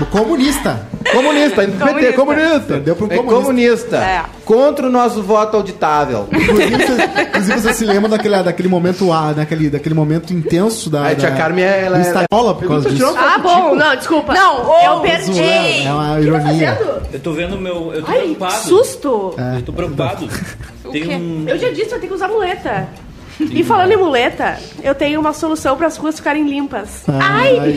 [SPEAKER 3] O comunista.
[SPEAKER 4] Comunista, indo pro
[SPEAKER 2] Comunista.
[SPEAKER 4] PT, comunista.
[SPEAKER 3] Perdeu pra um
[SPEAKER 4] É comunista.
[SPEAKER 2] É.
[SPEAKER 4] Contra o nosso voto auditável.
[SPEAKER 3] Inclusive, você- inclusive, você se lembra daquele, daquele momento ah, daquele, daquele momento intenso da.
[SPEAKER 4] A tia
[SPEAKER 3] da-
[SPEAKER 4] Carmen, ela- é-
[SPEAKER 3] do Instacola por causa
[SPEAKER 4] Pergunta,
[SPEAKER 3] disso.
[SPEAKER 4] tirou
[SPEAKER 1] Ah, bom, não, desculpa.
[SPEAKER 2] tipo- Não, um
[SPEAKER 1] eu
[SPEAKER 2] ô,
[SPEAKER 1] perdi.
[SPEAKER 3] É uma
[SPEAKER 1] O que tá
[SPEAKER 3] ironia.
[SPEAKER 1] fazendo?
[SPEAKER 5] Eu tô vendo meu. Eu
[SPEAKER 2] tipo
[SPEAKER 5] tô
[SPEAKER 1] Ai, que
[SPEAKER 5] preocupado.
[SPEAKER 1] susto.
[SPEAKER 5] Eu tô preocupado. Tem
[SPEAKER 2] quê?
[SPEAKER 4] É.
[SPEAKER 5] um.
[SPEAKER 1] Eu já disse, vai ter que usar muleta. E falando em muleta, eu tenho uma solução para as ruas ficarem limpas.
[SPEAKER 4] Ah,
[SPEAKER 1] Ah,
[SPEAKER 4] tá.
[SPEAKER 1] Ai!
[SPEAKER 3] ai,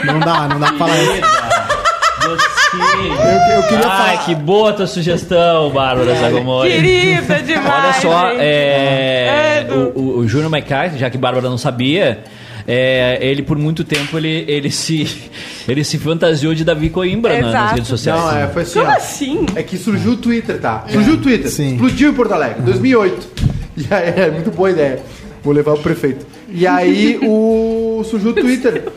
[SPEAKER 3] É Não dá, não dá pra falar isso.
[SPEAKER 1] [LAUGHS]
[SPEAKER 5] Você.
[SPEAKER 3] Eu, eu queria
[SPEAKER 5] Ai,
[SPEAKER 3] falar.
[SPEAKER 5] que boa tua sugestão, Bárbara Zagomori. [LAUGHS]
[SPEAKER 2] Querida
[SPEAKER 5] Olha
[SPEAKER 2] demais.
[SPEAKER 5] só,
[SPEAKER 2] gente.
[SPEAKER 5] é,
[SPEAKER 2] Credo.
[SPEAKER 5] o, o, o Júnior Maiká, já que Bárbara não sabia, é, ele por muito tempo ele, ele, se, [LAUGHS] ele se fantasiou de Davi Coimbra na- nas
[SPEAKER 2] Exato.
[SPEAKER 5] redes sociais.
[SPEAKER 4] Não, é, foi assim.
[SPEAKER 1] Como
[SPEAKER 4] ó.
[SPEAKER 1] assim?
[SPEAKER 4] É que surgiu o Twitter, tá? Surgiu o Twitter.
[SPEAKER 3] Sim.
[SPEAKER 4] Explodiu em Porto Alegre, [LAUGHS] 2008. E aí, é muito boa ideia. Vou levar o prefeito. E aí o surgiu o Twitter.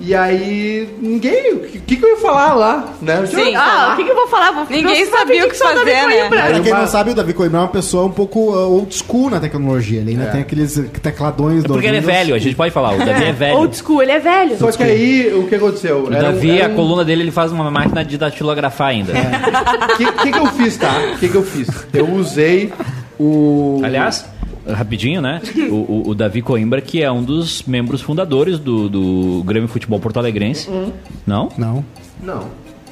[SPEAKER 4] E aí ninguém, o que, que eu ia falar lá, né?
[SPEAKER 2] Sim.
[SPEAKER 1] Ah, o que, que eu vou falar? Vou
[SPEAKER 2] tá Ninguém
[SPEAKER 1] eu só
[SPEAKER 2] sabia
[SPEAKER 1] vi
[SPEAKER 2] o que
[SPEAKER 1] só
[SPEAKER 2] fazer,
[SPEAKER 1] Davi
[SPEAKER 2] né?
[SPEAKER 1] Coimbra.
[SPEAKER 3] Pra quem
[SPEAKER 4] uma-
[SPEAKER 3] não sabe, o Davi Coimbra é uma pessoa um pouco uh, old school na tecnologia. né? Ele ainda tem aqueles tecladões
[SPEAKER 5] É
[SPEAKER 3] do.
[SPEAKER 5] porque ele é
[SPEAKER 3] Windows.
[SPEAKER 5] velho, a gente pode falar, o
[SPEAKER 2] [LAUGHS]
[SPEAKER 5] Davi é velho.
[SPEAKER 1] Old school, ele é velho.
[SPEAKER 4] Só que aí o que aconteceu?
[SPEAKER 5] O
[SPEAKER 4] Era um-
[SPEAKER 5] Davi,
[SPEAKER 4] era
[SPEAKER 5] a
[SPEAKER 4] um- É.
[SPEAKER 5] coluna dele, ele faz uma máquina de datilografar ainda.
[SPEAKER 4] O que, que, que eu fiz, tá? O que, que eu fiz? Eu usei o.
[SPEAKER 5] Aliás, rapidinho, né? O, o- o Davi Coimbra, que é um dos membros fundadores do, do Grêmio Futebol Porto Alegrense.
[SPEAKER 2] Hum.
[SPEAKER 5] Não?
[SPEAKER 3] Não.
[SPEAKER 4] Não,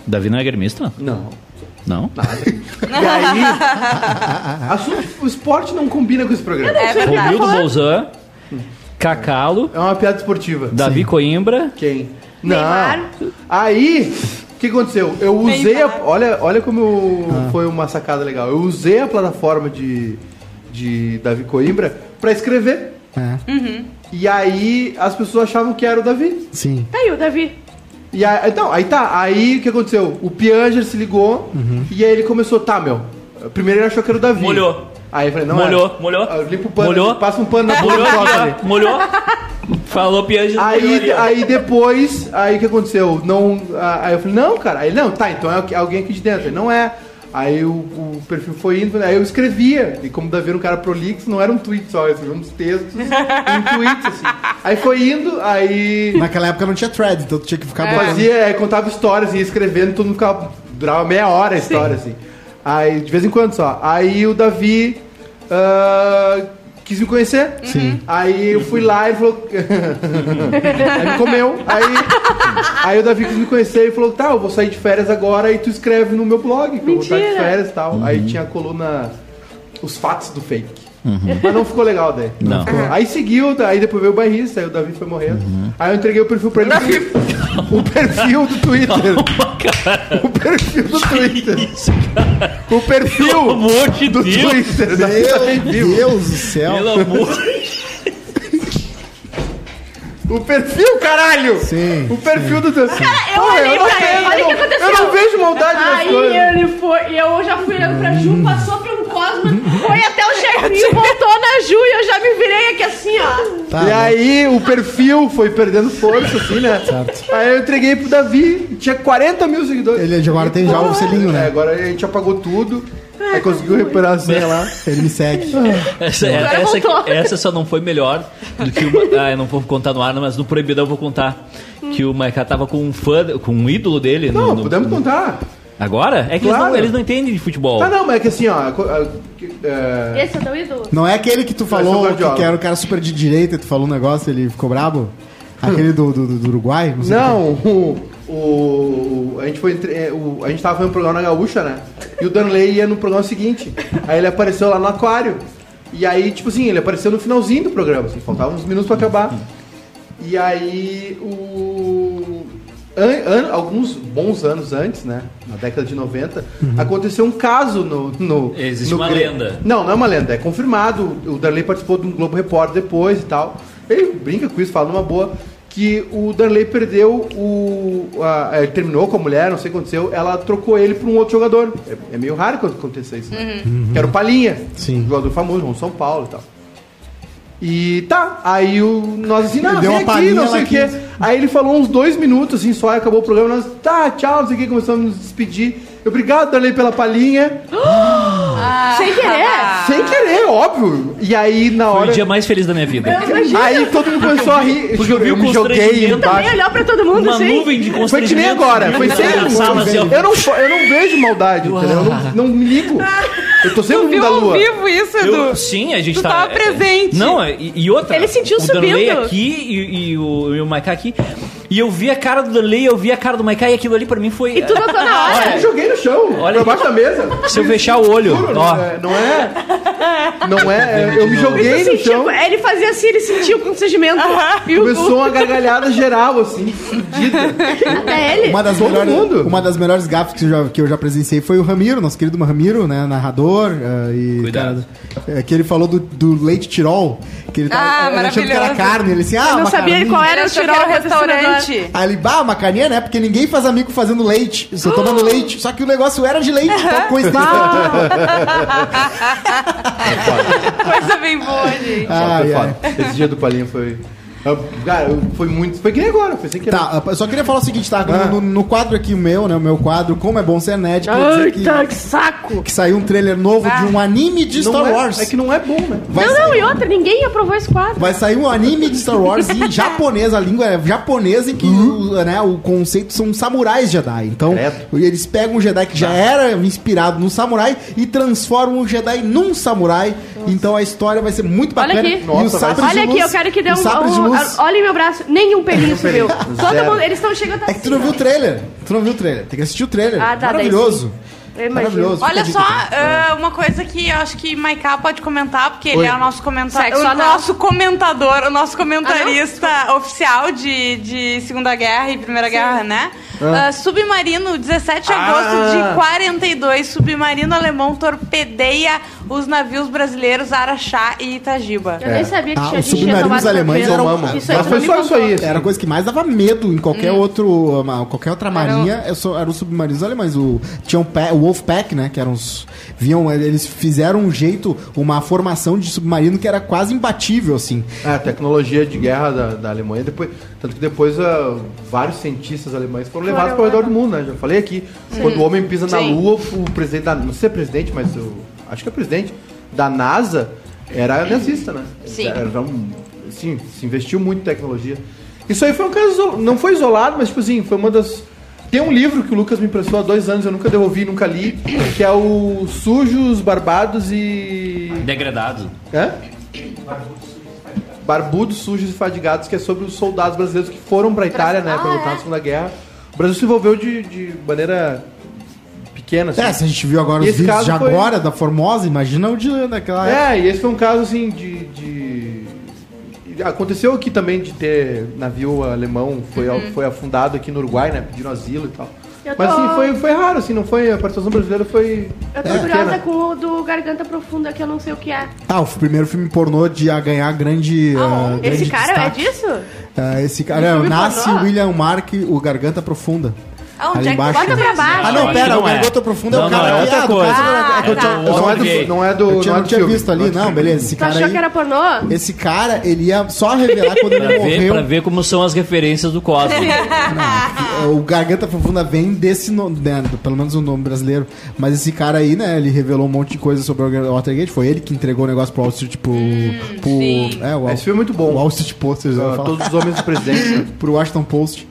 [SPEAKER 5] Davi não é gremista?
[SPEAKER 2] [LAUGHS]
[SPEAKER 4] não.
[SPEAKER 5] Não.
[SPEAKER 4] E aí. assunto, o esporte não combina com esse programa.
[SPEAKER 2] É
[SPEAKER 5] Tá
[SPEAKER 2] verdade.
[SPEAKER 5] Romildo Bolzan, Cacalo,
[SPEAKER 4] É uma piada esportiva.
[SPEAKER 5] Davi Coimbra.
[SPEAKER 4] Quem?
[SPEAKER 1] Neymar.
[SPEAKER 4] Não. Aí, o que aconteceu? Eu usei a. Olha, olha como eu- foi uma sacada legal. Eu usei a plataforma de, de Davi Coimbra pra escrever.
[SPEAKER 3] É,
[SPEAKER 5] Uhum.
[SPEAKER 4] E aí as pessoas achavam que era o Davi.
[SPEAKER 3] sim.
[SPEAKER 1] Tá aí o Davi.
[SPEAKER 4] E aí, então, aí tá. Aí o que aconteceu? O Pianger se ligou e aí ele começou, tá, meu. Primeiro ele achou que era o Davi.
[SPEAKER 5] Molhou.
[SPEAKER 4] Aí eu falei, não.
[SPEAKER 5] Molhou,
[SPEAKER 4] era.
[SPEAKER 5] molhou.
[SPEAKER 4] Ah, Limpa o pano.
[SPEAKER 5] Molhou.
[SPEAKER 4] Passa um pano na boca
[SPEAKER 5] Molhou,
[SPEAKER 4] e toca ali.
[SPEAKER 5] aqui, ó, molhou. Falou piante.
[SPEAKER 4] Aí, aí depois, aí o que aconteceu? Não, a- aí eu falei, não, cara, aí não, tá, então é algu- alguém aqui de dentro. Ele, não é. Aí o, o perfil foi indo, aí eu escrevia. E como Davi era um cara prolixo, não era um tweet só, eu escrevia uns textos, um tweet, assim. Aí foi indo, aí
[SPEAKER 3] Naquela época não tinha thread, então tu tinha que ficar botando.
[SPEAKER 4] fazia, é, contava histórias, ia escrevendo, todo mundo ficava. Durava meia hora a história, assim. Aí, de vez em quando só. Aí o Davi ah, quis me conhecer. Uhum.
[SPEAKER 3] Sim.
[SPEAKER 4] Aí eu fui lá e ele falou. [LAUGHS] aí me comeu. Aí, aí o Davi quis me conhecer e falou: tá, eu vou sair de férias agora e tu escreve no meu blog que eu vou sair de
[SPEAKER 1] Mentira.
[SPEAKER 4] férias e tal. Aí tinha a coluna Os Fatos do Fake. Mas não ficou legal daí.
[SPEAKER 5] Uhum. Não.
[SPEAKER 4] ficou. Aí seguiu, tá, aí depois veio o [LAUGHS]
[SPEAKER 5] Uhum. [LAUGHS]
[SPEAKER 4] bairrista, aí o Davi foi morrendo. Aí eu entreguei o perfil pra ele. O perfil do Twitter.
[SPEAKER 5] cara.
[SPEAKER 4] O perfil do Twitter.
[SPEAKER 5] Isso, cara.
[SPEAKER 4] O perfil
[SPEAKER 5] Pelo amor de
[SPEAKER 4] do
[SPEAKER 5] Deus.
[SPEAKER 4] Twitter. da Vida
[SPEAKER 3] Meu
[SPEAKER 4] Vivo.
[SPEAKER 3] Deus do céu.
[SPEAKER 5] Pelo amor
[SPEAKER 4] O perfil, caralho!
[SPEAKER 3] Sim,
[SPEAKER 4] O perfil do Twitter.
[SPEAKER 1] Cara, eu olhei
[SPEAKER 4] não
[SPEAKER 1] pra ele, olha
[SPEAKER 4] tenho,
[SPEAKER 1] o que
[SPEAKER 4] eu não-
[SPEAKER 1] aconteceu.
[SPEAKER 4] Eu não vejo maldade nas
[SPEAKER 1] Aí
[SPEAKER 4] coisas.
[SPEAKER 1] ele foi, e eu já fui olhando pra Ju, passou pelo Cosma, foi até o Cherninho, voltou na Ju e eu já me virei aqui assim, ó.
[SPEAKER 3] Tá,
[SPEAKER 4] e aí o perfil foi perdendo força, assim, né?
[SPEAKER 3] Certo.
[SPEAKER 4] Aí eu entreguei pro Davi, tinha 40 mil seguidores.
[SPEAKER 3] Ele agora tem já o selinho,
[SPEAKER 4] É,
[SPEAKER 3] né?
[SPEAKER 4] agora a gente apagou tudo. Aí conseguiu recuperar a senha lá.
[SPEAKER 3] Ele me segue.
[SPEAKER 5] Essa, essa,
[SPEAKER 1] voltou.
[SPEAKER 5] essa só não foi melhor do que [LAUGHS] uma. Ah, eu não vou contar no ar, mas no Proibidão eu vou contar. Que o Maiká tava com um fã, com um ídolo dele. no-
[SPEAKER 4] Não,
[SPEAKER 5] no-
[SPEAKER 4] podemos contar.
[SPEAKER 5] Agora? É que eles não- eles,
[SPEAKER 4] Claro.
[SPEAKER 5] não, entendem de futebol.
[SPEAKER 4] Ah, não, mas é que assim, ó. co- a- que- é,
[SPEAKER 1] Esse é o teu ídolo?
[SPEAKER 3] Não é aquele que tu
[SPEAKER 4] Esse é o
[SPEAKER 3] falou
[SPEAKER 4] Guardiola.
[SPEAKER 3] que era o cara super de direita, tu falou um negócio e ele ficou brabo? Aquele do, do, do Uruguai? sei
[SPEAKER 4] Não, o, o- A gente foi. entre- é, o- a gente tava fazendo um programa na Gaúcha, né? E o Danley ia no programa seguinte. Aí ele apareceu lá no aquário. E aí, tipo assim, ele apareceu no finalzinho do programa, assim, faltavam uns minutos pra acabar. E aí o. an- an- alguns bons anos antes, né? Na década de 90, aconteceu um caso no. no
[SPEAKER 5] Existe
[SPEAKER 4] no
[SPEAKER 5] uma
[SPEAKER 4] Gre-
[SPEAKER 5] lenda.
[SPEAKER 4] Não, não é uma lenda, é confirmado. O Darley participou de um Globo Repórter depois e tal. Ele brinca com isso, fala numa boa. Que o Darley perdeu o. a- é, ele terminou com a mulher, não sei o que aconteceu. Ela trocou ele por um outro jogador. É, é meio raro quando aconteça isso, né? Que era o Palinha,
[SPEAKER 3] Uhum. Sim.
[SPEAKER 4] um jogador famoso, um São Paulo e tal. E tá, aí o, nós assim, não,
[SPEAKER 3] Ele deu
[SPEAKER 4] vem
[SPEAKER 3] uma
[SPEAKER 4] aqui,
[SPEAKER 3] palhinha,
[SPEAKER 4] não sei
[SPEAKER 3] ela
[SPEAKER 4] o quê.
[SPEAKER 3] quis.
[SPEAKER 4] Aí ele falou uns dois minutos assim só, aí acabou o programa, nós, tá, tchau, não sei o quê, começamos a nos despedir. Obrigado, Darley, pela palhinha.
[SPEAKER 1] Sem querer.
[SPEAKER 4] Sem querer, óbvio. E aí, na
[SPEAKER 5] Foi
[SPEAKER 4] hora.
[SPEAKER 5] o dia mais feliz da minha vida.
[SPEAKER 4] Aí todo mundo começou a rir.
[SPEAKER 5] Porque eu vi o
[SPEAKER 4] me joguei
[SPEAKER 5] constrangimento.
[SPEAKER 1] Também
[SPEAKER 4] embaixo.
[SPEAKER 1] olhou pra todo mundo,
[SPEAKER 5] Uma
[SPEAKER 1] assim.
[SPEAKER 5] nuvem
[SPEAKER 4] Foi
[SPEAKER 5] de
[SPEAKER 4] que nem
[SPEAKER 5] constrangimento.
[SPEAKER 4] agora, foi
[SPEAKER 5] Na
[SPEAKER 4] sem
[SPEAKER 5] sala, assim, ó.
[SPEAKER 4] Eu não, fa- eu não vejo maldade, entendeu? Eu não, não me ligo. Eu tô sempre no mundo da lua.
[SPEAKER 2] vivo isso,
[SPEAKER 1] [LAUGHS]
[SPEAKER 5] Eu- sim, a gente
[SPEAKER 2] Tu
[SPEAKER 5] tá-
[SPEAKER 2] tava
[SPEAKER 5] é-
[SPEAKER 2] presente.
[SPEAKER 5] Não, é- e, e outra.
[SPEAKER 1] Ele sentiu
[SPEAKER 5] o Danley
[SPEAKER 1] subindo.
[SPEAKER 5] aqui e, e o, e o Maiká aqui. E eu vi a cara do Danley, eu vi a cara do Maiká e aquilo ali pra mim foi.
[SPEAKER 1] E tu notou na hora.
[SPEAKER 2] né?
[SPEAKER 4] Eu me joguei no chão,
[SPEAKER 5] Olha
[SPEAKER 4] Olha pra baixo da mesa.
[SPEAKER 5] Se eu fechar o olho,
[SPEAKER 4] Juro,
[SPEAKER 5] ó. Tá
[SPEAKER 4] Não é. Não é. Não é eu me joguei no chão.
[SPEAKER 1] Sentiu, Assim, ele fazia assim, ele sentiu o constrangimento. E o-
[SPEAKER 4] Então- Começou uma gargalhada geral, assim, fudida.
[SPEAKER 1] Até ele.
[SPEAKER 3] Uma das,
[SPEAKER 4] Todo
[SPEAKER 3] melhores,
[SPEAKER 4] mundo.
[SPEAKER 3] uma das melhores gafas que eu, já, que eu já presenciei foi o Ramiro, nosso querido Ramiro, né? Narrador. eh, e,
[SPEAKER 5] Cuidado.
[SPEAKER 3] cara, eh, que ele falou do, do leite tirol. Que ele tava
[SPEAKER 2] Ah,
[SPEAKER 3] ele achando que era
[SPEAKER 2] maravilhoso.
[SPEAKER 3] carne. Ele assim, ah,
[SPEAKER 1] Eu não
[SPEAKER 3] uma
[SPEAKER 1] sabia
[SPEAKER 3] carninha.
[SPEAKER 1] qual era
[SPEAKER 2] Era
[SPEAKER 1] o
[SPEAKER 2] só que
[SPEAKER 1] tirol
[SPEAKER 2] era
[SPEAKER 1] do
[SPEAKER 2] restaurante.
[SPEAKER 3] Aí ele, bah, uma carninha, né? Porque ninguém faz amigo fazendo leite, só tomando leite. Só que o negócio era de
[SPEAKER 1] [LAUGHS]
[SPEAKER 3] leite, então coincidência.
[SPEAKER 1] Ah.
[SPEAKER 2] Coisa bem boa, gente.
[SPEAKER 3] Ai,
[SPEAKER 4] Foi
[SPEAKER 3] ai.
[SPEAKER 4] foda. Esse dia do Palinha foi. Cara, foi muito. Foi que nem agora, foi sem querer.
[SPEAKER 3] Tá, eu só queria falar o seguinte, tá?
[SPEAKER 4] Ah.
[SPEAKER 3] No, no quadro aqui meu, né? O meu quadro, Como é Bom Ser Nerd, que eu vou dizer
[SPEAKER 1] Ai,
[SPEAKER 3] que,
[SPEAKER 1] tá, que saco.
[SPEAKER 3] que saiu um trailer novo de um anime de
[SPEAKER 4] Não
[SPEAKER 3] Star
[SPEAKER 4] é-
[SPEAKER 3] Wars.
[SPEAKER 4] É, que não é bom, né?
[SPEAKER 3] Vai
[SPEAKER 1] não,
[SPEAKER 3] sair-
[SPEAKER 1] não, e outra, ninguém aprovou esse quadro.
[SPEAKER 3] Vai sair um anime de Star Wars
[SPEAKER 1] [LAUGHS]
[SPEAKER 3] em japonês, a língua é japonesa, em que o, né, o conceito são samurais Jedi. Então,
[SPEAKER 4] Uhum. Credo. Tá.
[SPEAKER 3] eles pegam um Jedi que já era inspirado num samurai e transformam o Jedi num samurai. Então a história vai ser muito
[SPEAKER 1] Olha
[SPEAKER 3] bacana.
[SPEAKER 1] aqui.
[SPEAKER 3] E
[SPEAKER 4] Nossa,
[SPEAKER 3] os
[SPEAKER 4] vai
[SPEAKER 3] sabres
[SPEAKER 4] ser-
[SPEAKER 1] Olha
[SPEAKER 3] de
[SPEAKER 1] aqui,
[SPEAKER 3] luz-
[SPEAKER 1] eu quero que dê um.
[SPEAKER 3] os sabres de
[SPEAKER 1] um,
[SPEAKER 3] luz.
[SPEAKER 1] olha em meu braço, nenhum pelinho subiu. Todo
[SPEAKER 4] Zero.
[SPEAKER 1] mundo, eles estão chegando assim,
[SPEAKER 3] É que tu não viu o trailer. Tu não viu o trailer. Tem que assistir o trailer.
[SPEAKER 1] Ah, tá, daí
[SPEAKER 3] Maravilhoso.
[SPEAKER 1] Eu imagino.
[SPEAKER 3] Maravilhoso.
[SPEAKER 2] Olha
[SPEAKER 3] Fica
[SPEAKER 2] só,
[SPEAKER 3] a dica, tá?
[SPEAKER 2] ah, uma coisa que eu acho que Maiká pode comentar, porque ele é o nosso
[SPEAKER 1] Segue
[SPEAKER 2] comentador.
[SPEAKER 1] só Ah,
[SPEAKER 2] O
[SPEAKER 1] na-
[SPEAKER 2] nosso comentador, o nosso comentarista oficial de, de Segunda Guerra e Primeira Guerra, né? Ah, submarino, 17 de agosto de 42, submarino alemão torpedeia os navios brasileiros Araxá e Itagiba.
[SPEAKER 1] Eu nem sabia que
[SPEAKER 3] Ah,
[SPEAKER 1] tinha
[SPEAKER 3] os
[SPEAKER 1] gente
[SPEAKER 3] submarinos
[SPEAKER 1] renovado
[SPEAKER 3] alemães
[SPEAKER 1] campeão.
[SPEAKER 3] eram- Tomamos.
[SPEAKER 1] aí
[SPEAKER 4] Mas
[SPEAKER 1] tu
[SPEAKER 4] foi
[SPEAKER 1] não me
[SPEAKER 4] só isso
[SPEAKER 1] contou.
[SPEAKER 4] aí.
[SPEAKER 3] Era a coisa que mais dava medo em qualquer outro, uma- qualquer outra marinha, é só- eram os submarinos alemães. O, tinha um pa- o Wolfpack, né? Que eram os. Viam, eles fizeram um jeito, uma formação de submarino que era quase imbatível, assim.
[SPEAKER 4] É, a tecnologia de guerra da, da Alemanha, depois, tanto que depois ah, vários cientistas alemães foram levados para o redor do mundo, né? Já falei aqui. Quando o homem pisa na
[SPEAKER 2] Sim.
[SPEAKER 4] Lua, o presidente da. Não sei se é presidente, mas eu acho que é presidente da NASA era nazista, né?
[SPEAKER 2] Sim.
[SPEAKER 4] Era um- assim, se investiu muito em tecnologia. Isso aí foi um caso. iso- Não foi isolado, mas tipo assim, foi uma das. Tem um livro que o Lucas me emprestou há dois anos, eu nunca devolvi, nunca li, que é o Sujos, Barbados e.
[SPEAKER 5] Degradado.
[SPEAKER 4] Hã? Barbudos, sujos e fadigados, que é sobre os soldados brasileiros que foram pra Itália,
[SPEAKER 1] Ah,
[SPEAKER 4] né, pra
[SPEAKER 1] é?
[SPEAKER 4] lutar na Segunda Guerra. O Brasil se envolveu de, de maneira pequena, assim.
[SPEAKER 3] É, se a gente viu agora
[SPEAKER 4] E
[SPEAKER 3] os
[SPEAKER 4] esse
[SPEAKER 3] vídeos
[SPEAKER 4] caso
[SPEAKER 3] de
[SPEAKER 4] foi-
[SPEAKER 3] agora, da Formosa, imagina o de daquela época.
[SPEAKER 4] É, e esse foi um caso assim de. de- Aconteceu aqui também de ter navio alemão, foi, foi afundado aqui no Uruguai, né? Pedindo asilo e tal.
[SPEAKER 1] Uhum. Eu
[SPEAKER 4] Mas
[SPEAKER 1] tô-
[SPEAKER 4] assim, foi, foi raro, assim, não foi. A participação brasileira foi.
[SPEAKER 1] Eu tô
[SPEAKER 4] É,
[SPEAKER 1] curiosa
[SPEAKER 4] pequena.
[SPEAKER 1] com o do Garganta Profunda, que eu não sei o que é.
[SPEAKER 3] Ah, o primeiro filme pornô de a ganhar grande. ah, grande
[SPEAKER 1] Esse cara
[SPEAKER 3] destaque.
[SPEAKER 1] é disso?
[SPEAKER 3] Ah, esse cara. é,
[SPEAKER 1] filme
[SPEAKER 3] nasce
[SPEAKER 1] pornô?
[SPEAKER 3] William Mark, o Garganta Profunda.
[SPEAKER 2] Ah,
[SPEAKER 3] Ali
[SPEAKER 2] onde é que
[SPEAKER 3] embaixo.
[SPEAKER 2] bota pra baixo?
[SPEAKER 3] Ah, não,
[SPEAKER 5] acho
[SPEAKER 3] pera,
[SPEAKER 5] que
[SPEAKER 3] o Garganta Profunda é
[SPEAKER 5] Não,
[SPEAKER 3] o
[SPEAKER 5] não,
[SPEAKER 3] cara
[SPEAKER 5] é outra
[SPEAKER 3] viado,
[SPEAKER 5] coisa.
[SPEAKER 1] Ah,
[SPEAKER 3] eu tô-
[SPEAKER 1] tá.
[SPEAKER 5] Não
[SPEAKER 4] Não é,
[SPEAKER 5] gay.
[SPEAKER 4] do, não é
[SPEAKER 3] Eu
[SPEAKER 4] do.
[SPEAKER 3] tinha,
[SPEAKER 4] não é
[SPEAKER 3] não
[SPEAKER 4] do
[SPEAKER 3] tinha
[SPEAKER 4] filme.
[SPEAKER 3] visto ali, não, beleza. Esse
[SPEAKER 1] Tu
[SPEAKER 3] cara
[SPEAKER 1] achou que
[SPEAKER 3] aí.
[SPEAKER 1] era pornô?
[SPEAKER 2] um-
[SPEAKER 3] Esse cara, ele ia só revelar quando ele
[SPEAKER 5] [LAUGHS] Pra ver,
[SPEAKER 3] morreu.
[SPEAKER 5] pra ver como são as referências do Cosmo.
[SPEAKER 1] [LAUGHS]
[SPEAKER 3] É, O Garganta Profunda vem desse nome, né, do- pelo menos o nome brasileiro. Mas esse cara aí, né, ele revelou um monte de coisa sobre o Watergate. Foi ele que entregou o negócio pro Wall Street, pro... pro-
[SPEAKER 2] Hum, sim.
[SPEAKER 3] é, o Wall,
[SPEAKER 4] Esse filme é muito
[SPEAKER 3] o Wall
[SPEAKER 4] bom.
[SPEAKER 3] Street Post, vocês vão
[SPEAKER 4] Ah,
[SPEAKER 3] falar.
[SPEAKER 4] Todos os homens do presidente. né?
[SPEAKER 3] pro Washington Post.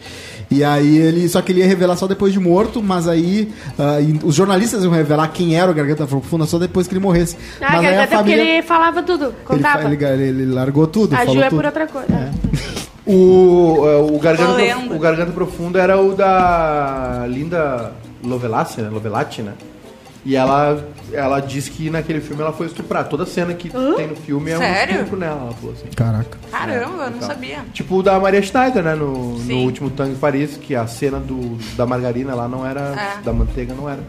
[SPEAKER 3] E aí ele. Só que ele ia revelar só depois de morto, mas aí ah, e os jornalistas iam revelar quem era o Garganta Profunda só depois que ele morresse.
[SPEAKER 1] Ah,
[SPEAKER 3] mas aí
[SPEAKER 1] Garganta,
[SPEAKER 3] a família.
[SPEAKER 1] porque ele falava tudo,
[SPEAKER 3] ele fa-
[SPEAKER 1] contava.
[SPEAKER 3] ele, ele largou tudo,
[SPEAKER 1] a Ju
[SPEAKER 3] falou
[SPEAKER 1] é por
[SPEAKER 3] tudo.
[SPEAKER 1] outra coisa. [LAUGHS]
[SPEAKER 4] O, é, o, garganta
[SPEAKER 2] Tô
[SPEAKER 4] Prof-
[SPEAKER 2] lendo.
[SPEAKER 4] o Garganta Profundo era o da Linda Lovelace, né? Lovelati, né? E ela, ela diz que naquele filme ela foi estuprar. Toda cena que tem no filme é
[SPEAKER 2] Sério?
[SPEAKER 4] um estupro nela, ela falou assim.
[SPEAKER 3] Caraca.
[SPEAKER 2] Caramba,
[SPEAKER 3] Então.
[SPEAKER 2] eu não sabia.
[SPEAKER 4] Tipo o da Maria Schneider, né? No, no
[SPEAKER 2] Sim.
[SPEAKER 4] último Tango em Paris, que a cena do, da margarina lá não era.
[SPEAKER 2] É.
[SPEAKER 4] Da manteiga não era.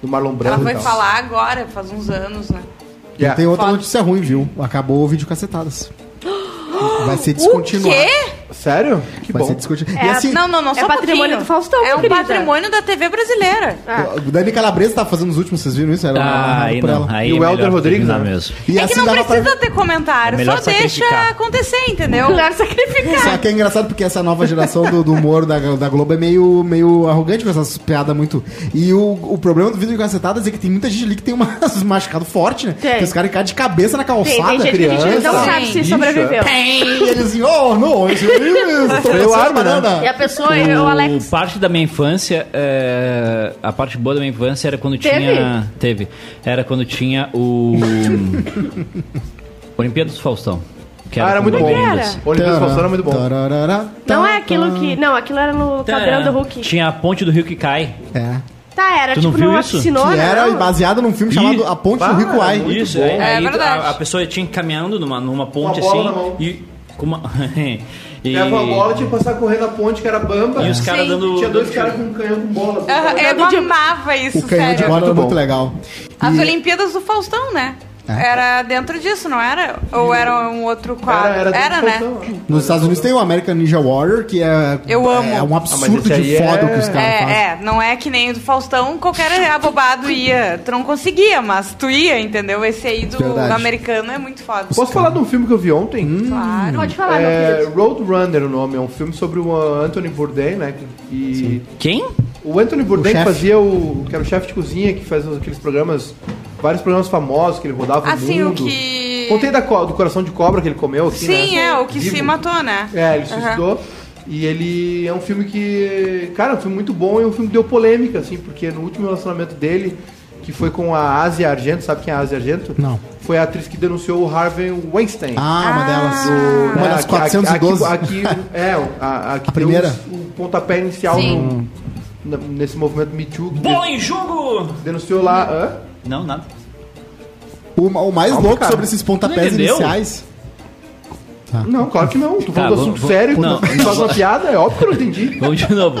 [SPEAKER 4] Do Marlon Brando
[SPEAKER 3] Então,
[SPEAKER 2] Ela foi
[SPEAKER 4] e tal.
[SPEAKER 2] falar agora, faz uns anos, né?
[SPEAKER 4] Yeah.
[SPEAKER 3] Tem outra
[SPEAKER 2] Foda.
[SPEAKER 3] notícia ruim, viu? Acabou o
[SPEAKER 1] [GASPS]
[SPEAKER 3] vídeo cacetadas. Vai ser descontinuado.
[SPEAKER 2] quê?
[SPEAKER 4] Sério? Que
[SPEAKER 3] Vai
[SPEAKER 4] bom.
[SPEAKER 3] ser descontinuado.
[SPEAKER 1] É,
[SPEAKER 3] e assim,
[SPEAKER 2] Não, não, não,
[SPEAKER 1] É
[SPEAKER 2] só um
[SPEAKER 1] patrimônio
[SPEAKER 2] pouquinho.
[SPEAKER 1] do Faustão,
[SPEAKER 2] É um
[SPEAKER 1] querida.
[SPEAKER 2] patrimônio da TV brasileira.
[SPEAKER 3] o Dani Calabresa tá fazendo os últimos, vocês viram isso? Era
[SPEAKER 5] Ah,
[SPEAKER 3] narrado
[SPEAKER 5] aí
[SPEAKER 3] por
[SPEAKER 5] não.
[SPEAKER 3] ela.
[SPEAKER 5] Aí
[SPEAKER 4] E o
[SPEAKER 5] é
[SPEAKER 4] Elder
[SPEAKER 5] melhor
[SPEAKER 4] Rodrigues,
[SPEAKER 5] terminar
[SPEAKER 4] né?
[SPEAKER 5] mesmo.
[SPEAKER 3] E
[SPEAKER 2] é que
[SPEAKER 3] assim
[SPEAKER 2] não
[SPEAKER 3] dava pra-
[SPEAKER 2] precisa ter
[SPEAKER 5] É
[SPEAKER 2] comentário,
[SPEAKER 5] melhor
[SPEAKER 2] só deixa
[SPEAKER 5] sacrificar.
[SPEAKER 2] acontecer, entendeu?
[SPEAKER 1] Claro, sacrificar.
[SPEAKER 3] Só que é engraçado porque essa nova geração do, do humor da, da Globo é meio, meio arrogante com essas piadas muito. E o, o problema do vídeo de cacetadas é que tem muita gente ali que tem umas [LAUGHS] machucado forte, né?
[SPEAKER 1] Tem.
[SPEAKER 3] Que os caras caem de cabeça na
[SPEAKER 1] Tem,
[SPEAKER 3] calçada,
[SPEAKER 1] tem gente que a gente
[SPEAKER 3] criança.
[SPEAKER 1] não sabe se
[SPEAKER 4] Bicho,
[SPEAKER 1] sobreviveu.
[SPEAKER 3] E eles assim, oh, não, isso
[SPEAKER 1] [LAUGHS]
[SPEAKER 3] isso, tô
[SPEAKER 4] Eu
[SPEAKER 3] passando
[SPEAKER 4] abro, né?
[SPEAKER 3] banana.
[SPEAKER 1] E a pessoa, eu, o Alex.
[SPEAKER 5] Parte da minha infância, é, a parte boa da minha infância era quando
[SPEAKER 1] Teve?
[SPEAKER 5] tinha. Teve. Era quando tinha
[SPEAKER 1] [LAUGHS]
[SPEAKER 5] o. Olimpíadas do Faustão. Que
[SPEAKER 4] Ah, era
[SPEAKER 5] com
[SPEAKER 4] muito bom.
[SPEAKER 5] Olimpíadas.
[SPEAKER 4] O Olimpíadas Faustão era muito bom.
[SPEAKER 3] Tararara,
[SPEAKER 1] Não
[SPEAKER 3] tá,
[SPEAKER 1] é aquilo que. Não, aquilo era no
[SPEAKER 5] Tá,
[SPEAKER 1] Caldeirão do Hulk.
[SPEAKER 5] Tinha a ponte do rio que cai.
[SPEAKER 3] É.
[SPEAKER 1] Tá, era
[SPEAKER 5] Tu não
[SPEAKER 1] tipo
[SPEAKER 5] viu
[SPEAKER 1] numa
[SPEAKER 5] isso?
[SPEAKER 1] piscinona,
[SPEAKER 3] Que era
[SPEAKER 1] não?
[SPEAKER 3] baseado num filme
[SPEAKER 5] Ih,
[SPEAKER 3] chamado A Ponte do
[SPEAKER 4] para,
[SPEAKER 3] Rio Kuai.
[SPEAKER 4] muito
[SPEAKER 5] Isso,
[SPEAKER 4] bom.
[SPEAKER 5] é,
[SPEAKER 2] É
[SPEAKER 5] aí
[SPEAKER 2] verdade.
[SPEAKER 5] A, a pessoa tinha que caminhando numa, numa ponte
[SPEAKER 4] bola na
[SPEAKER 5] assim
[SPEAKER 4] mão.
[SPEAKER 5] e. Com uma, [LAUGHS] e,
[SPEAKER 4] Pegava a bola, tinha que passar correndo a ponte, que era bamba.
[SPEAKER 5] e os caras
[SPEAKER 2] Sim.
[SPEAKER 5] dando.
[SPEAKER 4] Tinha dois
[SPEAKER 5] dando-
[SPEAKER 4] caras com canhão com bola. assim,
[SPEAKER 2] Aham, é
[SPEAKER 4] cara.
[SPEAKER 2] eu amava isso,
[SPEAKER 3] O canhão de
[SPEAKER 2] sério.
[SPEAKER 3] bola era
[SPEAKER 4] Muito
[SPEAKER 3] muito
[SPEAKER 4] bom.
[SPEAKER 3] legal.
[SPEAKER 2] As
[SPEAKER 3] E- É.
[SPEAKER 2] Olimpíadas do Faustão, né? Era dentro disso, não era? Ou era um outro quadro?
[SPEAKER 4] Era, era, do
[SPEAKER 2] né?
[SPEAKER 4] Faustão, né?
[SPEAKER 3] Nos Estados Unidos tem o American Ninja Warrior, que é,
[SPEAKER 2] Eu amo.
[SPEAKER 3] é um absurdo
[SPEAKER 4] Ah, esse aí
[SPEAKER 3] de foda
[SPEAKER 4] é-
[SPEAKER 3] que os caras fazem.
[SPEAKER 2] É, é, não é que nem o do Faustão, qualquer abobado ia. Tu não conseguia, mas tu ia, entendeu? Esse aí do,
[SPEAKER 3] Verdade.
[SPEAKER 2] do americano é muito foda.
[SPEAKER 4] Posso falar de um filme que eu vi ontem?
[SPEAKER 2] Claro.
[SPEAKER 1] Pode falar, meu
[SPEAKER 4] É,
[SPEAKER 1] querido.
[SPEAKER 4] Roadrunner o nome, é um filme sobre o uh, Anthony Bourdain, né? E
[SPEAKER 5] Quem?
[SPEAKER 4] o Anthony
[SPEAKER 3] O
[SPEAKER 4] Bourdain que
[SPEAKER 3] chefe.
[SPEAKER 4] fazia o. que era o chefe de cozinha, que fazia aqueles programas. Vários programas famosos que ele rodava
[SPEAKER 2] Assim,
[SPEAKER 4] o
[SPEAKER 2] o
[SPEAKER 4] mundo.
[SPEAKER 2] que-
[SPEAKER 4] Contei da co- do coração de cobra que ele comeu aqui, né?
[SPEAKER 2] Sim, é, o que se
[SPEAKER 4] Vivo.
[SPEAKER 2] matou, né?
[SPEAKER 4] É, ele
[SPEAKER 2] Aham.
[SPEAKER 4] suicidou. E ele é um filme que. Cara, é um filme muito bom e é um filme que deu polêmica, assim, porque no último relacionamento dele, que foi com a Asia Argento, sabe quem é a Asia Argento?
[SPEAKER 3] Não.
[SPEAKER 4] Foi a atriz que denunciou o Harvey Weinstein.
[SPEAKER 3] Ah, uma delas.
[SPEAKER 4] Do-
[SPEAKER 3] uma
[SPEAKER 4] né,
[SPEAKER 3] das
[SPEAKER 4] a- a- a-
[SPEAKER 3] 412.
[SPEAKER 4] A,
[SPEAKER 3] [LAUGHS]
[SPEAKER 4] que- a que- é, a, a que
[SPEAKER 3] A primeira?
[SPEAKER 4] deu os- o pontapé inicial
[SPEAKER 2] Sim.
[SPEAKER 4] no- na- nesse movimento Me Too. que
[SPEAKER 5] Bola em jogo!
[SPEAKER 4] Denunciou lá. hã?
[SPEAKER 5] Não, nada.
[SPEAKER 3] O, o mais
[SPEAKER 4] Calma,
[SPEAKER 3] louco
[SPEAKER 4] cara.
[SPEAKER 3] sobre esses
[SPEAKER 5] Não
[SPEAKER 3] pontapés
[SPEAKER 5] entendeu?
[SPEAKER 3] iniciais.
[SPEAKER 4] Não, claro que não. Tu
[SPEAKER 5] Tá,
[SPEAKER 4] falou do
[SPEAKER 5] vamos-
[SPEAKER 4] assunto sério,
[SPEAKER 5] não,
[SPEAKER 4] quando tu
[SPEAKER 5] não.
[SPEAKER 4] faz uma piada, é óbvio que eu não
[SPEAKER 5] [LAUGHS]
[SPEAKER 4] entendi.
[SPEAKER 5] Vamos de novo.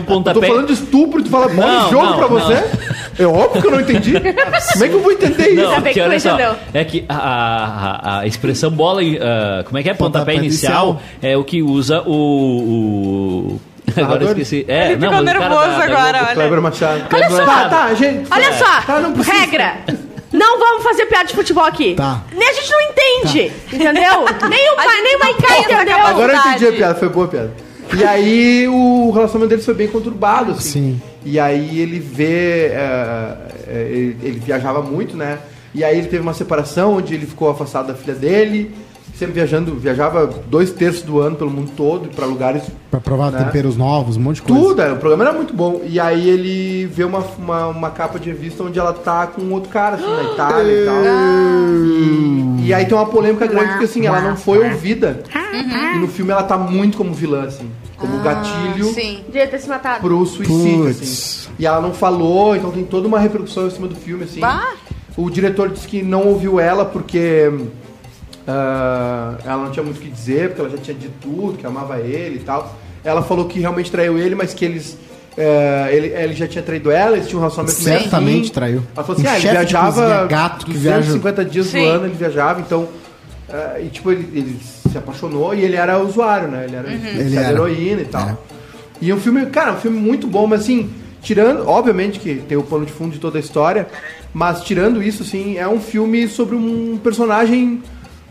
[SPEAKER 4] Eu tô
[SPEAKER 5] pontapé.
[SPEAKER 4] falando de estupro e tu fala bom
[SPEAKER 5] Não,
[SPEAKER 4] jogo
[SPEAKER 5] não,
[SPEAKER 4] pra
[SPEAKER 5] não.
[SPEAKER 4] você? É óbvio que eu não entendi. Como é que eu vou entender isso?
[SPEAKER 5] Não,
[SPEAKER 1] Ainda bem
[SPEAKER 5] porque
[SPEAKER 1] que
[SPEAKER 5] olha
[SPEAKER 1] tu
[SPEAKER 5] só,
[SPEAKER 1] entendeu.
[SPEAKER 5] é que a, a- a expressão bola, em- ah, como é que é? Pontapé,
[SPEAKER 3] Pontapé
[SPEAKER 5] inicial, é o que usa o... [LAUGHS] o- Agora eu
[SPEAKER 4] Narrador?
[SPEAKER 5] esqueci. É,
[SPEAKER 2] Ele ficou
[SPEAKER 5] não, mas o cara
[SPEAKER 2] nervoso
[SPEAKER 5] da- da
[SPEAKER 2] agora,
[SPEAKER 5] Globo-
[SPEAKER 2] olha.
[SPEAKER 4] Kleber Machado.
[SPEAKER 1] Olha só.
[SPEAKER 4] Tá, tá, gente.
[SPEAKER 1] Olha só,
[SPEAKER 4] Tá, não precisa.
[SPEAKER 1] regra. Não vamos fazer piada de futebol aqui.
[SPEAKER 3] Tá.
[SPEAKER 1] Nem a gente não entende, entendeu? Nem o,
[SPEAKER 2] A
[SPEAKER 1] pai,
[SPEAKER 2] gente
[SPEAKER 1] nem o
[SPEAKER 2] não
[SPEAKER 1] Maiká
[SPEAKER 2] tem essa
[SPEAKER 1] entendeu.
[SPEAKER 2] capacidade.
[SPEAKER 4] Agora eu entendi a
[SPEAKER 2] Saudade.
[SPEAKER 4] piada, foi boa a piada. E aí o relacionamento deles foi bem conturbado, assim.
[SPEAKER 3] Sim.
[SPEAKER 4] E aí ele vê. eh, eh, ele, ele viajava muito, né? E aí ele teve uma separação onde ele ficou afastado da filha dele, sempre viajando, viajava dois terços do ano pelo mundo todo, pra lugares
[SPEAKER 3] Pra provar
[SPEAKER 4] Né?
[SPEAKER 3] temperos novos, um monte de coisa.
[SPEAKER 4] Tudo, era, o programa era muito bom. E aí ele vê uma, uma, uma capa de revista onde ela tá com outro cara, assim, na Itália e tal. E, e aí tem uma polêmica grande, porque assim, ela não foi ouvida. E no filme ela tá muito como vilã, assim. Como gatilho
[SPEAKER 2] Sim.
[SPEAKER 1] Devia ter se matado.
[SPEAKER 4] pro suicídio,
[SPEAKER 3] Puts.
[SPEAKER 4] assim. E ela não falou, então tem toda uma repercussão em cima do filme, assim.
[SPEAKER 2] Bah.
[SPEAKER 4] O diretor disse que não ouviu ela porque ah, ela não tinha muito o que dizer, porque ela já tinha dito tudo, que amava ele e tal. Ela falou que realmente traiu ele, mas que eles é, ele, ele já tinha traído ela, eles tinham um relacionamento meio
[SPEAKER 3] Certamente
[SPEAKER 4] assim.
[SPEAKER 3] traiu.
[SPEAKER 4] Ela falou assim,
[SPEAKER 3] Um
[SPEAKER 4] ah, ele
[SPEAKER 3] chefe de cozinha
[SPEAKER 4] viajava
[SPEAKER 3] gato que
[SPEAKER 4] 250 dias
[SPEAKER 2] Sim.
[SPEAKER 4] do ano, ele viajava, então... é, e tipo, ele, ele se apaixonou e ele era usuário, né? Ele era,
[SPEAKER 2] Uhum.
[SPEAKER 4] ele era
[SPEAKER 3] era.
[SPEAKER 4] heroína e tal.
[SPEAKER 3] É.
[SPEAKER 4] E é um filme, cara, um filme muito bom, mas assim, tirando, obviamente que tem o pano de fundo de toda a história, mas tirando isso, assim, é um filme sobre um personagem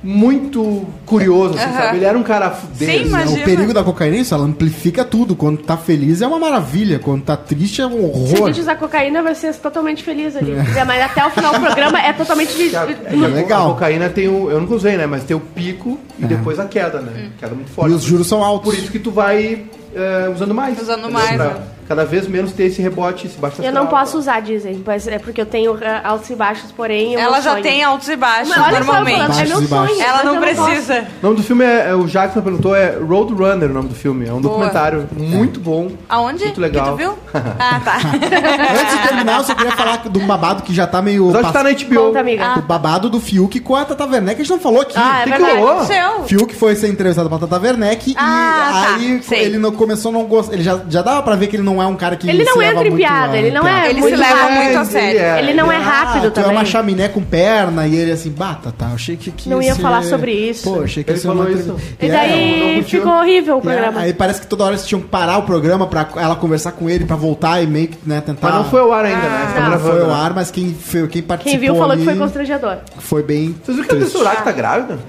[SPEAKER 4] muito curioso, assim, sabe? Ele era um cara fudeiro.
[SPEAKER 2] Sim,
[SPEAKER 4] assim,
[SPEAKER 2] mas- Imagina.
[SPEAKER 3] O perigo da cocaína é isso, ela amplifica tudo. Quando tá feliz é uma maravilha, quando tá triste é um
[SPEAKER 1] Se a
[SPEAKER 3] horror.
[SPEAKER 1] gente usar cocaína, vai ser totalmente feliz ali. É, Mas até o final do programa é totalmente. De...
[SPEAKER 4] Cara, é que
[SPEAKER 3] Hum.
[SPEAKER 4] a co-
[SPEAKER 3] Legal. É.
[SPEAKER 4] A cocaína tem o. Eu nunca usei, né? Mas tem o pico e depois a queda,
[SPEAKER 2] Hum.
[SPEAKER 4] né? Queda muito
[SPEAKER 3] E
[SPEAKER 4] forte.
[SPEAKER 3] os juros são altos.
[SPEAKER 4] Por isso que tu vai é, usando mais.
[SPEAKER 2] Usando
[SPEAKER 4] entendeu?
[SPEAKER 2] mais,
[SPEAKER 4] Pra
[SPEAKER 2] né?
[SPEAKER 4] Cada vez menos ter esse rebote, esse baixo
[SPEAKER 1] Eu não
[SPEAKER 4] astral,
[SPEAKER 1] posso usar, dizem. Mas é porque eu tenho ah, altos e baixos, porém. é o
[SPEAKER 2] Ela
[SPEAKER 1] meu
[SPEAKER 2] já
[SPEAKER 1] sonho.
[SPEAKER 2] tem altos e
[SPEAKER 1] Mas
[SPEAKER 2] baixos,
[SPEAKER 1] olha só, eu
[SPEAKER 2] normalmente.
[SPEAKER 1] falando, é meu
[SPEAKER 3] Baixos e baixos.
[SPEAKER 1] sonho.
[SPEAKER 2] Ela
[SPEAKER 1] mas
[SPEAKER 2] não
[SPEAKER 1] eu posso.
[SPEAKER 2] precisa.
[SPEAKER 4] O nome do filme é, é- o Jackson perguntou, é Roadrunner o nome do filme. É um
[SPEAKER 2] Boa.
[SPEAKER 4] documentário muito bom.
[SPEAKER 2] Aonde?
[SPEAKER 4] Muito legal.
[SPEAKER 2] Que tu
[SPEAKER 4] [LAUGHS]
[SPEAKER 2] viu? Ah, tá.
[SPEAKER 3] Antes de terminar, eu só queria falar de um babado que já tá meio.
[SPEAKER 4] Só que tá na HBO.
[SPEAKER 1] Conta, amiga.
[SPEAKER 3] O babado do Fiuk com a Tata Werneck, a gente não falou aqui.
[SPEAKER 1] Ah, é
[SPEAKER 4] que
[SPEAKER 1] verdade.
[SPEAKER 4] rolou?
[SPEAKER 2] Seu.
[SPEAKER 3] Fiuk foi ser entrevistado pela Tata Werneck
[SPEAKER 2] Ah,
[SPEAKER 3] e
[SPEAKER 2] tá,
[SPEAKER 3] aí
[SPEAKER 2] sei.
[SPEAKER 3] ele não, começou a não gostar. Ele já, já dava pra ver que ele não é um cara que.
[SPEAKER 1] Ele
[SPEAKER 3] se
[SPEAKER 1] não
[SPEAKER 3] leva
[SPEAKER 1] entra em
[SPEAKER 3] muito né?
[SPEAKER 1] piada,
[SPEAKER 3] a-
[SPEAKER 1] ele não é.
[SPEAKER 2] Ele se
[SPEAKER 1] muito
[SPEAKER 2] leva
[SPEAKER 1] rápido.
[SPEAKER 2] muito a sério.
[SPEAKER 1] Ele não é rápido
[SPEAKER 3] tu
[SPEAKER 1] também.
[SPEAKER 3] é uma chaminé com perna e ele assim, bata, tá, eu achei que, que
[SPEAKER 1] Não ia
[SPEAKER 3] ser-
[SPEAKER 1] falar sobre isso.
[SPEAKER 3] Pô, achei que
[SPEAKER 4] Ele
[SPEAKER 3] ia ser uma
[SPEAKER 4] falou
[SPEAKER 3] entrevista.
[SPEAKER 4] isso.
[SPEAKER 1] E
[SPEAKER 3] É,
[SPEAKER 4] eu não
[SPEAKER 1] daí
[SPEAKER 4] curti.
[SPEAKER 1] ficou horrível o
[SPEAKER 3] é,
[SPEAKER 1] programa.
[SPEAKER 3] aí parece que toda hora eles tinham que parar o programa pra ela conversar com ele, pra voltar e meio que né, tentar.
[SPEAKER 4] Mas não foi ao ar ainda, né? Estão
[SPEAKER 1] tá. Ah, Não.
[SPEAKER 3] Não
[SPEAKER 4] gravando.
[SPEAKER 3] foi ao
[SPEAKER 4] né?
[SPEAKER 3] ar, mas quem, foi, quem participou
[SPEAKER 1] Quem viu falou que foi
[SPEAKER 3] ali
[SPEAKER 1] constrangedor.
[SPEAKER 3] foi bem.
[SPEAKER 4] Vocês viram que a André
[SPEAKER 3] triste. Tá
[SPEAKER 4] Surak tá grávida?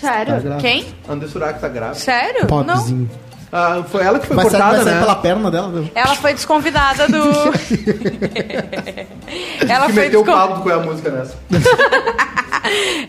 [SPEAKER 1] Sério?
[SPEAKER 2] Quem?
[SPEAKER 4] A André Surak tá grávida.
[SPEAKER 2] Sério? Não.
[SPEAKER 3] Popzinho.
[SPEAKER 4] Ah, foi ela que foi
[SPEAKER 3] Vai sair, vai
[SPEAKER 4] cortada,
[SPEAKER 3] sair
[SPEAKER 4] né?
[SPEAKER 3] pela perna dela, viu?
[SPEAKER 2] Ela foi desconvidada
[SPEAKER 4] [LAUGHS]
[SPEAKER 2] do. Ela
[SPEAKER 4] Que
[SPEAKER 2] foi,
[SPEAKER 4] meteu o
[SPEAKER 2] descon-
[SPEAKER 4] pau com a música nessa.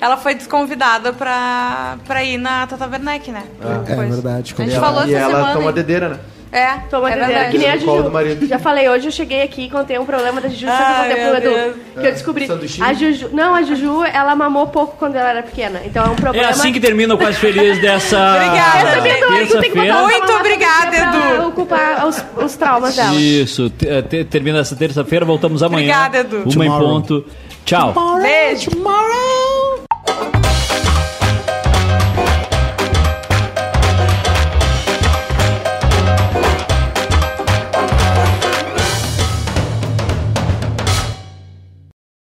[SPEAKER 2] Ela foi desconvidada pra, pra ir na Tata Werneck, né?
[SPEAKER 3] É
[SPEAKER 2] Coisa.
[SPEAKER 3] verdade.
[SPEAKER 2] A gente
[SPEAKER 4] E ela-
[SPEAKER 2] falou
[SPEAKER 4] e
[SPEAKER 2] essa
[SPEAKER 4] ela
[SPEAKER 2] semana.
[SPEAKER 4] toma
[SPEAKER 2] hein?
[SPEAKER 4] dedeira, né?
[SPEAKER 2] É,
[SPEAKER 1] Toma
[SPEAKER 2] é
[SPEAKER 1] é
[SPEAKER 2] verdade.
[SPEAKER 1] que nem a
[SPEAKER 4] No colo do
[SPEAKER 1] Juju.
[SPEAKER 4] marido.
[SPEAKER 1] Já falei, hoje eu cheguei aqui e contei um problema da Juju,
[SPEAKER 2] Ai,
[SPEAKER 1] que eu contei
[SPEAKER 2] meu
[SPEAKER 1] pro Edu.
[SPEAKER 2] Deus.
[SPEAKER 1] Que eu descobri.
[SPEAKER 4] Sanduichinho.
[SPEAKER 1] A Juju. Não, a Juju, ela mamou pouco quando ela era pequena. Então é um
[SPEAKER 5] É
[SPEAKER 1] problema. é
[SPEAKER 5] assim que termina o Quase
[SPEAKER 1] [LAUGHS]
[SPEAKER 5] Feliz dessa
[SPEAKER 2] Obrigada.
[SPEAKER 1] Eu sabia do hora que tu tem que botar
[SPEAKER 5] terça-feira.
[SPEAKER 1] uma
[SPEAKER 2] Muito
[SPEAKER 1] mamata
[SPEAKER 2] obrigada,
[SPEAKER 1] pra ela
[SPEAKER 2] Edu.
[SPEAKER 1] ocupar os, os traumas dela.
[SPEAKER 5] Isso, te- te- termina essa terça-feira, voltamos amanhã.
[SPEAKER 2] Obrigada, Edu.
[SPEAKER 5] Uma em
[SPEAKER 3] Tomorrow.
[SPEAKER 5] ponto. Tchau.
[SPEAKER 2] Beijo.
[SPEAKER 3] Tomorrow.